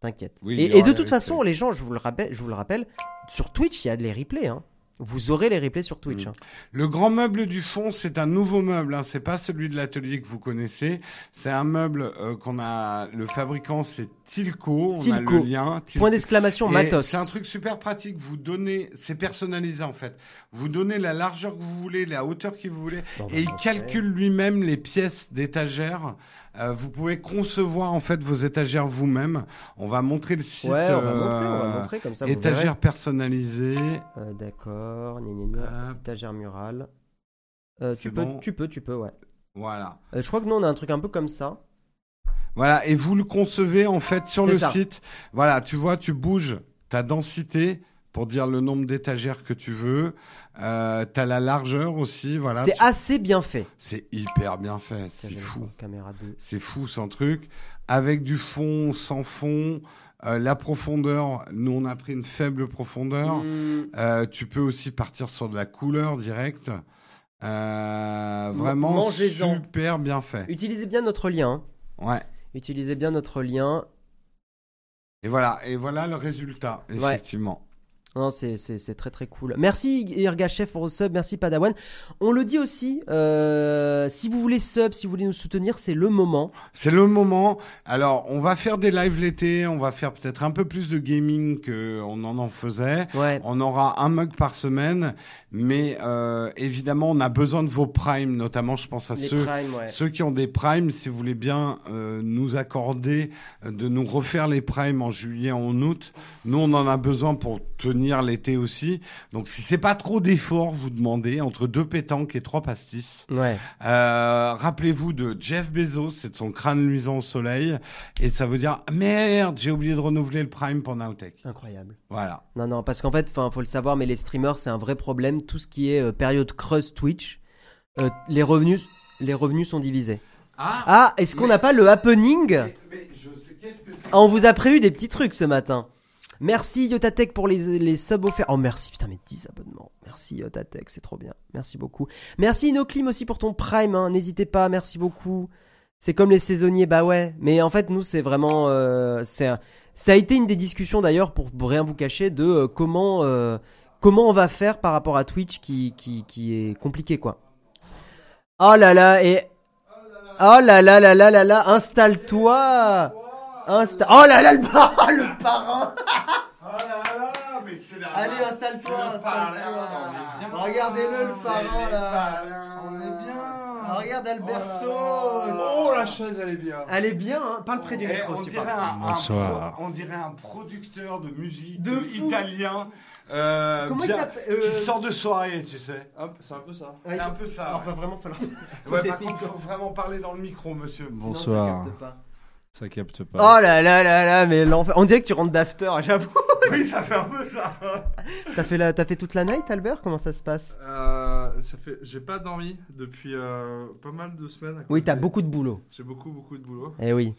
[SPEAKER 2] T'inquiète.
[SPEAKER 1] Oui, il y
[SPEAKER 2] et, et
[SPEAKER 1] aura
[SPEAKER 2] de
[SPEAKER 1] les
[SPEAKER 2] toute
[SPEAKER 1] replays.
[SPEAKER 2] façon, les gens, je vous le rappelle, je vous le rappelle sur Twitch, il y a les replays. hein. Vous aurez les replays sur Twitch.
[SPEAKER 1] Mm.
[SPEAKER 2] hein.
[SPEAKER 1] Le grand meuble du fond, c'est un nouveau meuble. Hein. C'est pas celui de l'atelier que vous connaissez. C'est un meuble euh, qu'on a. Le fabricant, c'est Tilco. On a
[SPEAKER 2] Tilco.
[SPEAKER 1] le lien. Tilco.
[SPEAKER 2] Point d'exclamation,
[SPEAKER 1] Et
[SPEAKER 2] matos.
[SPEAKER 1] C'est un truc super pratique. Vous donnez, c'est personnalisé en fait. Vous donnez la largeur que vous voulez, la hauteur que vous voulez,
[SPEAKER 2] Bon, bah,
[SPEAKER 1] et il
[SPEAKER 2] on fait.
[SPEAKER 1] calcule lui-même les pièces d'étagères. Euh, vous pouvez concevoir en fait vos étagères vous-même. On va montrer le site.
[SPEAKER 2] Ouais, on va montrer, on
[SPEAKER 1] euh,
[SPEAKER 2] va montrer comme ça. vous verrez.
[SPEAKER 1] étagères personnalisées.
[SPEAKER 2] Euh, D'accord, gna gna gna.
[SPEAKER 1] Hop.
[SPEAKER 2] étagère murale. Euh,
[SPEAKER 1] C'est
[SPEAKER 2] tu peux,
[SPEAKER 1] bon.
[SPEAKER 2] tu peux, tu peux, ouais.
[SPEAKER 1] Voilà.
[SPEAKER 2] Euh, je crois que nous on a un truc un peu comme ça.
[SPEAKER 1] Voilà, et vous le concevez en fait sur
[SPEAKER 2] C'est
[SPEAKER 1] le
[SPEAKER 2] ça.
[SPEAKER 1] site. Voilà, tu vois, tu bouges ta densité pour dire le nombre d'étagères que tu veux. Euh, T'as la largeur aussi, voilà.
[SPEAKER 2] c'est
[SPEAKER 1] Tu-
[SPEAKER 2] assez bien fait.
[SPEAKER 1] C'est hyper bien fait, c'est
[SPEAKER 2] J'avais
[SPEAKER 1] fou.
[SPEAKER 2] une Caméra 2.
[SPEAKER 1] C'est fou sans truc. Avec du fond, sans fond, euh, la profondeur, nous on a pris une faible profondeur.
[SPEAKER 2] Hmm,
[SPEAKER 1] Euh, tu peux aussi partir sur de la couleur directe. Euh,
[SPEAKER 2] M-
[SPEAKER 1] vraiment
[SPEAKER 2] mangez-en.
[SPEAKER 1] super bien fait.
[SPEAKER 2] Utilisez bien notre lien. hein.
[SPEAKER 1] Ouais.
[SPEAKER 2] Utilisez bien notre lien.
[SPEAKER 1] Et voilà, et voilà le résultat,
[SPEAKER 2] Ouais.
[SPEAKER 1] effectivement.
[SPEAKER 2] Non, c'est- c'est c'est très très cool. Merci Irgachef pour le sub, merci Padawan. On le dit aussi, euh, si vous voulez sub, si vous voulez nous soutenir, c'est le moment.
[SPEAKER 1] C'est le moment. Alors, on va faire des lives l'été, on va faire peut-être un peu plus de gaming qu'on en en faisait.
[SPEAKER 2] Ouais.
[SPEAKER 1] On aura un mug par semaine, mais euh, évidemment, on a besoin de vos primes, notamment, je pense à
[SPEAKER 2] Les
[SPEAKER 1] ceux...
[SPEAKER 2] primes, ouais.
[SPEAKER 1] Ceux qui ont des primes, si vous voulez bien euh, nous accorder euh, de nous refaire les primes en juillet, en août, nous on en a besoin pour tenir l'été aussi. Donc si c'est pas trop d'efforts, vous demandez entre deux pétanques et trois pastis.
[SPEAKER 2] Ouais.
[SPEAKER 1] Euh, rappelez-vous de Jeff Bezos, c'est de son crâne luisant au soleil, et ça veut dire ah, merde, j'ai oublié de renouveler le Prime pour Nowtech.
[SPEAKER 2] Incroyable.
[SPEAKER 1] Voilà.
[SPEAKER 2] Non, non, parce qu'en fait, enfin, faut le savoir, mais les streamers, c'est un vrai problème. Tout ce qui est euh, période creuse Twitch, euh, les revenus, les revenus sont divisés.
[SPEAKER 1] Ah,
[SPEAKER 2] Ah, est-ce qu'on
[SPEAKER 1] Mais-
[SPEAKER 2] n'a pas le happening
[SPEAKER 1] je sais qu'est-ce que
[SPEAKER 2] Ah, On vous a prévu des petits trucs ce matin. Merci Yotatech pour les, les subs offerts. Oh merci, putain, mais 10 abonnements. Merci Yotatech, c'est trop bien. Merci beaucoup. Merci InnoClim aussi pour ton prime, hein. n'hésitez pas, merci beaucoup. C'est comme les saisonniers, bah ouais. Mais en fait, nous, c'est vraiment... euh, c'est un- Ça a été une des discussions d'ailleurs, pour rien vous cacher, de euh, comment, euh, comment on va faire par rapport à Twitch qui, qui, qui est compliqué, quoi. Oh là là, et... Oh là là là là là là, installe-toi Insta- Oh là là, le parrain, [LAUGHS] le parrain
[SPEAKER 1] Oh là là, mais c'est la.
[SPEAKER 2] Allez, installe-toi,
[SPEAKER 1] c'est le parrain,
[SPEAKER 2] installe-toi.
[SPEAKER 1] on est bien.
[SPEAKER 2] Regardez-le, le
[SPEAKER 1] C'est
[SPEAKER 2] parrain,
[SPEAKER 1] les
[SPEAKER 2] là.
[SPEAKER 1] parrains.
[SPEAKER 2] On est bien. Ah, regarde Alberto.
[SPEAKER 4] Oh, la chaise, elle est bien.
[SPEAKER 2] Elle est bien, hein parle près du
[SPEAKER 1] Eh,
[SPEAKER 2] micro,
[SPEAKER 1] on,
[SPEAKER 2] si tu
[SPEAKER 1] dirait
[SPEAKER 2] parles.
[SPEAKER 1] un, un
[SPEAKER 4] Bonsoir.
[SPEAKER 1] pro- on dirait un producteur de musique
[SPEAKER 2] De
[SPEAKER 1] euh,
[SPEAKER 2] fou.
[SPEAKER 1] italien euh,
[SPEAKER 2] Comment
[SPEAKER 1] bien-
[SPEAKER 2] il s'appelle euh,
[SPEAKER 1] qui sort de soirée, tu sais.
[SPEAKER 4] Hop, c'est un peu ça.
[SPEAKER 2] ouais,
[SPEAKER 1] C'est un peu ça.
[SPEAKER 2] alors,
[SPEAKER 1] ouais.
[SPEAKER 2] va vraiment falloir.
[SPEAKER 1] Ouais, par contre, faut vraiment parler dans le micro, monsieur.
[SPEAKER 2] sinon, ça
[SPEAKER 4] Bonsoir.
[SPEAKER 2] capte pas.
[SPEAKER 4] Ça capte pas.
[SPEAKER 2] Oh là là là là, mais l'enfer. On dirait que tu rentres d'after, [LAUGHS] j'avoue.
[SPEAKER 1] Oui, ça fait un peu ça.
[SPEAKER 2] T'as fait, la... t'as fait toute la night, Albert Comment ça se passe
[SPEAKER 4] Euh, ça fait, j'ai pas dormi depuis euh, pas mal de semaines. à
[SPEAKER 2] Oui,
[SPEAKER 4] cause
[SPEAKER 2] t'as
[SPEAKER 4] des-
[SPEAKER 2] beaucoup de boulot.
[SPEAKER 4] J'ai beaucoup, beaucoup de boulot.
[SPEAKER 2] Eh oui.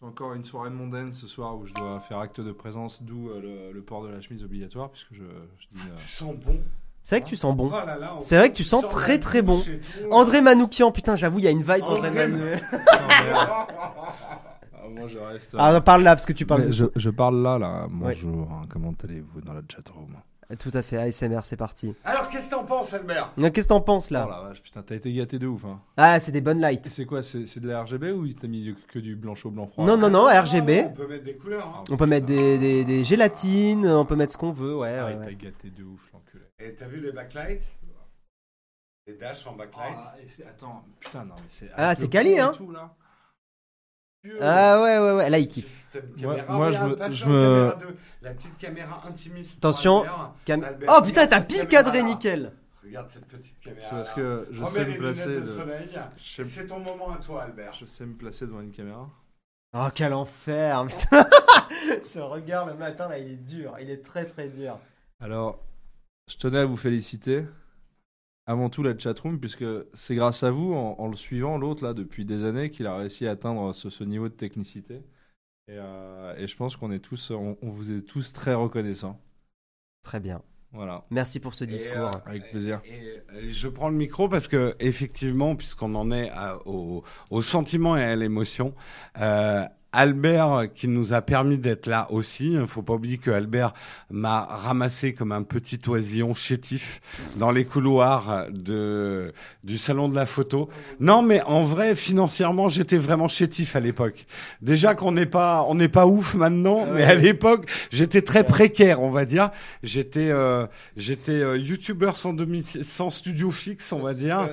[SPEAKER 4] J'ai encore une soirée mondaine ce soir où je dois faire acte de présence, d'où euh, le, le port de la chemise obligatoire, puisque je, je dis. euh,
[SPEAKER 2] [LAUGHS]
[SPEAKER 1] Tu sens bon.
[SPEAKER 2] C'est vrai que tu sens bon.
[SPEAKER 1] Oh là là, on-
[SPEAKER 2] C'est vrai que tu sens
[SPEAKER 1] sens
[SPEAKER 2] très
[SPEAKER 1] la
[SPEAKER 2] très bon.
[SPEAKER 1] bouche et tout.
[SPEAKER 2] André Manoukian, putain, j'avoue, il y a une vibe André,
[SPEAKER 1] André
[SPEAKER 2] Manoukian.
[SPEAKER 4] Ah, moi, je reste. euh,
[SPEAKER 2] Ah, parle là, parce que tu parles.
[SPEAKER 4] mais
[SPEAKER 2] de-
[SPEAKER 4] je, je parle là, là.
[SPEAKER 2] Ouais.
[SPEAKER 4] Bonjour, hein, comment allez-vous dans la chatroom
[SPEAKER 2] Tout à fait, ASMR, c'est parti.
[SPEAKER 1] [LAUGHS] Alors, qu'est-ce que t'en penses, Albert
[SPEAKER 2] Donc, Qu'est-ce que t'en penses
[SPEAKER 4] Oh
[SPEAKER 2] là
[SPEAKER 4] la vache, putain, t'as été gâté de ouf. Hein.
[SPEAKER 2] Ah, c'est des bonnes lights.
[SPEAKER 4] Et c'est quoi C'est c'est de la RGB ou t'as mis du- que du blanc chaud, blanc froid
[SPEAKER 2] Non, non, non,
[SPEAKER 1] Ah,
[SPEAKER 2] RGB.
[SPEAKER 1] On peut mettre des couleurs. hein.
[SPEAKER 2] On peut mettre des, des, des gélatines, on peut mettre ce qu'on veut, ouais.
[SPEAKER 4] Ah,
[SPEAKER 2] ouais,
[SPEAKER 4] il
[SPEAKER 2] ouais.
[SPEAKER 4] t'a gâté de ouf, l'enculé.
[SPEAKER 1] Et t'as vu les backlights Les dashs en backlight
[SPEAKER 4] Ah, et c'est- attends, putain, non, mais c'est.
[SPEAKER 2] Ah,
[SPEAKER 4] avec
[SPEAKER 2] c'est
[SPEAKER 4] le
[SPEAKER 2] calé,
[SPEAKER 4] pont et
[SPEAKER 2] hein.
[SPEAKER 4] tout, là. Dieu.
[SPEAKER 2] Ah ouais, ouais, ouais, là il kiffe.
[SPEAKER 1] Système
[SPEAKER 4] Moi-
[SPEAKER 1] caméra,
[SPEAKER 4] moi, je
[SPEAKER 1] regarde,
[SPEAKER 4] me-
[SPEAKER 1] passe
[SPEAKER 4] je
[SPEAKER 1] sur
[SPEAKER 4] me-
[SPEAKER 1] caméra deux. La petite caméra intimiste. pour
[SPEAKER 2] Attention.
[SPEAKER 1] Albert.
[SPEAKER 2] Cam-
[SPEAKER 1] Albert,
[SPEAKER 2] Oh putain,
[SPEAKER 1] regarde
[SPEAKER 2] t'as
[SPEAKER 1] cette
[SPEAKER 2] pile
[SPEAKER 1] caméra,
[SPEAKER 2] cadré
[SPEAKER 1] là.
[SPEAKER 2] nickel.
[SPEAKER 1] Regarde cette petite caméra.
[SPEAKER 4] C'est parce
[SPEAKER 1] là.
[SPEAKER 4] que je
[SPEAKER 1] Remets
[SPEAKER 4] sais
[SPEAKER 1] les
[SPEAKER 4] me placer.
[SPEAKER 1] lunettes de
[SPEAKER 4] de-
[SPEAKER 1] soleil.
[SPEAKER 4] je sais-
[SPEAKER 1] C'est ton moment à toi, Albert.
[SPEAKER 4] je sais me placer devant une caméra.
[SPEAKER 2] Oh quel enfer, putain. [LAUGHS] Ce regard le matin là, il est dur, il est très très dur.
[SPEAKER 4] Alors, je tenais à vous féliciter. Avant tout, la chatroom, puisque c'est grâce à vous, en, en le suivant, l'autre, là, depuis des années, qu'il a réussi à atteindre ce, ce niveau de technicité. Et, euh, et je pense qu'on est tous, on, on vous est tous très reconnaissants.
[SPEAKER 2] Très bien.
[SPEAKER 4] Voilà.
[SPEAKER 2] Merci pour ce discours.
[SPEAKER 1] euh,
[SPEAKER 4] Avec plaisir.
[SPEAKER 1] Et, et je prends le micro parce que effectivement, puisqu'on en est à- au, au sentiment et à l'émotion, euh, Albert qui nous a permis d'être là aussi. Il faut pas oublier que Albert m'a ramassé comme un petit oisillon chétif dans les couloirs de du salon de la photo. Non, mais en vrai, financièrement, j'étais vraiment chétif à l'époque. Déjà qu'on n'est pas on n'est pas ouf maintenant, mais à l'époque, j'étais très précaire, on va dire. J'étais euh, J'étais euh, youtubeur sans, demi- sans studio fixe, on va dire.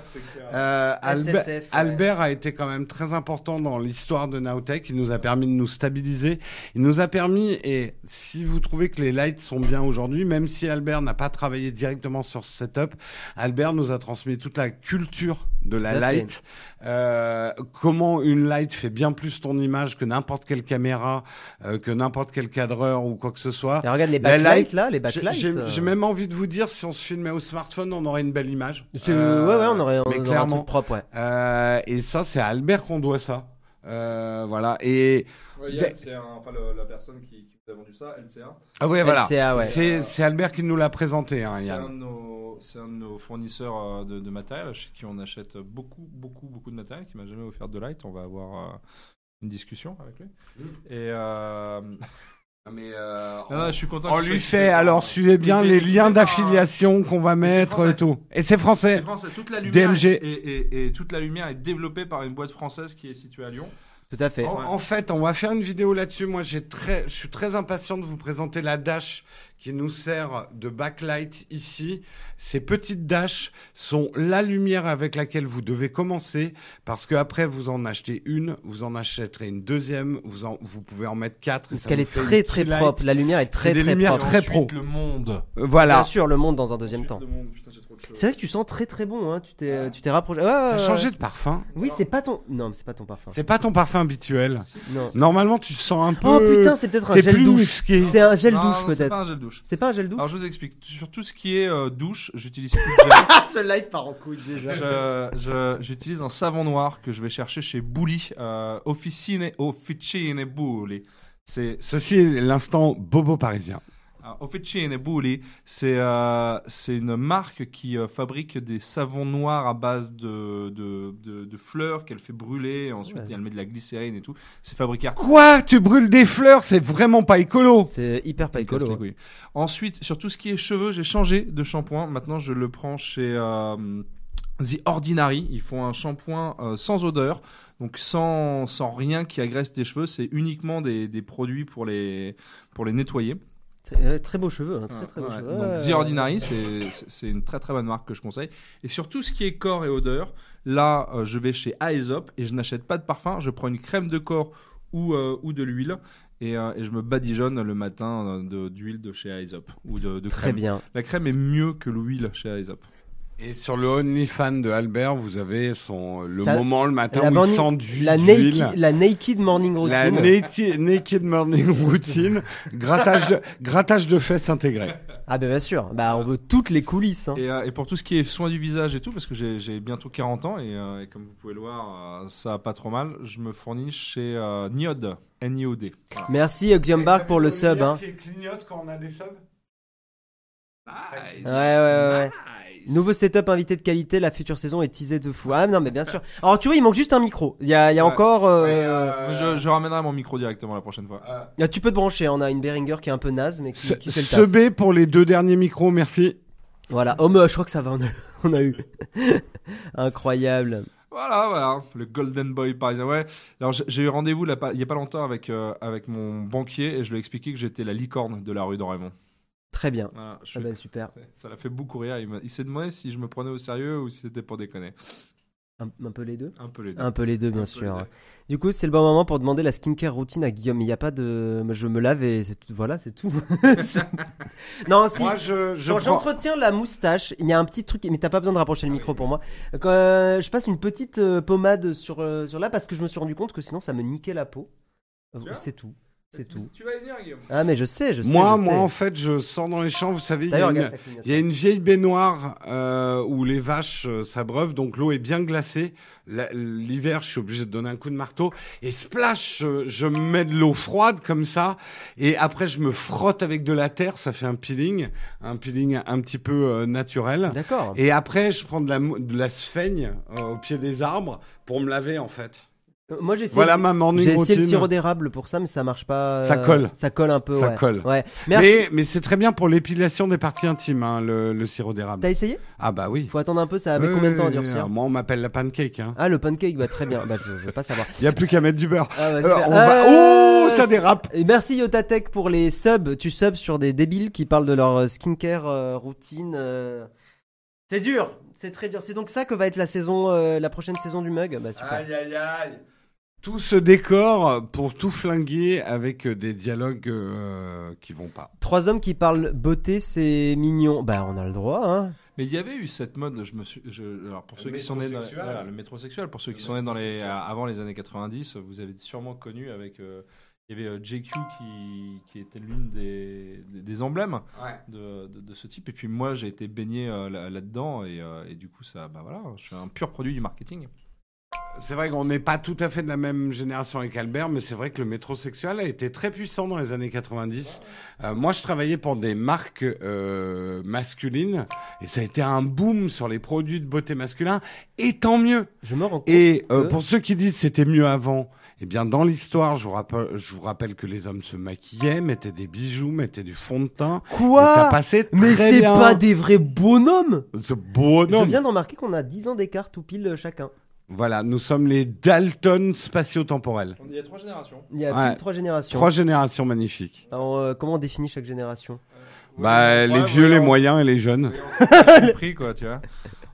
[SPEAKER 1] Euh, Albert,
[SPEAKER 2] SSF, ouais.
[SPEAKER 1] Albert a été quand même très important dans l'histoire de Nowtech. Il nous a permis de nous stabiliser. Il nous a permis, et si vous trouvez que les lights sont bien aujourd'hui, même si Albert n'a pas travaillé directement sur ce setup, Albert nous a transmis toute la culture de la
[SPEAKER 2] Tout à fait.
[SPEAKER 1] light. Euh, comment une light fait bien plus ton image que n'importe quelle caméra, euh, que n'importe quel cadreur ou quoi que ce soit.
[SPEAKER 2] Et regarde les
[SPEAKER 1] La light,
[SPEAKER 2] backlights là, les
[SPEAKER 1] J'ai-
[SPEAKER 2] backlights.
[SPEAKER 1] J'ai
[SPEAKER 2] euh,
[SPEAKER 1] j'ai même envie de vous dire, si on se filmait au smartphone, on aurait une belle image.
[SPEAKER 2] c'est-
[SPEAKER 1] Euh,
[SPEAKER 2] ouais, ouais, on aurait, on
[SPEAKER 1] mais
[SPEAKER 2] aurait un
[SPEAKER 1] clairement.
[SPEAKER 2] truc propre, ouais.
[SPEAKER 1] Euh, et ça, c'est à Albert qu'on doit ça. Euh, voilà. Et Yann,
[SPEAKER 4] c'est enfin, la personne qui, vous a vendu ça, LCA.
[SPEAKER 1] ah ouais, voilà.
[SPEAKER 2] LCA, ouais.
[SPEAKER 1] C'est c'est Albert qui nous l'a présenté, hein,
[SPEAKER 4] C'est un,
[SPEAKER 1] Yann.
[SPEAKER 4] de nos- c'est un de nos fournisseurs euh, de, de matériel chez qui on achète beaucoup, beaucoup, beaucoup de matériel, qui m'a jamais offert de light. On va avoir euh, une discussion avec lui. Et euh,
[SPEAKER 1] Mais euh,
[SPEAKER 4] non, non, Ah, je suis content.
[SPEAKER 1] on
[SPEAKER 4] que ce
[SPEAKER 1] lui
[SPEAKER 4] soit-
[SPEAKER 1] fait alors suivez bien
[SPEAKER 4] Il est-
[SPEAKER 1] les
[SPEAKER 4] il est
[SPEAKER 1] liens
[SPEAKER 4] par-
[SPEAKER 1] d'affiliation qu'on va
[SPEAKER 4] c'est
[SPEAKER 1] mettre
[SPEAKER 4] français.
[SPEAKER 1] et tout. Et c'est
[SPEAKER 4] C'est
[SPEAKER 1] français.
[SPEAKER 4] français. Toute la lumière
[SPEAKER 1] DMG.
[SPEAKER 4] est- Et, et- et toute la lumière est développée par une boîte française qui est située à Lyon.
[SPEAKER 2] Tout à fait.
[SPEAKER 1] En, en fait, on va faire une vidéo là-dessus. Moi, j'ai très, je suis très impatient de vous présenter la dash qui nous sert de backlight ici. Ces petites dashes sont la lumière avec laquelle vous devez commencer parce que après, vous en achetez une, vous en achèterez une deuxième, vous en, vous pouvez en mettre quatre. et
[SPEAKER 2] Parce
[SPEAKER 1] ça
[SPEAKER 2] qu'elle
[SPEAKER 1] vous
[SPEAKER 2] est
[SPEAKER 1] fait une
[SPEAKER 2] très
[SPEAKER 1] petite
[SPEAKER 2] très
[SPEAKER 1] light.
[SPEAKER 2] propre. La lumière est
[SPEAKER 1] C'est
[SPEAKER 2] très
[SPEAKER 1] des
[SPEAKER 2] très
[SPEAKER 1] lumières
[SPEAKER 2] propre.
[SPEAKER 4] Et
[SPEAKER 1] très pro.
[SPEAKER 4] ensuite, le monde.
[SPEAKER 1] Euh,
[SPEAKER 2] Bien
[SPEAKER 1] Voilà.
[SPEAKER 2] sûr, le monde dans un deuxième
[SPEAKER 4] Ensuite,
[SPEAKER 2] temps.
[SPEAKER 4] le monde. Putain, j'ai trop de cheveux.
[SPEAKER 2] C'est vrai que tu sens très très bon, hein. Tu t'es tu t'es rapproché. Ouais, ouais,
[SPEAKER 1] T'as
[SPEAKER 2] ouais,
[SPEAKER 1] changé
[SPEAKER 2] ouais.
[SPEAKER 1] de parfum.
[SPEAKER 2] Oui, c'est pas ton. Non, mais c'est pas ton parfum.
[SPEAKER 1] C'est pas ton parfum habituel.
[SPEAKER 2] Non.
[SPEAKER 1] Normalement, tu sens un peu.
[SPEAKER 2] Oh putain, c'est peut-être un
[SPEAKER 1] t'es
[SPEAKER 2] gel
[SPEAKER 1] plus
[SPEAKER 2] douche.
[SPEAKER 1] musqué.
[SPEAKER 2] C'est un gel
[SPEAKER 4] Non,
[SPEAKER 2] douche
[SPEAKER 4] non, C'est
[SPEAKER 2] peut-être.
[SPEAKER 4] pas un gel douche.
[SPEAKER 2] C'est pas un gel douche.
[SPEAKER 4] Alors je vous explique. Sur tout ce qui est euh, douche, j'utilise plus
[SPEAKER 1] [LAUGHS]
[SPEAKER 4] de gel.
[SPEAKER 2] ce live part en couille déjà.
[SPEAKER 4] Je- je- J'utilise un savon noir que je vais chercher chez Bully, euh, Officine, Officine Bully. C'est
[SPEAKER 1] Ceci est l'instant bobo parisien.
[SPEAKER 4] euh, Officine Bully, c'est euh, c'est une marque qui euh, fabrique des savons noirs à base de, de, de- de fleurs qu'elle fait brûler, et ensuite
[SPEAKER 2] Ouais.
[SPEAKER 4] elle met de la glycérine et tout. C'est fabriqué à
[SPEAKER 1] Quoi Tu brûles des fleurs C'est vraiment pas écolo.
[SPEAKER 2] C'est hyper pas
[SPEAKER 4] Casse les
[SPEAKER 2] écolo. hein.
[SPEAKER 4] couilles. Ensuite, sur tout ce qui est cheveux, j'ai changé de shampoing. Maintenant, je le prends chez euh, The Ordinary. Ils font un shampoing euh, sans odeur, donc sans, sans rien qui agresse tes cheveux. C'est uniquement des, des produits pour les, pour les nettoyer.
[SPEAKER 2] C'est- euh, Très beaux cheveux, hein, très très beaux
[SPEAKER 4] Ouais.
[SPEAKER 2] cheveux.
[SPEAKER 4] Donc,
[SPEAKER 2] Ouais.
[SPEAKER 4] The Ordinary, c'est- c'est c'est une très très bonne marque que je conseille. Et sur tout ce qui est corps et odeur, là, euh, je vais chez Aesop et je n'achète pas de parfum. Je prends une crème de corps ou, euh, ou de l'huile et, euh, et je me badigeonne le matin euh, de- d'huile de, chez Aesop ou de, de
[SPEAKER 2] Très
[SPEAKER 4] crème.
[SPEAKER 2] bien.
[SPEAKER 4] La crème est mieux que l'huile chez Aesop.
[SPEAKER 1] Et sur le OnlyFans de Albert, vous avez son le
[SPEAKER 2] Ça-
[SPEAKER 1] moment le
[SPEAKER 2] la
[SPEAKER 1] matin où il
[SPEAKER 2] morning-
[SPEAKER 1] s'enduit
[SPEAKER 2] La naked, la naked morning
[SPEAKER 1] La
[SPEAKER 2] routine.
[SPEAKER 1] naked, naked morning routine, grattage de, grattage de fesses intégré.
[SPEAKER 2] Ah bah bien sûr. Bah on veut toutes les coulisses. hein.
[SPEAKER 4] Et, euh, et pour tout ce qui est soin du visage et tout, parce que j'ai j'ai bientôt 40 ans et, euh, et comme vous pouvez le voir, euh, ça a pas trop mal, je me fournis chez euh, Niod, N-I-O-D. Voilà.
[SPEAKER 2] Merci Oxiumbark pour le sub. Hein.
[SPEAKER 1] clignote quand on a des subs.
[SPEAKER 2] Ouais, ouais, ouais. Nouveau setup invité de qualité, la future saison est teasée de fou. Ah non, mais bien sûr. Alors tu vois, il manque juste un micro. Il y a, il y a
[SPEAKER 4] Ouais.
[SPEAKER 2] encore. euh,
[SPEAKER 4] Je, je ramènerai mon micro directement la prochaine fois.
[SPEAKER 1] euh,
[SPEAKER 2] Ah, Tu peux te brancher. On a une Behringer qui est un peu naze, mais qui, qui fait le
[SPEAKER 1] Ce
[SPEAKER 2] taf.
[SPEAKER 1] B pour les deux derniers micros, merci.
[SPEAKER 2] Voilà. Oh mais je crois que ça va. On a, on a eu. [LAUGHS] Incroyable.
[SPEAKER 4] Voilà, voilà, le Golden Boy parisien. Ouais. Alors j'ai- j'ai eu rendez-vous là pas- il y a pas longtemps avec euh, avec mon banquier et je lui ai expliqué que j'étais la licorne de la rue dans Raymond.
[SPEAKER 2] Très bien.
[SPEAKER 4] Voilà, je
[SPEAKER 2] Ah
[SPEAKER 4] suis-
[SPEAKER 2] bah, super.
[SPEAKER 4] Ça l'a fait beaucoup rire. Il, m'a- il s'est demandé si je me prenais au sérieux ou si c'était pour déconner.
[SPEAKER 2] Un, un peu les deux.
[SPEAKER 4] Un peu les deux.
[SPEAKER 2] Un peu les deux, bien
[SPEAKER 4] peu
[SPEAKER 2] sûr.
[SPEAKER 4] les deux.
[SPEAKER 2] Du coup, c'est le bon moment pour demander la skincare routine à Guillaume. Il n'y a pas de. Je me lave et c'est tout. Voilà, c'est tout. [LAUGHS] C'est- non, si.
[SPEAKER 1] Moi, je, je
[SPEAKER 2] Quand
[SPEAKER 1] prends-
[SPEAKER 2] j'entretiens la moustache, il y a un petit truc, mais t'as pas besoin de rapprocher le micro pour moi. Quand, euh, je passe une petite euh, pommade sur, euh, sur là parce que je me suis rendu compte que sinon ça me niquait la peau. Euh,
[SPEAKER 4] Tiens.
[SPEAKER 2] c'est tout. C'est tout.
[SPEAKER 4] Tu vas y venir, Guillaume.
[SPEAKER 2] Ah, mais je sais, je sais.
[SPEAKER 1] Moi,
[SPEAKER 2] je
[SPEAKER 1] moi,
[SPEAKER 2] sais.
[SPEAKER 1] en fait, je sors dans les champs. Vous savez, il y a
[SPEAKER 2] D'ailleurs,
[SPEAKER 1] une-
[SPEAKER 2] regarde, ça clignote.
[SPEAKER 1] Il y a une vieille baignoire euh, où les vaches euh, s'abreuvent, donc l'eau est bien glacée. La- L'hiver, je suis obligé de donner un coup de marteau. Et splash, euh, je me mets de l'eau froide comme ça. Et après, je me frotte avec de la terre. Ça fait un peeling, un peeling un petit peu euh, naturel.
[SPEAKER 2] D'accord.
[SPEAKER 1] Et après, je prends de la, mou- de la sphaigne euh, au pied des arbres pour me laver, en fait.
[SPEAKER 2] Euh, Moi, j'ai essayé,
[SPEAKER 1] Voilà ma morning
[SPEAKER 2] j'ai essayé
[SPEAKER 1] routine.
[SPEAKER 2] le sirop d'érable pour ça, mais ça marche pas. euh,
[SPEAKER 1] Ça colle.
[SPEAKER 2] Ça colle un peu.
[SPEAKER 1] Ça
[SPEAKER 2] ouais.
[SPEAKER 1] colle.
[SPEAKER 2] Ouais. Merci.
[SPEAKER 1] mais mais c'est très bien pour l'épilation des parties intimes, hein, le, le sirop d'érable.
[SPEAKER 2] T'as essayé
[SPEAKER 1] Ah bah oui.
[SPEAKER 2] Il faut attendre un peu, ça avait combien de temps à
[SPEAKER 1] Oui, oui, oui.
[SPEAKER 2] durcir
[SPEAKER 1] Moi, on m'appelle la pancake. Hein.
[SPEAKER 2] Ah, le pancake, bah très bien. Bah, je, je veux pas savoir. [LAUGHS]
[SPEAKER 1] Il n'y a plus qu'à mettre du beurre.
[SPEAKER 2] Ah, bah,
[SPEAKER 1] Euh,
[SPEAKER 2] super.
[SPEAKER 1] on va-
[SPEAKER 2] Euh,
[SPEAKER 1] Oh, ça dérape.
[SPEAKER 2] Et merci Yotatech pour les subs. Tu subs sur des débiles qui parlent de leur euh, skincare euh, routine. euh. C'est dur, c'est très dur. C'est donc ça que va être la saison, euh, la prochaine saison du mug. Bah, super.
[SPEAKER 1] aïe, aïe. Tout ce décor pour tout flinguer avec des dialogues euh, qui vont pas.
[SPEAKER 2] Trois hommes qui parlent beauté, c'est mignon. Bah on a le droit. Hein.
[SPEAKER 4] Mais il y avait eu cette mode, je me suis, je- alors pour
[SPEAKER 1] Le
[SPEAKER 4] ceux qui sont nés dans
[SPEAKER 1] métrosexuel.
[SPEAKER 4] voilà, le métrosexuel, pour ceux
[SPEAKER 1] Le
[SPEAKER 4] qui sont nés dans les
[SPEAKER 1] métrosexuel.
[SPEAKER 4] euh, avant les années 90, vous avez sûrement connu avec euh, il y avait euh, JQ qui, qui était l'une des, des, des emblèmes de, de, de ce type. Et puis moi j'ai été baigné euh, là- là-dedans et, euh, et du coup ça, bah voilà, je suis un pur produit du marketing.
[SPEAKER 1] C'est vrai qu'on n'est pas tout à fait de la même génération avec Albert, mais c'est vrai que le métrosexuel a été très puissant dans les années 90. Euh, moi, je travaillais pour des marques euh, masculines et ça a été un boom sur les produits de beauté masculin. Et tant mieux.
[SPEAKER 2] Je me rends compte.
[SPEAKER 1] Et euh,
[SPEAKER 2] que-
[SPEAKER 1] pour ceux qui disent c'était mieux avant, eh bien dans l'histoire, je vous rappelle, je vous rappelle que les hommes se maquillaient, mettaient des bijoux, mettaient du fond de teint, et ça
[SPEAKER 2] Quoi
[SPEAKER 1] passait très
[SPEAKER 2] Mais c'est
[SPEAKER 1] bien.
[SPEAKER 2] pas des vrais bonhommes.
[SPEAKER 1] Ce bonhomme.
[SPEAKER 2] Je viens d'en remarquer qu'on a 10 ans d'écart tout pile euh, chacun.
[SPEAKER 1] Voilà, nous sommes les Dalton spatio-temporels.
[SPEAKER 4] Il y a trois générations.
[SPEAKER 2] Il y a
[SPEAKER 1] Ouais.
[SPEAKER 2] plus de trois générations.
[SPEAKER 1] Trois générations magnifiques.
[SPEAKER 2] Alors, euh, comment on définit chaque génération
[SPEAKER 1] bah, les vieux, les moyens et les jeunes.
[SPEAKER 4] [LAUGHS] compris quoi, tu vois.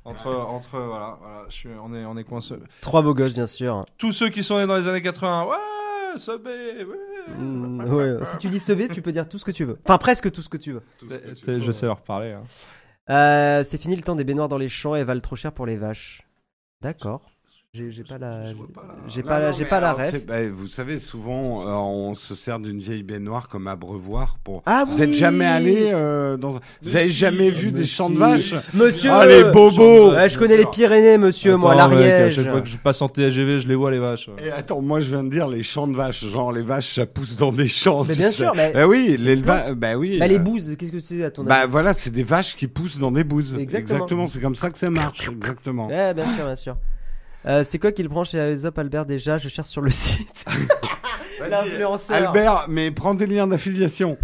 [SPEAKER 4] Entre entre voilà, voilà, je suis, on est on est coinceux.
[SPEAKER 2] Trois beaux gosses, bien sûr.
[SPEAKER 4] Tous ceux qui sont nés dans les années 80, ouais, Subway, ouais.
[SPEAKER 2] Mm, [LAUGHS] ouais. Si tu dis sauver, tu peux dire tout ce que tu veux. Enfin, presque tout ce que tu veux.
[SPEAKER 4] Je sais leur parler. hein.
[SPEAKER 2] Euh, c'est fini le temps des baignoires dans les champs et valent trop cher pour les vaches. D'accord. J'ai j'ai pas la.
[SPEAKER 4] Je vois Oh, pas la-
[SPEAKER 2] J'ai
[SPEAKER 1] Non,
[SPEAKER 2] pas, la-
[SPEAKER 1] Ah non,
[SPEAKER 2] j'ai
[SPEAKER 1] mais
[SPEAKER 2] pas la
[SPEAKER 1] alors,
[SPEAKER 2] ref.
[SPEAKER 1] c'est- bah, vous savez, souvent, euh, on se sert d'une vieille baignoire comme abreuvoir pour.
[SPEAKER 2] Ah
[SPEAKER 1] Vous êtes
[SPEAKER 2] oui
[SPEAKER 1] jamais allé euh, dans. un- Vous avez
[SPEAKER 4] si,
[SPEAKER 1] jamais vu
[SPEAKER 2] mais
[SPEAKER 1] des champs de
[SPEAKER 2] si.
[SPEAKER 1] vaches
[SPEAKER 2] Monsieur
[SPEAKER 1] Ah, les bobos
[SPEAKER 2] Ouais, Je connais les Pyrénées, monsieur, moi,
[SPEAKER 4] Attends, mec,
[SPEAKER 2] l'Ariège.
[SPEAKER 4] à chaque fois que je passe en TGV, je les vois, les vaches.
[SPEAKER 1] Et attends, moi je viens de dire les champs de vaches, genre les vaches ça pousse dans des champs.
[SPEAKER 2] Mais
[SPEAKER 1] tu
[SPEAKER 2] bien
[SPEAKER 1] sais.
[SPEAKER 2] sûr, mais-
[SPEAKER 1] Bah oui, l'élevage, bah oui.
[SPEAKER 2] Bah, les
[SPEAKER 1] euh,
[SPEAKER 2] bouses, qu'est-ce que c'est à ton
[SPEAKER 1] Bah
[SPEAKER 2] avis
[SPEAKER 1] voilà, c'est des vaches qui poussent dans des bouses.
[SPEAKER 2] Exactement.
[SPEAKER 1] c'est comme ça que ça marche. Exactement.
[SPEAKER 2] Ouais, Eh, bien sûr, bien sûr. Euh, c'est quoi qu'il prend chez Aesop Albert déjà Je cherche sur le site. L'influenceur.
[SPEAKER 1] Albert, mais prends des liens d'affiliation.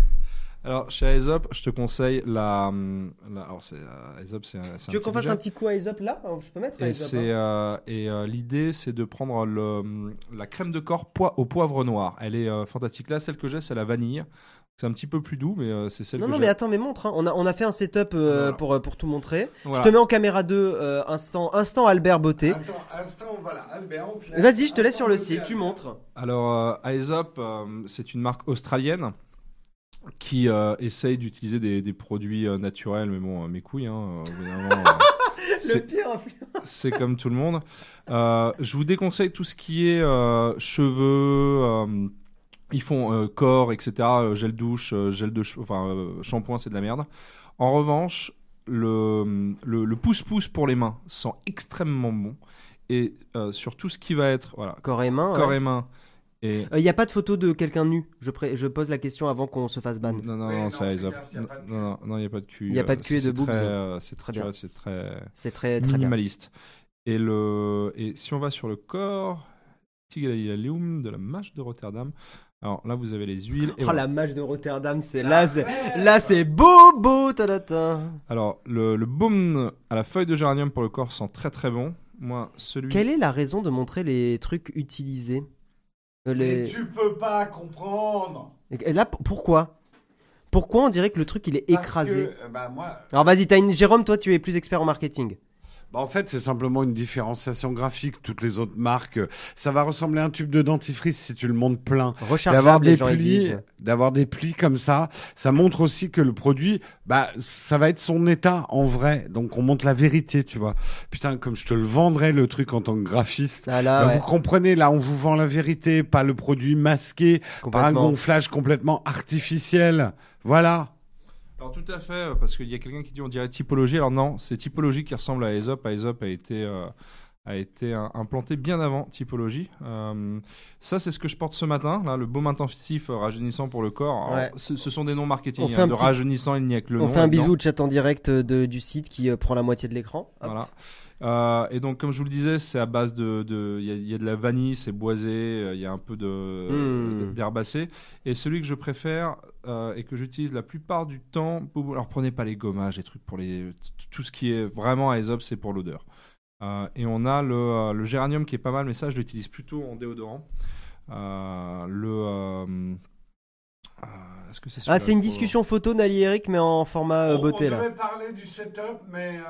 [SPEAKER 4] Alors, chez Aesop, je te conseille la. hum, la- alors, c'est, euh, Aesop, c'est un. c'est
[SPEAKER 2] Tu veux qu'on fasse
[SPEAKER 4] budget.
[SPEAKER 2] un petit coup à Aesop là Je peux mettre
[SPEAKER 4] Et,
[SPEAKER 2] Aesop. hein
[SPEAKER 4] c'est, euh, et euh, l'idée, c'est de prendre le, hum, la crème de corps poi- au poivre noir. Elle est euh, fantastique. Là, celle que j'ai, c'est la vanille. C'est un petit peu plus doux, mais euh, c'est celle
[SPEAKER 2] Non,
[SPEAKER 4] que
[SPEAKER 2] non,
[SPEAKER 4] j'ai.
[SPEAKER 2] mais attends, mais montre. hein. On, a, on a fait un setup euh,
[SPEAKER 4] Voilà.
[SPEAKER 2] pour, euh, pour tout montrer.
[SPEAKER 4] Voilà.
[SPEAKER 2] Je te mets en caméra 2, euh, instant, instant Albert Beauté.
[SPEAKER 1] Attends, instant, voilà, Albert.
[SPEAKER 2] Vas-y, je te laisse sur le site, tu montres.
[SPEAKER 4] Alors, euh, Aesop, euh, c'est une marque australienne qui euh, essaye d'utiliser des, des produits euh, naturels, mais bon, euh, mes couilles, hein, au bout d'un
[SPEAKER 2] [LAUGHS]
[SPEAKER 4] moment, euh, c'est-
[SPEAKER 2] pire
[SPEAKER 4] c'est comme tout le monde. Euh, je vous déconseille tout ce qui est euh, cheveux. euh, ils font euh, corps, etc. euh, gel douche, euh, gel de, che- enfin euh, shampoing, c'est de la merde. En revanche, le le, le pouce pouce pour les mains sent extrêmement bon. Et euh, sur tout ce qui va être voilà
[SPEAKER 2] Corps et main. Il
[SPEAKER 4] corps et mains et
[SPEAKER 2] n'y a pas de photo de quelqu'un nu. Je, pré- je pose la question avant qu'on se fasse ban.
[SPEAKER 4] non, non,
[SPEAKER 1] Oui, non,
[SPEAKER 4] non, c'est
[SPEAKER 1] fais
[SPEAKER 4] Eyes Up.
[SPEAKER 1] gaffe, y a
[SPEAKER 4] Non,
[SPEAKER 1] pas de cul.
[SPEAKER 4] non, non, il n'y a pas de cul.
[SPEAKER 2] Y a
[SPEAKER 4] euh,
[SPEAKER 2] pas de cul et
[SPEAKER 4] c'est
[SPEAKER 2] de boobs.
[SPEAKER 4] très, euh, C'est
[SPEAKER 2] Très
[SPEAKER 4] très,
[SPEAKER 2] bien.
[SPEAKER 4] tu vois, c'est très
[SPEAKER 2] C'est très, très bien.
[SPEAKER 4] minimaliste. Et, le... et si on va sur le corps, Tigalilalium de la mâche de Rotterdam. Alors là, vous avez les huiles.
[SPEAKER 2] Oh,
[SPEAKER 4] et voilà.
[SPEAKER 2] la match de Rotterdam, c'est là, c'est là, c'est beau, beau, tadata.
[SPEAKER 4] Alors, le, le baume à la feuille de géranium pour le corps sent très très bon. Moi, celui.
[SPEAKER 2] Quelle est la raison de montrer les trucs utilisés Euh, les-
[SPEAKER 1] tu peux pas comprendre.
[SPEAKER 2] Et là, p- pourquoi Pourquoi on dirait que le truc il est écrasé
[SPEAKER 1] Parce que, euh, bah, moi,
[SPEAKER 2] Alors vas-y, t'as une... Jérôme, toi tu es plus expert en marketing.
[SPEAKER 1] Bah, en fait, c'est simplement une différenciation graphique. Toutes les autres marques, euh, ça va ressembler à un tube de dentifrice si tu le montes plein. D'avoir
[SPEAKER 2] Rechargeable,
[SPEAKER 1] des
[SPEAKER 2] les gens ils
[SPEAKER 1] plis,
[SPEAKER 2] disent.
[SPEAKER 1] d'avoir des plis comme ça, ça montre aussi que le produit, bah, ça va être son état en vrai. Donc, on montre la vérité, tu vois. Putain, comme je te le vendrais le truc en tant que graphiste.
[SPEAKER 2] Ah là,
[SPEAKER 1] Bah,
[SPEAKER 2] ouais,
[SPEAKER 1] Vous comprenez, là, on vous vend la vérité, pas le produit masqué, par un
[SPEAKER 2] complètement.
[SPEAKER 1] gonflage complètement artificiel. Voilà.
[SPEAKER 4] Alors tout à fait, euh, parce qu'il y a quelqu'un qui dit on dirait typologie. Alors non, c'est typologie qui ressemble à Aesop. Aesop a été, euh, a été euh, implanté bien avant typologie. Euh, ça, c'est ce que je porte ce matin, là, le beau intensif euh, rajeunissant pour le corps. Alors,
[SPEAKER 2] Ouais.
[SPEAKER 4] ce, ce sont des noms marketing.
[SPEAKER 2] On
[SPEAKER 4] hein,
[SPEAKER 2] fait un
[SPEAKER 4] de
[SPEAKER 2] petit-
[SPEAKER 4] rajeunissant, il n'y a que le
[SPEAKER 2] On
[SPEAKER 4] nom.
[SPEAKER 2] fait un
[SPEAKER 4] là-dedans.
[SPEAKER 2] bisou au chat en direct de- du site qui euh, prend la moitié de l'écran. Hop.
[SPEAKER 4] Voilà. Euh, et donc, comme je vous le disais, c'est à base de. de- Il y, a- il y a de la vanille, c'est boisé, euh, il y a un peu de
[SPEAKER 2] Mm.
[SPEAKER 4] d'herbacé. Et celui que je préfère euh, et que j'utilise la plupart du temps. pour- Alors, prenez pas les gommages, les trucs pour les. t- Tout ce qui est vraiment Aesop, c'est pour l'odeur. Euh, et on a le, euh, le géranium qui est pas mal, mais ça, je l'utilise plutôt en déodorant. Euh, le. euh, euh, Est-ce que c'est
[SPEAKER 2] Ah,
[SPEAKER 4] celui-là
[SPEAKER 2] c'est une
[SPEAKER 4] pour- euh,
[SPEAKER 2] discussion photo, Nali et Eric, mais en format
[SPEAKER 1] Oh,
[SPEAKER 2] euh, beauté là.
[SPEAKER 1] parler du setup, mais euh,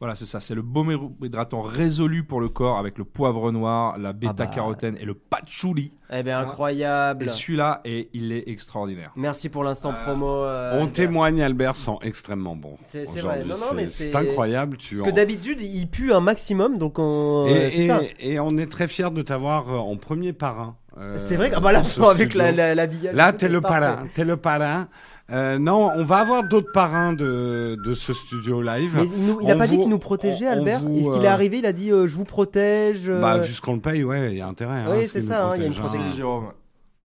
[SPEAKER 4] Voilà, c'est ça. C'est le baume hydratant résolu pour le corps avec le poivre noir, la bêta-carotène et le patchouli.
[SPEAKER 2] Eh ben,
[SPEAKER 4] Voilà.
[SPEAKER 2] incroyable.
[SPEAKER 4] Et celui-là, et il est extraordinaire.
[SPEAKER 2] Merci pour l'instant
[SPEAKER 1] Euh,
[SPEAKER 2] promo. euh,
[SPEAKER 1] on
[SPEAKER 2] Albert.
[SPEAKER 1] témoigne, Albert, sont extrêmement bons.
[SPEAKER 2] C'est- c'est
[SPEAKER 1] Aujourd'hui,
[SPEAKER 2] vrai. Non, non, mais c'est-
[SPEAKER 1] incroyable. Tu
[SPEAKER 2] Parce
[SPEAKER 1] en-
[SPEAKER 2] que d'habitude, il pue un maximum, donc on. euh,
[SPEAKER 1] et,
[SPEAKER 2] putain.
[SPEAKER 1] et- et on est très fiers de t'avoir euh, en premier parrain. euh,
[SPEAKER 2] C'est vrai que ah bah là,
[SPEAKER 1] dans ce
[SPEAKER 2] [LAUGHS] avec
[SPEAKER 1] studio.
[SPEAKER 2] la, la, la billette.
[SPEAKER 1] Là, t'es le parrain. T'es le parrain. Euh, non, on va avoir d'autres parrains de, de ce studio live.
[SPEAKER 2] Mais il, nous- il a
[SPEAKER 1] On
[SPEAKER 2] pas dit
[SPEAKER 1] vous-
[SPEAKER 2] qu'il nous protégeait,
[SPEAKER 1] on- on
[SPEAKER 2] Albert.
[SPEAKER 1] vous,
[SPEAKER 2] Est-ce qu'il est
[SPEAKER 1] euh,
[SPEAKER 2] arrivé Il a dit euh, Je vous protège. euh,
[SPEAKER 1] Bah, vu ce qu'on le paye, ouais, il y a intérêt. hein,
[SPEAKER 2] Oui,
[SPEAKER 1] parce
[SPEAKER 2] c'est
[SPEAKER 1] qu'il
[SPEAKER 2] ça,
[SPEAKER 1] nous
[SPEAKER 2] hein, il y a une
[SPEAKER 1] protège, hein.
[SPEAKER 2] protection.
[SPEAKER 4] Jérôme,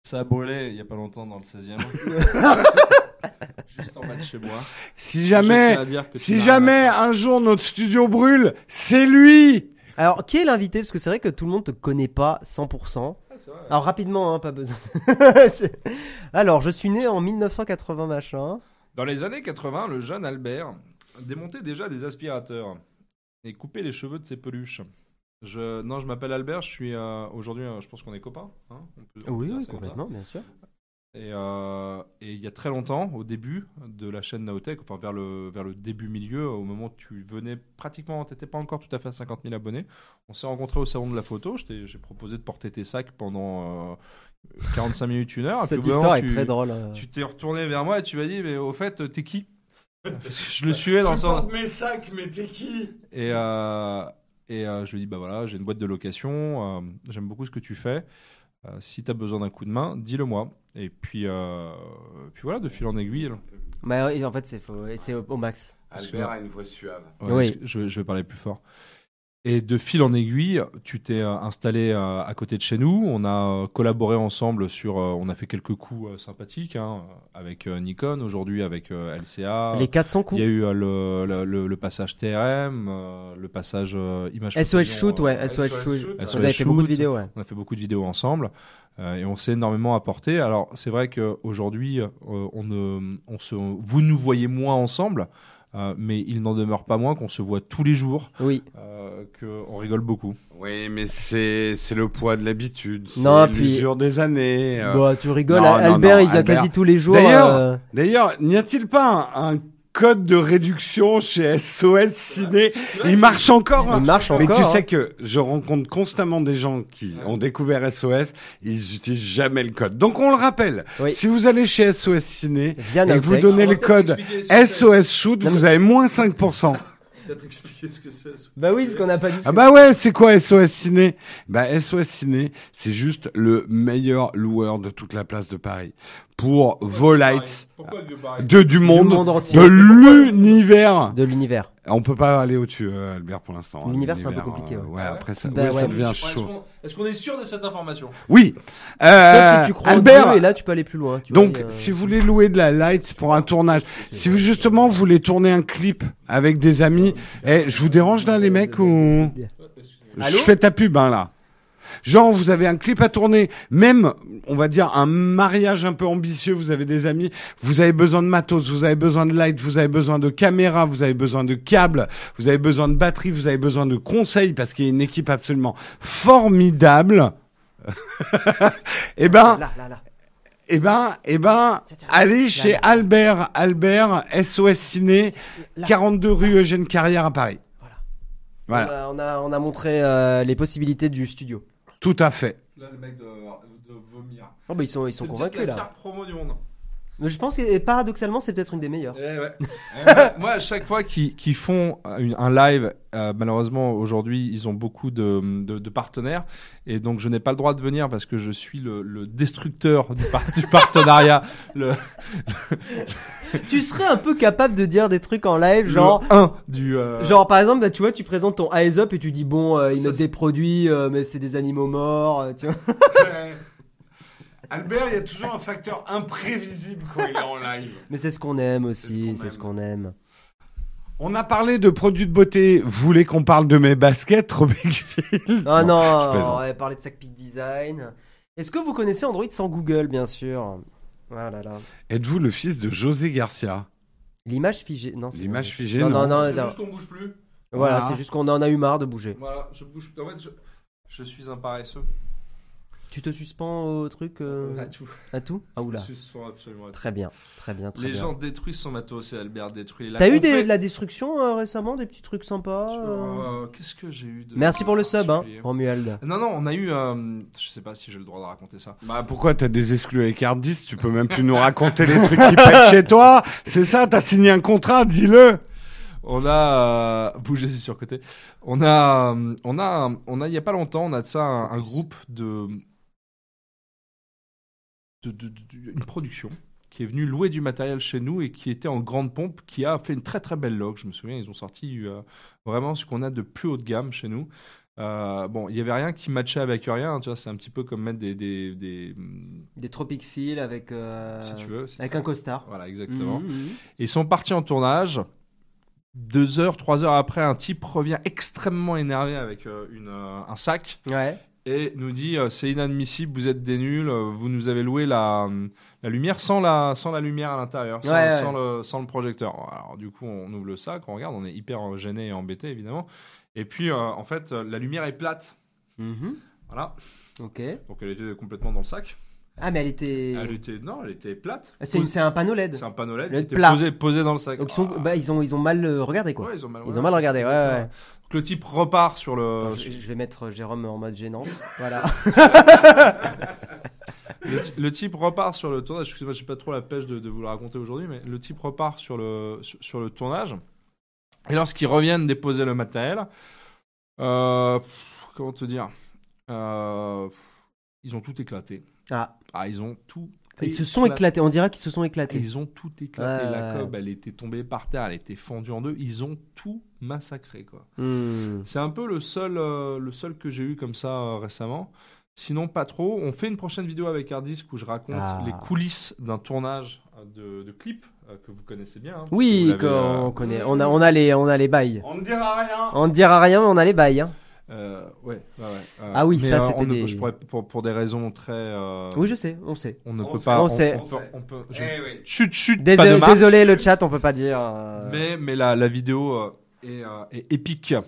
[SPEAKER 4] ça a brûlé il n'y a pas longtemps dans le 16e. [LAUGHS] Juste en bas de chez moi.
[SPEAKER 1] Si jamais,
[SPEAKER 4] Je tiens à dire que tu
[SPEAKER 1] si
[SPEAKER 4] n'as
[SPEAKER 1] jamais
[SPEAKER 4] rien à faire.
[SPEAKER 1] un jour notre studio brûle, c'est lui.
[SPEAKER 2] Alors, qui est l'invité Parce que c'est vrai que tout le monde te connaît pas 100%.
[SPEAKER 4] Ah, c'est vrai.
[SPEAKER 2] Alors, rapidement, hein, pas besoin. [LAUGHS] C'est- Alors, je suis né en 1980, machin.
[SPEAKER 4] Dans les années 80, le jeune Albert démontait déjà des aspirateurs et coupait les cheveux de ses peluches. Je... Non, je m'appelle Albert, je suis euh, aujourd'hui, euh, je pense qu'on est copains. hein, on peut- on peut
[SPEAKER 2] Oui,
[SPEAKER 4] dire
[SPEAKER 2] oui,
[SPEAKER 4] ça comme ça.
[SPEAKER 2] complètement, bien sûr.
[SPEAKER 4] Et, euh, et il y a très longtemps, au début de la chaîne Naotech, enfin vers le, vers le début milieu, au moment où tu venais pratiquement, tu n'étais pas encore tout à fait à 50 000 abonnés, on s'est rencontrés au salon de la photo, je t'ai- j'ai proposé de porter tes sacs pendant euh, 45 minutes, une
[SPEAKER 1] Ah,
[SPEAKER 4] heure. et
[SPEAKER 2] Cette
[SPEAKER 4] puis au bout
[SPEAKER 2] histoire
[SPEAKER 4] d'un moment,
[SPEAKER 2] est
[SPEAKER 4] tu-
[SPEAKER 2] très drôle. euh.
[SPEAKER 4] Tu t'es retourné vers moi et tu m'as dit, mais au fait,
[SPEAKER 2] [LAUGHS]
[SPEAKER 4] t'es qui Parce que je le suivais dans le sens...
[SPEAKER 1] mes sacs, mais t'es qui
[SPEAKER 4] Et, euh, et euh, je lui dis, bah voilà, j'ai une boîte de location, euh, j'aime beaucoup ce que tu fais. Euh, si tu as besoin d'un coup de main, dis-le moi. Et puis, euh, puis voilà, de fil en aiguille.
[SPEAKER 2] Mais euh, en fait, c'est faux. et C'est au, au max.
[SPEAKER 1] Albert a une voix suave.
[SPEAKER 4] Ouais,
[SPEAKER 2] Oui.
[SPEAKER 4] parce que Je, vais- je vais parler plus fort. Et de fil en aiguille, tu t'es euh, installé euh, à côté de chez nous. On a euh, collaboré ensemble sur. euh, on a fait quelques coups euh, sympathiques hein, avec euh, Nikon, aujourd'hui avec euh,
[SPEAKER 1] Ah.
[SPEAKER 4] LCA.
[SPEAKER 2] Les 400
[SPEAKER 4] Il
[SPEAKER 2] coups.
[SPEAKER 4] y a eu euh, le, le- le- le passage TRM, euh, le passage euh, image.
[SPEAKER 2] SOS
[SPEAKER 4] Pavillon,
[SPEAKER 2] Shoot,
[SPEAKER 4] euh,
[SPEAKER 2] ouais, SOS,
[SPEAKER 1] SOS
[SPEAKER 2] Shoot.
[SPEAKER 1] shoot,
[SPEAKER 2] Vous
[SPEAKER 4] SOS
[SPEAKER 2] avez fait beaucoup de
[SPEAKER 4] shoot.
[SPEAKER 2] vidéos, ouais.
[SPEAKER 4] On a fait beaucoup de vidéos ensemble euh, et on s'est énormément apporté. Alors c'est vrai qu'aujourd'hui, euh, on ne, on se, vous nous voyez moins ensemble, euh, mais il n'en demeure pas moins qu'on se voit tous les jours,
[SPEAKER 2] Oui.
[SPEAKER 4] euh, qu'on rigole beaucoup.
[SPEAKER 1] Oui, mais c'est c'est le poids de l'habitude, c'est
[SPEAKER 2] Non, puis-
[SPEAKER 1] l'usure des années. euh.
[SPEAKER 2] Bah, tu rigoles.
[SPEAKER 1] non, non,
[SPEAKER 2] Albert,
[SPEAKER 1] non,
[SPEAKER 2] il vient
[SPEAKER 1] Albert.
[SPEAKER 2] quasi tous les jours.
[SPEAKER 1] D'ailleurs,
[SPEAKER 2] euh,
[SPEAKER 1] D'ailleurs, n'y a-t-il pas un, un code de réduction chez SOS Ciné Il marche encore. hein.
[SPEAKER 2] il marche
[SPEAKER 1] Mais
[SPEAKER 2] encore.
[SPEAKER 1] tu
[SPEAKER 2] hein.
[SPEAKER 1] sais que je rencontre constamment des gens qui
[SPEAKER 4] Ouais.
[SPEAKER 1] ont découvert SOS, ils n'utilisent jamais le code. Donc on le rappelle,
[SPEAKER 2] Oui. Ah,
[SPEAKER 1] si vous allez chez SOS Ciné
[SPEAKER 2] Viens,
[SPEAKER 1] et que vous donnez le code SOS Shoot, vous avez
[SPEAKER 2] [LAUGHS]
[SPEAKER 1] moins 5%.
[SPEAKER 4] Peut-être expliquer ce que c'est.
[SPEAKER 2] Bah oui, ce qu'on n'a pas dit.
[SPEAKER 1] Ah bah ouais, c'est quoi SOS Ciné Bah SOS Ciné, c'est juste le meilleur loueur de toute la place de Paris. Pour vos lights
[SPEAKER 4] Pourquoi
[SPEAKER 1] de, du, monde,
[SPEAKER 2] monde entier.
[SPEAKER 1] de l'univers.
[SPEAKER 2] Bah, de l'univers.
[SPEAKER 1] On peut pas aller au-dessus, euh, Albert, pour l'instant. hein.
[SPEAKER 2] L'univers, c'est un peu
[SPEAKER 1] L'univers,
[SPEAKER 2] compliqué,
[SPEAKER 1] euh,
[SPEAKER 2] ouais.
[SPEAKER 1] ouais, après ça,
[SPEAKER 2] Bah
[SPEAKER 1] ouais, ça
[SPEAKER 2] ouais.
[SPEAKER 1] devient chaud.
[SPEAKER 4] Est-ce qu'on est sûr de cette information
[SPEAKER 1] Oui. Euh,
[SPEAKER 2] Sauf si tu crois en
[SPEAKER 1] Albert,
[SPEAKER 2] Dieu, et là tu peux aller plus loin. tu
[SPEAKER 1] donc
[SPEAKER 2] vois, et, euh,
[SPEAKER 1] si vous voulez louer de la light pour un tournage, si vous justement vous voulez tourner un clip avec des amis, eh, je vous dérange là les mecs ou je
[SPEAKER 2] Allô
[SPEAKER 1] fais ta pub hein, là. Genre vous avez un clip à tourner, même on va dire un mariage un peu ambitieux, vous avez des amis, vous avez besoin de matos, vous avez besoin de light, vous avez besoin de caméra, vous avez besoin de câbles, vous avez besoin de batterie, vous avez besoin de conseils parce qu'il y a une équipe absolument formidable. [LAUGHS] Eh ben,
[SPEAKER 2] Là, là, là.
[SPEAKER 1] eh ben, eh ben, allez chez Albert, Albert, SOS Ciné,
[SPEAKER 2] Là.
[SPEAKER 1] 42 rue Eugène Carrière à Paris. Voilà,
[SPEAKER 2] On, a, on a- on a montré euh, les possibilités du studio.
[SPEAKER 1] tout à fait.
[SPEAKER 4] Là, le mec de, de vomir.
[SPEAKER 2] Oh, bah, ils sont, ils sont
[SPEAKER 4] C'est
[SPEAKER 2] convaincus
[SPEAKER 4] peut-être la
[SPEAKER 2] là.
[SPEAKER 4] pire promo du monde.
[SPEAKER 2] Mais je pense que et paradoxalement, c'est peut-être une des meilleures.
[SPEAKER 4] Eh ouais. [LAUGHS] Eh, moi- moi, à chaque fois qu'ils qu'ils font euh, une- un live, euh, malheureusement, aujourd'hui, ils ont beaucoup de, de- de partenaires. Et donc, je n'ai pas le droit de venir parce que je suis le, le destructeur du, par- du partenariat. Le,
[SPEAKER 2] tu serais un peu capable de dire des trucs en live, [LAUGHS] genre.
[SPEAKER 4] le 1 du. euh,
[SPEAKER 2] Genre par exemple, bah, tu vois, tu présentes ton Eyes Up et tu dis bon, euh, ils
[SPEAKER 4] Ça,
[SPEAKER 2] mettent
[SPEAKER 4] c'est-
[SPEAKER 2] des produits, euh, mais c'est des animaux morts, euh, tu
[SPEAKER 4] [LAUGHS]
[SPEAKER 2] vois.
[SPEAKER 1] [LAUGHS] Ouais. Albert, il y a toujours un facteur imprévisible quand il est en live.
[SPEAKER 2] Mais c'est ce qu'on aime
[SPEAKER 1] C'est ce
[SPEAKER 2] aussi,
[SPEAKER 1] qu'on
[SPEAKER 2] c'est ce qu'on
[SPEAKER 4] [LAUGHS]
[SPEAKER 2] aime.
[SPEAKER 1] On a parlé de produits de beauté. Vous voulez qu'on parle de mes baskets, Robin Giville
[SPEAKER 2] Ah non,
[SPEAKER 1] je plaisante.
[SPEAKER 2] on va parler de Sackpit Design. Est-ce que vous connaissez Android sans Google, bien sûr Ah là là.
[SPEAKER 1] Êtes-vous le fils de José Garcia
[SPEAKER 2] L'image figée. Non, c'est-
[SPEAKER 1] L'image figée,
[SPEAKER 2] Non,
[SPEAKER 1] non,
[SPEAKER 2] non, non,
[SPEAKER 4] c'est
[SPEAKER 2] non.
[SPEAKER 4] juste qu'on bouge plus.
[SPEAKER 2] Voilà,
[SPEAKER 1] Voilà.
[SPEAKER 2] c'est juste qu'on en a eu marre de bouger.
[SPEAKER 4] Voilà, je bouge. En fait, je, je suis un paresseux.
[SPEAKER 2] Tu te suspends au truc euh,
[SPEAKER 4] À tout.
[SPEAKER 2] à tout Ah oula.
[SPEAKER 4] Je suis absolument à tout.
[SPEAKER 2] Très bien, très bien, très
[SPEAKER 4] Les
[SPEAKER 2] bien.
[SPEAKER 4] gens détruisent son matos et Albert détruit. la
[SPEAKER 2] T'as eu
[SPEAKER 4] On
[SPEAKER 2] des-
[SPEAKER 4] fait-
[SPEAKER 2] de la destruction euh, récemment, des petits trucs sympas
[SPEAKER 4] Sur,
[SPEAKER 2] euh
[SPEAKER 4] euh, Qu'est-ce que j'ai eu de.
[SPEAKER 2] Merci pour le sub, hein,
[SPEAKER 4] particulier
[SPEAKER 2] Romuald.
[SPEAKER 4] Non, non, on a eu. euh, je sais pas si j'ai le droit de raconter ça.
[SPEAKER 1] Bah pourquoi t'as des exclus avec Hard Disk Tu peux même plus nous raconter les trucs qui pètent chez toi. C'est ça, t'as signé un contrat, dis-le.
[SPEAKER 4] On a euh, [LAUGHS] bougé c'est sur côté. On a euh, on a on a il y a pas longtemps, on a de ça un, un groupe de, de- de- de- une production qui est venue louer du matériel chez nous et qui était en grande pompe, qui a fait une très très belle log. Je me souviens, ils ont sorti euh, vraiment ce qu'on a de plus haut de gamme chez nous. Euh, bon, il y avait rien qui matchait avec rien, hein, tu vois. C'est un petit peu comme mettre des, des, des- mm,
[SPEAKER 2] Des Tropic Feel avec. euh,
[SPEAKER 4] si tu veux, c'est
[SPEAKER 2] Avec
[SPEAKER 4] très-
[SPEAKER 2] un costard.
[SPEAKER 4] Voilà, exactement.
[SPEAKER 2] Mhm, mhm.
[SPEAKER 4] Et ils sont partis en tournage. Deux heures, trois heures après, un type revient extrêmement énervé avec euh, une, euh, un sac
[SPEAKER 2] mmh. Ouais.
[SPEAKER 4] et nous dit euh, c'est inadmissible, vous êtes des nuls, euh, vous nous avez loué la, euh, la lumière sans la, sans la lumière à l'intérieur, sans,
[SPEAKER 2] Ouais, ouais.
[SPEAKER 4] sans le, sans le projecteur. Alors du coup, on ouvre le sac, on regarde, on est hyper euh, gêné et embêté évidemment. Et puis euh, en fait, euh, la lumière est plate. Mmh.
[SPEAKER 2] Mhm.
[SPEAKER 4] Voilà,
[SPEAKER 2] Ok.
[SPEAKER 4] donc elle était complètement dans le sac.
[SPEAKER 2] Ah, mais elle était.
[SPEAKER 4] Elle était non, elle était plate.
[SPEAKER 2] Ah, C'est une- c'est un panneau LED.
[SPEAKER 4] C'est un panneau LED
[SPEAKER 2] Le
[SPEAKER 4] qui était
[SPEAKER 2] plat.
[SPEAKER 4] posé, posé dans le sac.
[SPEAKER 2] Donc ils, sont-
[SPEAKER 4] Ah.
[SPEAKER 2] bah, ils ont, ils ont mal euh, regardé quoi.
[SPEAKER 4] Ouais, ils ont mal,
[SPEAKER 2] Ils
[SPEAKER 4] ouais,
[SPEAKER 2] ont mal
[SPEAKER 4] c'est
[SPEAKER 2] regardé,
[SPEAKER 4] ça,
[SPEAKER 2] ouais,
[SPEAKER 4] exactement. Euh,
[SPEAKER 2] ouais.
[SPEAKER 4] Donc le type repart sur le.
[SPEAKER 2] Attends, je, je vais mettre euh, Jérôme en mode
[SPEAKER 4] [LAUGHS]
[SPEAKER 2] gênance. voilà.
[SPEAKER 4] le, ti- le type repart sur le tournage. Excusez-moi, j'ai pas trop la pêche de, de vous le raconter aujourd'hui, mais le type repart sur le, sur, sur le tournage. Et lorsqu'ils reviennent déposer le matériel, euh, pff, comment te dire Euh, Ils ont tout éclaté.
[SPEAKER 2] Ah.
[SPEAKER 4] Ah, ils ont tout.
[SPEAKER 2] Ils se sont éclatés. On dira qu'ils se sont éclatés.
[SPEAKER 4] Ils ont tout éclaté.
[SPEAKER 2] Ouais,
[SPEAKER 4] La
[SPEAKER 2] ouais,
[SPEAKER 4] cob, elle était tombée par terre, elle était fendue en deux. Ils ont tout massacré, quoi.
[SPEAKER 2] Hmm.
[SPEAKER 4] C'est un peu le seul, euh, le seul que j'ai eu comme ça euh, récemment. Sinon, pas trop. On fait une prochaine vidéo avec Hardisk où je raconte
[SPEAKER 2] Ah.
[SPEAKER 4] les coulisses d'un tournage euh, de, de clip euh, que vous connaissez bien. hein, parce que vous
[SPEAKER 2] Oui,
[SPEAKER 4] l'avez,
[SPEAKER 2] qu'on
[SPEAKER 4] euh,
[SPEAKER 2] connaît. On a, on a les, on a les bails.
[SPEAKER 1] On ne dira rien.
[SPEAKER 2] On ne dira rien, mais on a les bails. hein.
[SPEAKER 4] euh, ouais, ouais, ouais, euh,
[SPEAKER 2] Ah oui,
[SPEAKER 4] mais,
[SPEAKER 2] ça,
[SPEAKER 4] euh,
[SPEAKER 2] c'était
[SPEAKER 4] on ne-
[SPEAKER 2] des-
[SPEAKER 4] je pourrais- pour, pour des raisons très. euh,
[SPEAKER 2] Oui, je sais, on sait.
[SPEAKER 4] On ne
[SPEAKER 1] On
[SPEAKER 4] peut
[SPEAKER 1] sait.
[SPEAKER 4] pas.
[SPEAKER 2] On sait.
[SPEAKER 4] peut-
[SPEAKER 1] On sait.
[SPEAKER 4] on peut- je-
[SPEAKER 1] Eh oui.
[SPEAKER 4] Chut, chut, pas
[SPEAKER 2] Désolé,
[SPEAKER 4] de marque.
[SPEAKER 2] désolé, le chat, on peut pas dire. euh,
[SPEAKER 4] Mais, mais la, la vidéo euh, est, euh, est épique. Euh,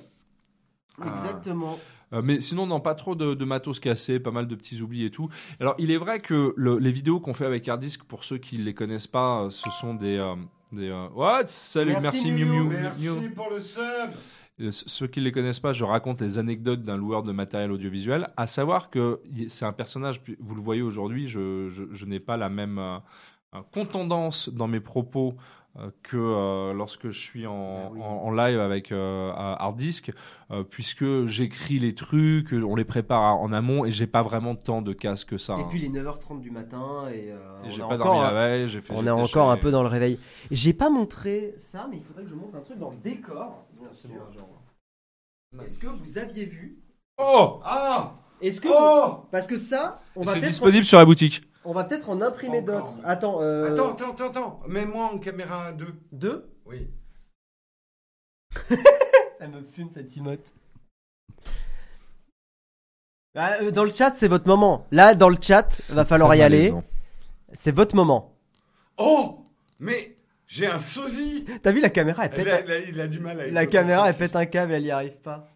[SPEAKER 2] Exactement.
[SPEAKER 4] Euh, mais sinon, non, pas trop de, de matos cassés, pas mal de petits oublis et tout. Alors, il est vrai que le- les vidéos qu'on fait avec Hardisk, pour ceux qui ne les connaissent pas, euh, ce sont des. euh, des euh, What Salut, merci, Miu Miu. Miu.
[SPEAKER 1] Merci pour le sub.
[SPEAKER 4] Euh, c- Ceux qui ne les connaissent pas, je raconte les anecdotes d'un loueur de matériel audiovisuel. À savoir que y- c'est un personnage, puis vous le voyez aujourd'hui, je, je- je n'ai pas la même euh, euh, contendance dans mes propos euh, que euh, lorsque je suis en,
[SPEAKER 2] Ah oui.
[SPEAKER 4] en- en live avec euh, à Hard Disk, euh, puisque j'écris les trucs, on les prépare en amont et j'ai pas vraiment tant de casse que ça.
[SPEAKER 2] Et
[SPEAKER 4] hein.
[SPEAKER 2] puis les 9h30 du matin et, euh,
[SPEAKER 4] Et
[SPEAKER 2] on
[SPEAKER 4] j'ai
[SPEAKER 2] a
[SPEAKER 4] pas
[SPEAKER 2] encore,
[SPEAKER 4] dormi la veille, j'ai fait-
[SPEAKER 2] On
[SPEAKER 4] j'étais
[SPEAKER 2] est encore un
[SPEAKER 4] chez-
[SPEAKER 2] peu dans le réveil. J'ai pas montré ça, mais il faudrait que je montre un truc dans le décor. bien sûr. Est-ce que vous aviez vu
[SPEAKER 4] Oh
[SPEAKER 1] Ah
[SPEAKER 2] Est-ce que
[SPEAKER 1] Oh
[SPEAKER 2] vous- parce que ça, on va
[SPEAKER 4] C'est
[SPEAKER 2] peut-être
[SPEAKER 4] disponible sur la boutique.
[SPEAKER 2] on va peut-être en imprimer
[SPEAKER 1] Encore,
[SPEAKER 2] d'autres.
[SPEAKER 1] oui.
[SPEAKER 2] Attends, euh,
[SPEAKER 1] Attends, attends, attends, attends. Mets-moi en caméra 2.
[SPEAKER 2] deux.
[SPEAKER 1] Oui.
[SPEAKER 2] [LAUGHS] Elle me fume cette timote. Ah, euh, dans le chat, c'est votre moment. Là, dans le chat, va falloir y aller. C'est votre moment.
[SPEAKER 1] Oh Mais j'ai un sosie.
[SPEAKER 2] T'as vu la caméra, elle pète.
[SPEAKER 1] Il a, il a- il a du mal à.
[SPEAKER 2] La caméra, elle pète un câble, elle y arrive pas.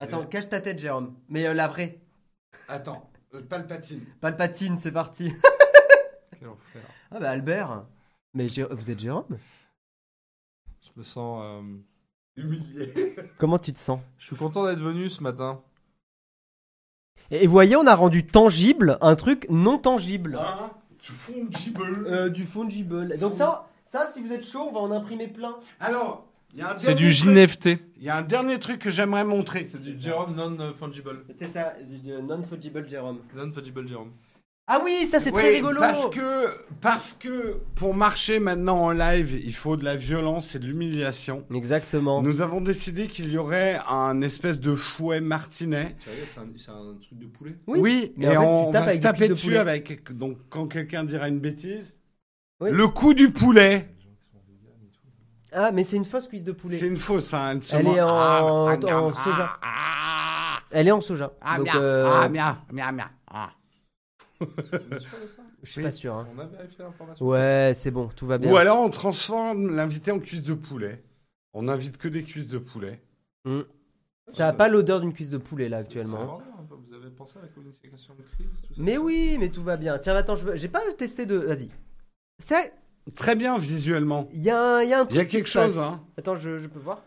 [SPEAKER 2] Attends,
[SPEAKER 1] Elle-
[SPEAKER 2] cache ta tête, Jérôme. Mais euh, la vraie,
[SPEAKER 1] Attends. euh, Palpatine.
[SPEAKER 2] pas le patine, c'est parti. [LAUGHS] Ah bah Albert. Mais Jé- vous êtes Jérôme
[SPEAKER 4] Je me sens. euh, Humilié.
[SPEAKER 2] Comment tu te sens
[SPEAKER 4] Je suis content d'être venu ce matin.
[SPEAKER 2] Et vous voyez, on a rendu tangible un truc non tangible.
[SPEAKER 1] Ah, Hein tu fous une gibble.
[SPEAKER 2] Euh, du fungible. Donc ça, ça, si vous êtes chaud, on va en imprimer plein.
[SPEAKER 1] Alors, il y a un
[SPEAKER 4] C'est
[SPEAKER 1] dernier
[SPEAKER 4] du
[SPEAKER 1] truc-
[SPEAKER 4] JNFT.
[SPEAKER 1] Il y a un dernier truc que j'aimerais montrer.
[SPEAKER 4] C'est du Jérôme euh, non-fungible.
[SPEAKER 2] C'est ça, du du non-fungible Jérôme.
[SPEAKER 4] Non-fungible Jérôme.
[SPEAKER 2] Ah oui, ça c'est
[SPEAKER 1] Oui,
[SPEAKER 2] très rigolo
[SPEAKER 1] Parce que, parce que pour marcher maintenant en live, il faut de la violence et de l'humiliation.
[SPEAKER 2] Exactement.
[SPEAKER 1] Nous avons décidé qu'il y aurait un espèce de fouet martinet.
[SPEAKER 4] Tu regardes, c'est un- c'est un, truc de [LAUGHS] poulet.
[SPEAKER 2] Oui,
[SPEAKER 1] Oui,
[SPEAKER 2] mais
[SPEAKER 1] et
[SPEAKER 2] en fait, tu
[SPEAKER 1] on
[SPEAKER 2] tapes avec
[SPEAKER 1] va se
[SPEAKER 2] des piles
[SPEAKER 1] taper
[SPEAKER 2] de
[SPEAKER 1] dessus
[SPEAKER 2] poulet.
[SPEAKER 1] avec. Donc, quand quelqu'un dira une bêtise,
[SPEAKER 2] Oui.
[SPEAKER 1] le coup du poulet,
[SPEAKER 2] Ah, mais c'est une fausse cuisse de poulet.
[SPEAKER 1] c'est une fausse. Hein, elle se
[SPEAKER 2] Elle
[SPEAKER 1] mange-
[SPEAKER 2] est en-
[SPEAKER 1] Ah,
[SPEAKER 2] en
[SPEAKER 1] ah,
[SPEAKER 2] soja.
[SPEAKER 1] ah,
[SPEAKER 2] Elle est en soja.
[SPEAKER 1] ah,
[SPEAKER 2] Donc,
[SPEAKER 1] mia,
[SPEAKER 2] euh,
[SPEAKER 1] ah, mia, mia, mia, ah.
[SPEAKER 4] On est sûr de ça
[SPEAKER 2] je suis pas sûr. hein.
[SPEAKER 4] On a vérifié l'information.
[SPEAKER 2] Ouais, c'est bon, tout va bien.
[SPEAKER 1] Ou alors on transforme l'invité en cuisse de poulet. On n'invite que des cuisses de poulet.
[SPEAKER 2] Ça a pas l'odeur d'une cuisse de poulet là actuellement. hein.
[SPEAKER 4] C'est vraiment, Vous avez pensé à la communication de crise tout ça
[SPEAKER 2] Mais oui, mais tout va bien. Tiens, attends, je veux... j'ai pas testé de. Vas-y. Ça,
[SPEAKER 1] Très bien visuellement.
[SPEAKER 2] il y a un, il y a un truc
[SPEAKER 1] Il y a
[SPEAKER 2] qui
[SPEAKER 1] quelque
[SPEAKER 2] se
[SPEAKER 1] chose.
[SPEAKER 2] passe.
[SPEAKER 1] Hein.
[SPEAKER 2] Attends, je, je peux voir.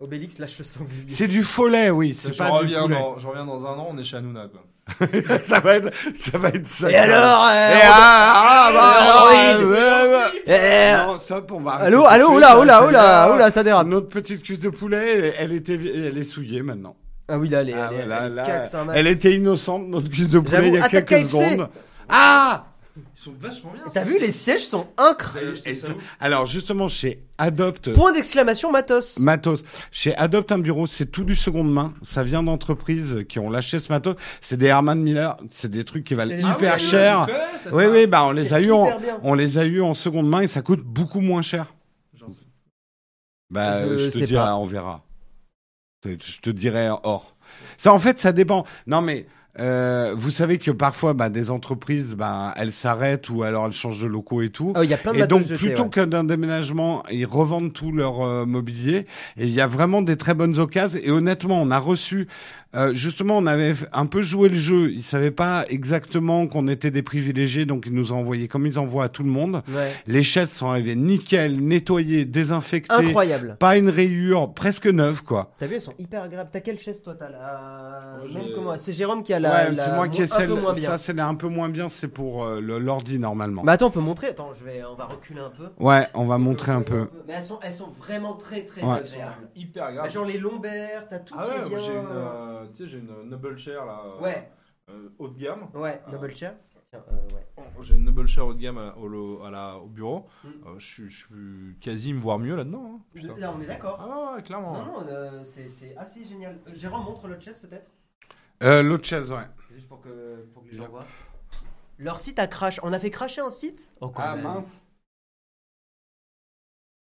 [SPEAKER 2] Obélix, là, je sens que-
[SPEAKER 1] C'est du follet, oui. C'est
[SPEAKER 4] je,
[SPEAKER 1] pas du
[SPEAKER 4] reviens
[SPEAKER 1] poulet.
[SPEAKER 4] dans, je reviens dans un an, on est chez Hanouna quoi.
[SPEAKER 1] [LAUGHS] ça va être, ça va être ça.
[SPEAKER 2] Et alors
[SPEAKER 1] Eh,
[SPEAKER 2] euh,
[SPEAKER 1] ah, ah, bah,
[SPEAKER 2] Android.
[SPEAKER 1] ouais, ouais, ouais.
[SPEAKER 2] eh,
[SPEAKER 1] Non, stop, on va. arrêter
[SPEAKER 2] Allô,
[SPEAKER 1] tout de
[SPEAKER 2] allô,
[SPEAKER 1] suite,
[SPEAKER 2] oula,
[SPEAKER 1] hein,
[SPEAKER 2] oula,
[SPEAKER 1] c'est
[SPEAKER 2] oula,
[SPEAKER 1] bien.
[SPEAKER 2] oula, ça dérape.
[SPEAKER 1] Notre petite cuisse de poulet, elle, elle était, elle est souillée maintenant.
[SPEAKER 2] Ah oui, là, elle est.
[SPEAKER 1] Ah,
[SPEAKER 2] elle, est-
[SPEAKER 1] voilà,
[SPEAKER 2] elle est
[SPEAKER 1] là,
[SPEAKER 2] caxe, un max.
[SPEAKER 1] elle était innocente, notre cuisse de poulet,
[SPEAKER 2] J'avoue,
[SPEAKER 1] il y a
[SPEAKER 2] attaque
[SPEAKER 1] quelques
[SPEAKER 2] KFC.
[SPEAKER 1] secondes. Ah
[SPEAKER 4] Ils sont vachement bien.
[SPEAKER 2] T'as
[SPEAKER 4] ça.
[SPEAKER 2] vu, les sièges sont incres.
[SPEAKER 4] Ça y est, je te
[SPEAKER 1] Et
[SPEAKER 4] salue.
[SPEAKER 1] Alors justement, chez Adopt,
[SPEAKER 2] Point d'exclamation, matos.
[SPEAKER 1] Matos. Chez Adopt un bureau, c'est tout du seconde main. Ça vient d'entreprises qui ont lâché ce matos. C'est des Herman Miller. C'est des trucs qui valent
[SPEAKER 2] C'est des- euh,
[SPEAKER 1] hyper
[SPEAKER 4] Ah oui,
[SPEAKER 1] cher.
[SPEAKER 4] tu connais, ça te
[SPEAKER 1] Oui,
[SPEAKER 4] parle.
[SPEAKER 1] oui, bah, on les
[SPEAKER 2] C'est
[SPEAKER 1] a eu
[SPEAKER 2] hyper
[SPEAKER 1] en,
[SPEAKER 2] bien.
[SPEAKER 1] on les a eu en seconde main et ça coûte beaucoup moins cher.
[SPEAKER 4] Genre,
[SPEAKER 1] Bah,
[SPEAKER 2] Je
[SPEAKER 1] euh, je,
[SPEAKER 2] sais
[SPEAKER 1] te dirai,
[SPEAKER 2] pas.
[SPEAKER 1] on verra. Je je te dirai hors. Ça, en fait, ça dépend. Non, mais, euh, vous savez que parfois, bah, des entreprises, bah, elles s'arrêtent ou alors elles changent de locaux et tout.
[SPEAKER 2] Ah, il y a plein de
[SPEAKER 1] Et
[SPEAKER 2] matos
[SPEAKER 1] donc,
[SPEAKER 2] jetés,
[SPEAKER 1] plutôt
[SPEAKER 2] ouais.
[SPEAKER 1] qu'un d'un déménagement, ils revendent tout leur euh, mobilier. Et il y a vraiment des très bonnes occasions. Et honnêtement, on a reçu, euh, justement, on avait f- un peu joué le jeu. Ils savaient pas exactement qu'on était des privilégiés, donc ils nous ont envoyé comme ils envoient à tout le monde.
[SPEAKER 2] Ouais.
[SPEAKER 1] Les chaises sont arrivées nickel, nettoyées, désinfectées.
[SPEAKER 2] Incroyable.
[SPEAKER 1] Pas une rayure, presque neuve, quoi.
[SPEAKER 2] T'as vu, elles sont hyper agréables. T'as quelle chaise, toi T'as la.
[SPEAKER 4] Moi, j'ai-
[SPEAKER 2] Même que moi. C'est Jérôme qui a la.
[SPEAKER 1] ouais,
[SPEAKER 2] la-
[SPEAKER 1] c'est moi qui ai
[SPEAKER 2] un
[SPEAKER 1] celle,
[SPEAKER 2] peu moins bien.
[SPEAKER 1] ça, c'est un peu moins bien, c'est pour euh, le- l'ordi, normalement.
[SPEAKER 2] Mais Bah, attends, on peut montrer. Attends, je vais, on va reculer un peu.
[SPEAKER 1] Ouais, on va montrer un peu.
[SPEAKER 2] Mais elles sont, elles sont vraiment très très
[SPEAKER 1] Ouais.
[SPEAKER 2] agréables.
[SPEAKER 4] Hyper
[SPEAKER 2] Bah,
[SPEAKER 4] grave.
[SPEAKER 2] genre les lombaires, t'as tout
[SPEAKER 4] Ah
[SPEAKER 2] qui
[SPEAKER 4] ouais,
[SPEAKER 2] est bien.
[SPEAKER 4] moi j'ai une, euh, tu sais, j'ai une Noble Chair là. euh,
[SPEAKER 2] Ouais.
[SPEAKER 4] euh, haut de gamme.
[SPEAKER 2] Ouais,
[SPEAKER 4] Ah.
[SPEAKER 2] double chair. Tiens, euh, ouais.
[SPEAKER 4] J'ai une Noble Chair haut de gamme à, au, lo- à la, au bureau.
[SPEAKER 2] Mm.
[SPEAKER 4] Euh, je suis- je suis quasi me voir mieux là-dedans. hein. Putain.
[SPEAKER 2] Là, on est d'accord.
[SPEAKER 4] Ah ouais, ouais, clairement.
[SPEAKER 2] Non, non, euh, c'est c'est assez génial. Euh, Jérôme, montre l'autre chaise peut-être
[SPEAKER 1] Euh, L'autre chaise, ouais.
[SPEAKER 2] Juste pour que, pour que les gens voient. Leur site a crash. On a fait cracher un site Oh, quand
[SPEAKER 1] Ah,
[SPEAKER 2] même.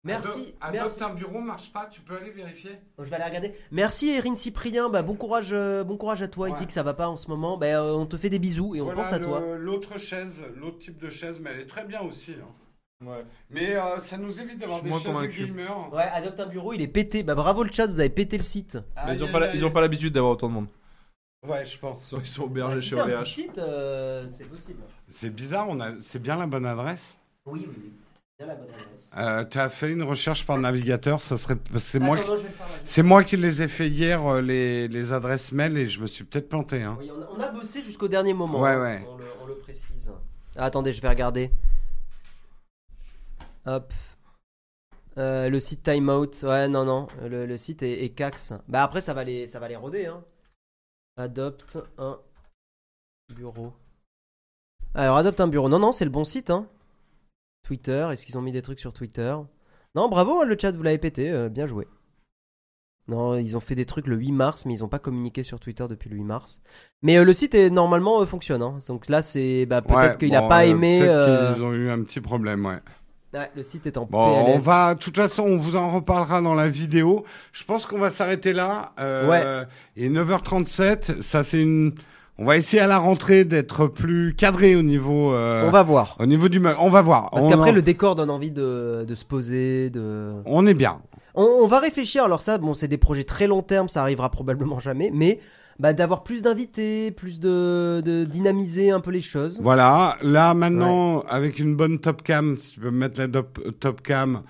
[SPEAKER 2] Merci. merci. Oh,
[SPEAKER 1] un bureau marche pas, tu peux aller vérifier
[SPEAKER 2] Je vais aller regarder. Merci Erin Cyprien. Bah, bon, courage, euh, bon courage à toi. Il
[SPEAKER 1] Ouais.
[SPEAKER 2] dit que ça va pas en ce moment. Bah, euh, on te fait des bisous et on
[SPEAKER 1] Voilà
[SPEAKER 2] pense à
[SPEAKER 1] le-
[SPEAKER 2] toi.
[SPEAKER 1] L'autre chaise, l'autre type de chaise, mais elle est très bien aussi. hein.
[SPEAKER 4] Ouais.
[SPEAKER 1] Mais euh, ça nous évite d'avoir
[SPEAKER 4] Je suis
[SPEAKER 1] des
[SPEAKER 4] moins
[SPEAKER 1] chaises
[SPEAKER 4] convaincu.
[SPEAKER 1] de gamers.
[SPEAKER 2] Ouais, adopte un bureau. Il est pété. Bah, bravo le chat. Vous avez pété le site.
[SPEAKER 1] Aïe,
[SPEAKER 4] Mais ils ont
[SPEAKER 1] aïe,
[SPEAKER 4] pas la-
[SPEAKER 1] aïe.
[SPEAKER 4] ils ont pas l'habitude d'avoir autant de monde.
[SPEAKER 1] Ouais, je pense.
[SPEAKER 4] Ils sont, ils sont
[SPEAKER 2] Ah,
[SPEAKER 4] hébergés
[SPEAKER 2] si
[SPEAKER 4] chez
[SPEAKER 2] c'est un petit
[SPEAKER 4] OVH.
[SPEAKER 2] site, euh, c'est possible.
[SPEAKER 1] C'est bizarre, on a... c'est bien la bonne adresse.
[SPEAKER 2] Oui, oui, oui. Bien la bonne adresse.
[SPEAKER 1] Euh, tu as fait une recherche par navigateur, ça serait... c'est
[SPEAKER 2] Attends,
[SPEAKER 1] moi qui...
[SPEAKER 2] non, je vais le faire, vas-y.
[SPEAKER 1] C'est moi qui les ai fait hier, euh, les, les adresses mail, et je me suis peut-être planté. Hein.
[SPEAKER 2] Oui, on, a, on a bossé jusqu'au dernier moment.
[SPEAKER 1] Ouais,
[SPEAKER 2] hein.
[SPEAKER 1] ouais.
[SPEAKER 2] On, le, on le précise. Ah, attendez, je vais regarder. Hop. Euh, le site Timeout. Ouais, non, non. Le, le site est, est cax. Bah, après, ça va les, ça va les roder. Hein. Adopte un bureau. Alors, adopte un bureau. Non, non, c'est le bon site. Hein. Twitter. Est-ce qu'ils ont mis des trucs sur Twitter Non, bravo, hein, le chat, vous l'avez pété. euh, bien joué. Non, ils ont fait des trucs le 8 mars, mais ils n'ont pas communiqué sur Twitter depuis le 8 mars. Mais euh, le site est normalement euh, fonctionne. hein. Donc là, c'est bah, peut-être
[SPEAKER 1] Ouais,
[SPEAKER 2] qu'il n'a
[SPEAKER 1] bon,
[SPEAKER 2] pas
[SPEAKER 1] euh,
[SPEAKER 2] aimé.
[SPEAKER 1] Peut-être
[SPEAKER 2] euh,
[SPEAKER 1] qu'ils ont eu un petit problème, ouais.
[SPEAKER 2] ouais, le site est en
[SPEAKER 1] Bon,
[SPEAKER 2] PLS.
[SPEAKER 1] on va, de toute façon, on vous en reparlera dans la vidéo. Je pense qu'on va s'arrêter là. Euh, Et 9h37, ça c'est une. On va essayer à la rentrée d'être plus cadré au niveau. euh,
[SPEAKER 2] On va voir.
[SPEAKER 1] Au niveau du meuble. On va voir.
[SPEAKER 2] Parce
[SPEAKER 1] on,
[SPEAKER 2] qu'après,
[SPEAKER 1] en-
[SPEAKER 2] le décor donne envie de, de se poser. De...
[SPEAKER 1] on est bien.
[SPEAKER 2] On, on va réfléchir. Alors ça, bon, c'est des projets très long terme, ça arrivera probablement [LAUGHS] jamais. Mais bah, d'avoir plus d'invités, plus de, de dynamiser un peu les choses.
[SPEAKER 1] Voilà, là maintenant, avec une bonne top cam, si tu peux me mettre la dop- top cam,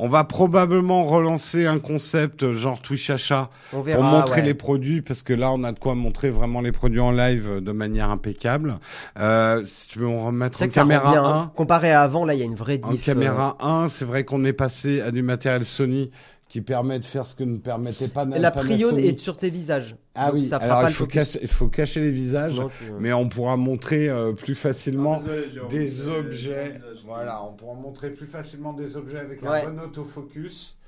[SPEAKER 1] on va probablement relancer un concept euh, genre Twitch achat
[SPEAKER 2] On verra.
[SPEAKER 1] pour montrer
[SPEAKER 2] ouais.
[SPEAKER 1] les produits, parce que là on a de quoi montrer vraiment les produits en live euh, de manière impeccable. Euh, si tu veux, on remettre
[SPEAKER 2] C'est
[SPEAKER 1] en
[SPEAKER 2] vrai que ça
[SPEAKER 1] caméra
[SPEAKER 2] revient,
[SPEAKER 1] 1.
[SPEAKER 2] hein. Comparé à avant, là, il y a une vraie
[SPEAKER 1] En
[SPEAKER 2] diff. euh.
[SPEAKER 1] caméra 1, c'est vrai qu'on est passé à du matériel Sony qui permet de faire ce que ne permettait pas
[SPEAKER 2] euh, La
[SPEAKER 1] Panasonic.
[SPEAKER 2] prione est sur tes visages.
[SPEAKER 1] Ah
[SPEAKER 2] Donc,
[SPEAKER 1] oui,
[SPEAKER 2] ça fera
[SPEAKER 1] alors
[SPEAKER 2] pas
[SPEAKER 1] il
[SPEAKER 2] le
[SPEAKER 1] faut,
[SPEAKER 2] focus. euh,
[SPEAKER 1] cacher, il faut cacher les visages,
[SPEAKER 2] Non, tu-
[SPEAKER 1] Ah, mais on pourra montrer euh, plus
[SPEAKER 4] Ah,
[SPEAKER 1] facilement
[SPEAKER 4] bah,
[SPEAKER 1] des
[SPEAKER 4] Des
[SPEAKER 1] objets. Voilà, on pourra montrer plus facilement des objets avec
[SPEAKER 2] Ouais.
[SPEAKER 1] un bon autofocus.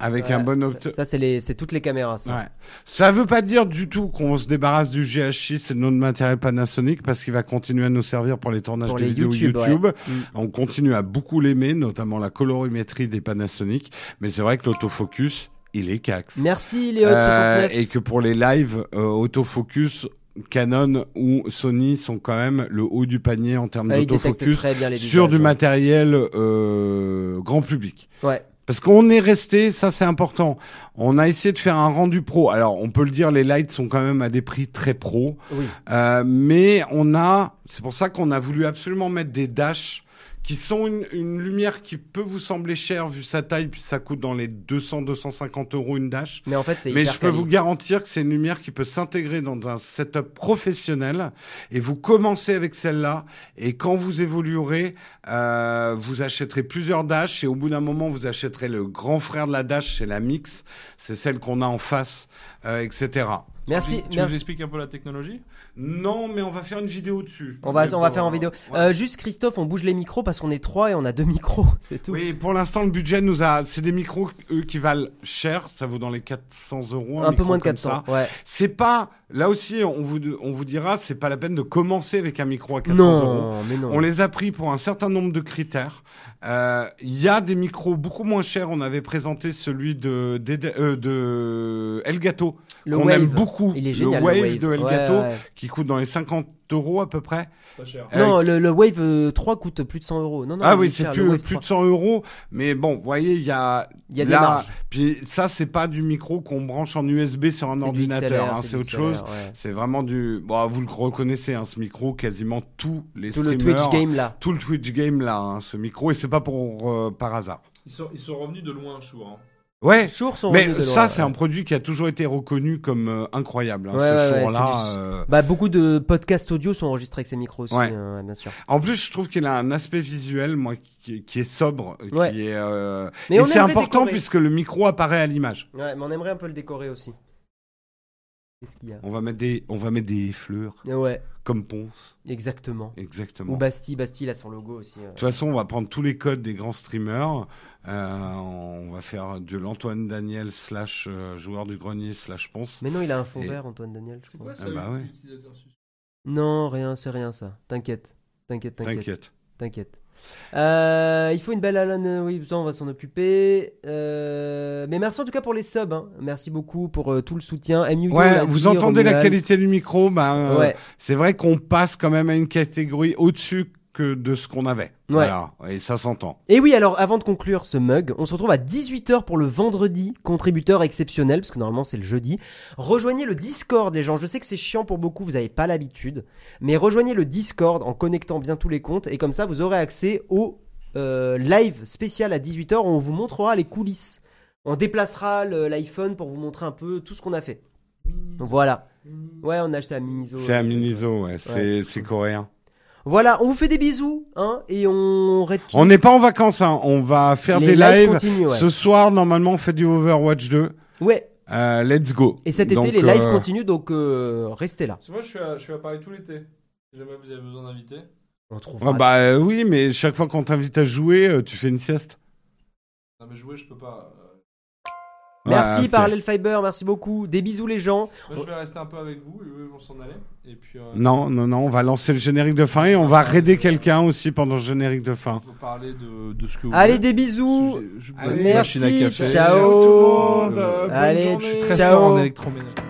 [SPEAKER 1] Avec un
[SPEAKER 2] Ouais,
[SPEAKER 1] bon
[SPEAKER 2] ça-
[SPEAKER 1] auto...
[SPEAKER 2] Ça, c'est les- c'est toutes les caméras. Ça.
[SPEAKER 1] Ouais. Ça veut pas dire du tout qu'on se débarrasse du GH6 et de notre matériel Panasonic parce qu'il va continuer à nous servir pour les tournages
[SPEAKER 2] Pour
[SPEAKER 1] de
[SPEAKER 2] les
[SPEAKER 1] vidéos
[SPEAKER 2] YouTube,
[SPEAKER 1] YouTube.
[SPEAKER 2] Mm.
[SPEAKER 1] On continue à beaucoup l'aimer, notamment la colorimétrie des Panasonic. Mais c'est vrai que l'autofocus, il est cax.
[SPEAKER 2] Merci, Léo. de
[SPEAKER 1] Euh,
[SPEAKER 2] 69.
[SPEAKER 1] et que pour les lives, euh, autofocus, Canon ou Sony sont quand même le haut du panier en termes
[SPEAKER 2] Ah, il détecte
[SPEAKER 1] d'autofocus
[SPEAKER 2] très bien les visages.
[SPEAKER 1] sur du
[SPEAKER 2] ouais.
[SPEAKER 1] matériel euh, grand public.
[SPEAKER 2] Ouais.
[SPEAKER 1] Parce qu'on est resté, ça c'est important. On a essayé de faire un rendu pro. Alors on peut le dire, les lights sont quand même à des prix très pro,
[SPEAKER 2] Oui.
[SPEAKER 1] Euh, mais on a, c'est pour ça qu'on a voulu absolument mettre des dashs qui sont une, une lumière qui peut vous sembler chère vu sa taille, puis ça coûte dans les 200-250 euros une dash.
[SPEAKER 2] Mais en fait, c'est
[SPEAKER 1] Mais
[SPEAKER 2] hyper
[SPEAKER 1] je peux
[SPEAKER 2] quali.
[SPEAKER 1] vous garantir que c'est une lumière qui peut s'intégrer dans un setup professionnel. Et vous commencez avec celle-là. Et quand vous évoluerez, euh, vous achèterez plusieurs Dash. Et au bout d'un moment, vous achèterez le grand frère de la Dash, c'est la Mix. C'est celle qu'on a en face, euh, etc.
[SPEAKER 2] Merci.
[SPEAKER 4] Tu nous
[SPEAKER 2] merci.
[SPEAKER 4] expliques un peu la technologie
[SPEAKER 1] Non, mais on va faire une vidéo dessus.
[SPEAKER 2] On va,
[SPEAKER 1] Mais
[SPEAKER 2] on va
[SPEAKER 1] pour-
[SPEAKER 2] faire en vidéo.
[SPEAKER 1] ouais.
[SPEAKER 2] Euh, juste Christophe, on bouge les micros parce qu'on est trois et on a deux micros, [LAUGHS] c'est tout.
[SPEAKER 1] Oui, pour l'instant, le budget nous a. C'est des micros, eux, qui valent cher. Ça vaut dans les 400 euros.
[SPEAKER 2] un peu
[SPEAKER 1] micro
[SPEAKER 2] moins de
[SPEAKER 1] comme ça.
[SPEAKER 2] 400. Ouais.
[SPEAKER 1] C'est pas, là aussi, on vous, on vous dira, c'est pas la peine de commencer avec un micro à 400 euros.
[SPEAKER 2] Non, mais non.
[SPEAKER 1] On les a pris pour un certain nombre de critères. Euh, Il y a des micros beaucoup moins chers. On avait présenté celui de, d'Ede- euh, de Elgato,
[SPEAKER 2] Le
[SPEAKER 1] qu'on
[SPEAKER 2] Wave.
[SPEAKER 1] aime beaucoup.
[SPEAKER 2] Il est génial.
[SPEAKER 1] le, wave de
[SPEAKER 2] Ouais,
[SPEAKER 1] Elgato,
[SPEAKER 2] ouais.
[SPEAKER 1] qui coûte dans les 50 euros à peu près.
[SPEAKER 4] Pas cher.
[SPEAKER 1] Euh,
[SPEAKER 2] Non, le, le Wave euh, 3 coûte plus de 100 euros. Non, non,
[SPEAKER 1] ah
[SPEAKER 2] il est
[SPEAKER 1] oui, c'est
[SPEAKER 2] cher, le
[SPEAKER 1] plus,
[SPEAKER 2] Wave
[SPEAKER 1] plus de
[SPEAKER 2] 3.
[SPEAKER 1] 100 euros. Mais bon, vous voyez, il y a,
[SPEAKER 2] Il y a des
[SPEAKER 1] là,
[SPEAKER 2] marges.
[SPEAKER 1] Puis ça, c'est pas du micro qu'on branche en USB sur un
[SPEAKER 2] C'est du
[SPEAKER 1] ordinateur.
[SPEAKER 2] XLR,
[SPEAKER 1] hein, c'est
[SPEAKER 2] du
[SPEAKER 1] autre chose.
[SPEAKER 2] XLR, ouais.
[SPEAKER 1] C'est vraiment du. Bon, vous le reconnaissez, hein, ce micro, quasiment tous les
[SPEAKER 2] Tout le
[SPEAKER 1] streamers.
[SPEAKER 2] Twitch game là.
[SPEAKER 1] Tout le Twitch game là, hein, ce micro, et c'est pas pour euh, par hasard.
[SPEAKER 4] Ils sont, ils sont revenus de loin, Chour. hein.
[SPEAKER 1] Ouais,
[SPEAKER 2] Les Chours sont
[SPEAKER 1] mais
[SPEAKER 2] revenus de
[SPEAKER 1] ça,
[SPEAKER 2] loin,
[SPEAKER 1] c'est
[SPEAKER 2] ouais.
[SPEAKER 1] un produit qui a toujours été reconnu comme euh, incroyable. hein,
[SPEAKER 2] Ouais,
[SPEAKER 1] ce
[SPEAKER 2] ouais, ouais,
[SPEAKER 1] jour-là.
[SPEAKER 2] c'est du-
[SPEAKER 1] euh.
[SPEAKER 2] Bah, beaucoup de podcasts audio sont enregistrés avec ces micros aussi,
[SPEAKER 1] Ouais.
[SPEAKER 2] euh, ouais, bien sûr.
[SPEAKER 1] En plus, je trouve qu'il a un aspect visuel, moi, qui, qui est sobre, euh,
[SPEAKER 2] Ouais.
[SPEAKER 1] qui est. euh,
[SPEAKER 2] Mais
[SPEAKER 1] et
[SPEAKER 2] on
[SPEAKER 1] c'est
[SPEAKER 2] aimerait
[SPEAKER 1] important
[SPEAKER 2] décorer.
[SPEAKER 1] puisque le micro apparaît à l'image.
[SPEAKER 2] Ouais, mais on aimerait un peu le décorer aussi. Qu'est-ce qu'il y a Ah
[SPEAKER 1] On va mettre des, on va mettre des fleurs
[SPEAKER 2] Ouais,
[SPEAKER 1] comme Ponce,
[SPEAKER 2] exactement.
[SPEAKER 1] exactement.
[SPEAKER 2] Ou Basti, Basti, il a son logo aussi. euh.
[SPEAKER 1] De toute façon, on va prendre tous les codes des grands streamers. Euh, on va faire de l'Antoine Daniel slash euh, joueur du grenier slash ponce.
[SPEAKER 2] Mais non, il a un fond
[SPEAKER 1] Et-
[SPEAKER 2] vert, Antoine Daniel. je
[SPEAKER 4] C'est
[SPEAKER 2] crois.
[SPEAKER 4] quoi ça
[SPEAKER 1] Ah bah
[SPEAKER 4] le-
[SPEAKER 1] ouais.
[SPEAKER 4] l'utilisateur suspect
[SPEAKER 2] Non, rien, c'est rien ça. T'inquiète, t'inquiète, t'inquiète,
[SPEAKER 1] T'inquiète.
[SPEAKER 2] t'inquiète. Euh, il faut une belle Alan, euh, oui, ça on va s'en occuper. Euh, mais merci en tout cas pour les subs. hein. Merci beaucoup pour euh, tout le soutien. MUU,
[SPEAKER 1] Ouais,
[SPEAKER 2] Andy,
[SPEAKER 1] vous entendez la
[SPEAKER 2] Romuald.
[SPEAKER 1] qualité du micro. Ben, euh,
[SPEAKER 2] Ouais,
[SPEAKER 1] C'est vrai qu'on passe quand même à une catégorie au-dessus que de ce qu'on avait. Voilà. Et ça s'entend.
[SPEAKER 2] Et oui, alors avant de conclure ce mug, on se retrouve à 18h pour le vendredi, contributeur exceptionnel, parce que normalement c'est le jeudi. Rejoignez le Discord, les gens. Je sais que c'est chiant pour beaucoup, vous n'avez pas l'habitude. Mais rejoignez le Discord en connectant bien tous les comptes, et comme ça vous aurez accès au euh, live spécial à 18h où on vous montrera les coulisses. On déplacera le- l'iPhone pour vous montrer un peu tout ce qu'on a fait. Donc voilà. Ouais, on a acheté un Miniso.
[SPEAKER 1] C'est un miniso, ouais. C'est c'est coréen.
[SPEAKER 2] Voilà, on vous fait des bisous, hein, et on...
[SPEAKER 1] On n'est pas en vacances, hein. On va faire
[SPEAKER 2] Les
[SPEAKER 1] des lives.
[SPEAKER 2] continuent, ouais.
[SPEAKER 1] Ce soir, normalement, on fait du Overwatch 2.
[SPEAKER 2] Ouais,
[SPEAKER 1] Euh, let's go.
[SPEAKER 2] Et cet
[SPEAKER 1] Donc,
[SPEAKER 2] été, les lives
[SPEAKER 1] euh,
[SPEAKER 2] continuent, donc euh, restez là.
[SPEAKER 4] Parce que Moi, je suis, à, je suis à Paris tout l'été. Si jamais vous avez besoin d'invités.
[SPEAKER 2] On trouvera.
[SPEAKER 1] Ah bah euh, oui, mais chaque fois qu'on t'invite à jouer, euh, tu fais une sieste.
[SPEAKER 4] Non, mais jouer, je peux pas. euh,
[SPEAKER 2] merci
[SPEAKER 1] Ouais, ok.
[SPEAKER 2] Parallel Fiber, merci beaucoup. Des bisous les gens.
[SPEAKER 4] Moi, je vais rester un peu avec vous et eux ils vont s'en aller. Et puis, euh,
[SPEAKER 1] Non, non, non, on va lancer le générique de fin et on va raider quelqu'un aussi pendant le générique de fin.
[SPEAKER 4] vous parler de, de ce que vous
[SPEAKER 2] Allez,
[SPEAKER 4] voulez.
[SPEAKER 2] des bisous.
[SPEAKER 4] Je- je-
[SPEAKER 1] Allez,
[SPEAKER 4] machine à
[SPEAKER 2] merci,
[SPEAKER 4] café.
[SPEAKER 2] ciao.
[SPEAKER 1] tout le monde, euh, bonne
[SPEAKER 2] Allez,
[SPEAKER 1] journée.
[SPEAKER 4] Très
[SPEAKER 2] ciao.
[SPEAKER 4] fort en électroménager.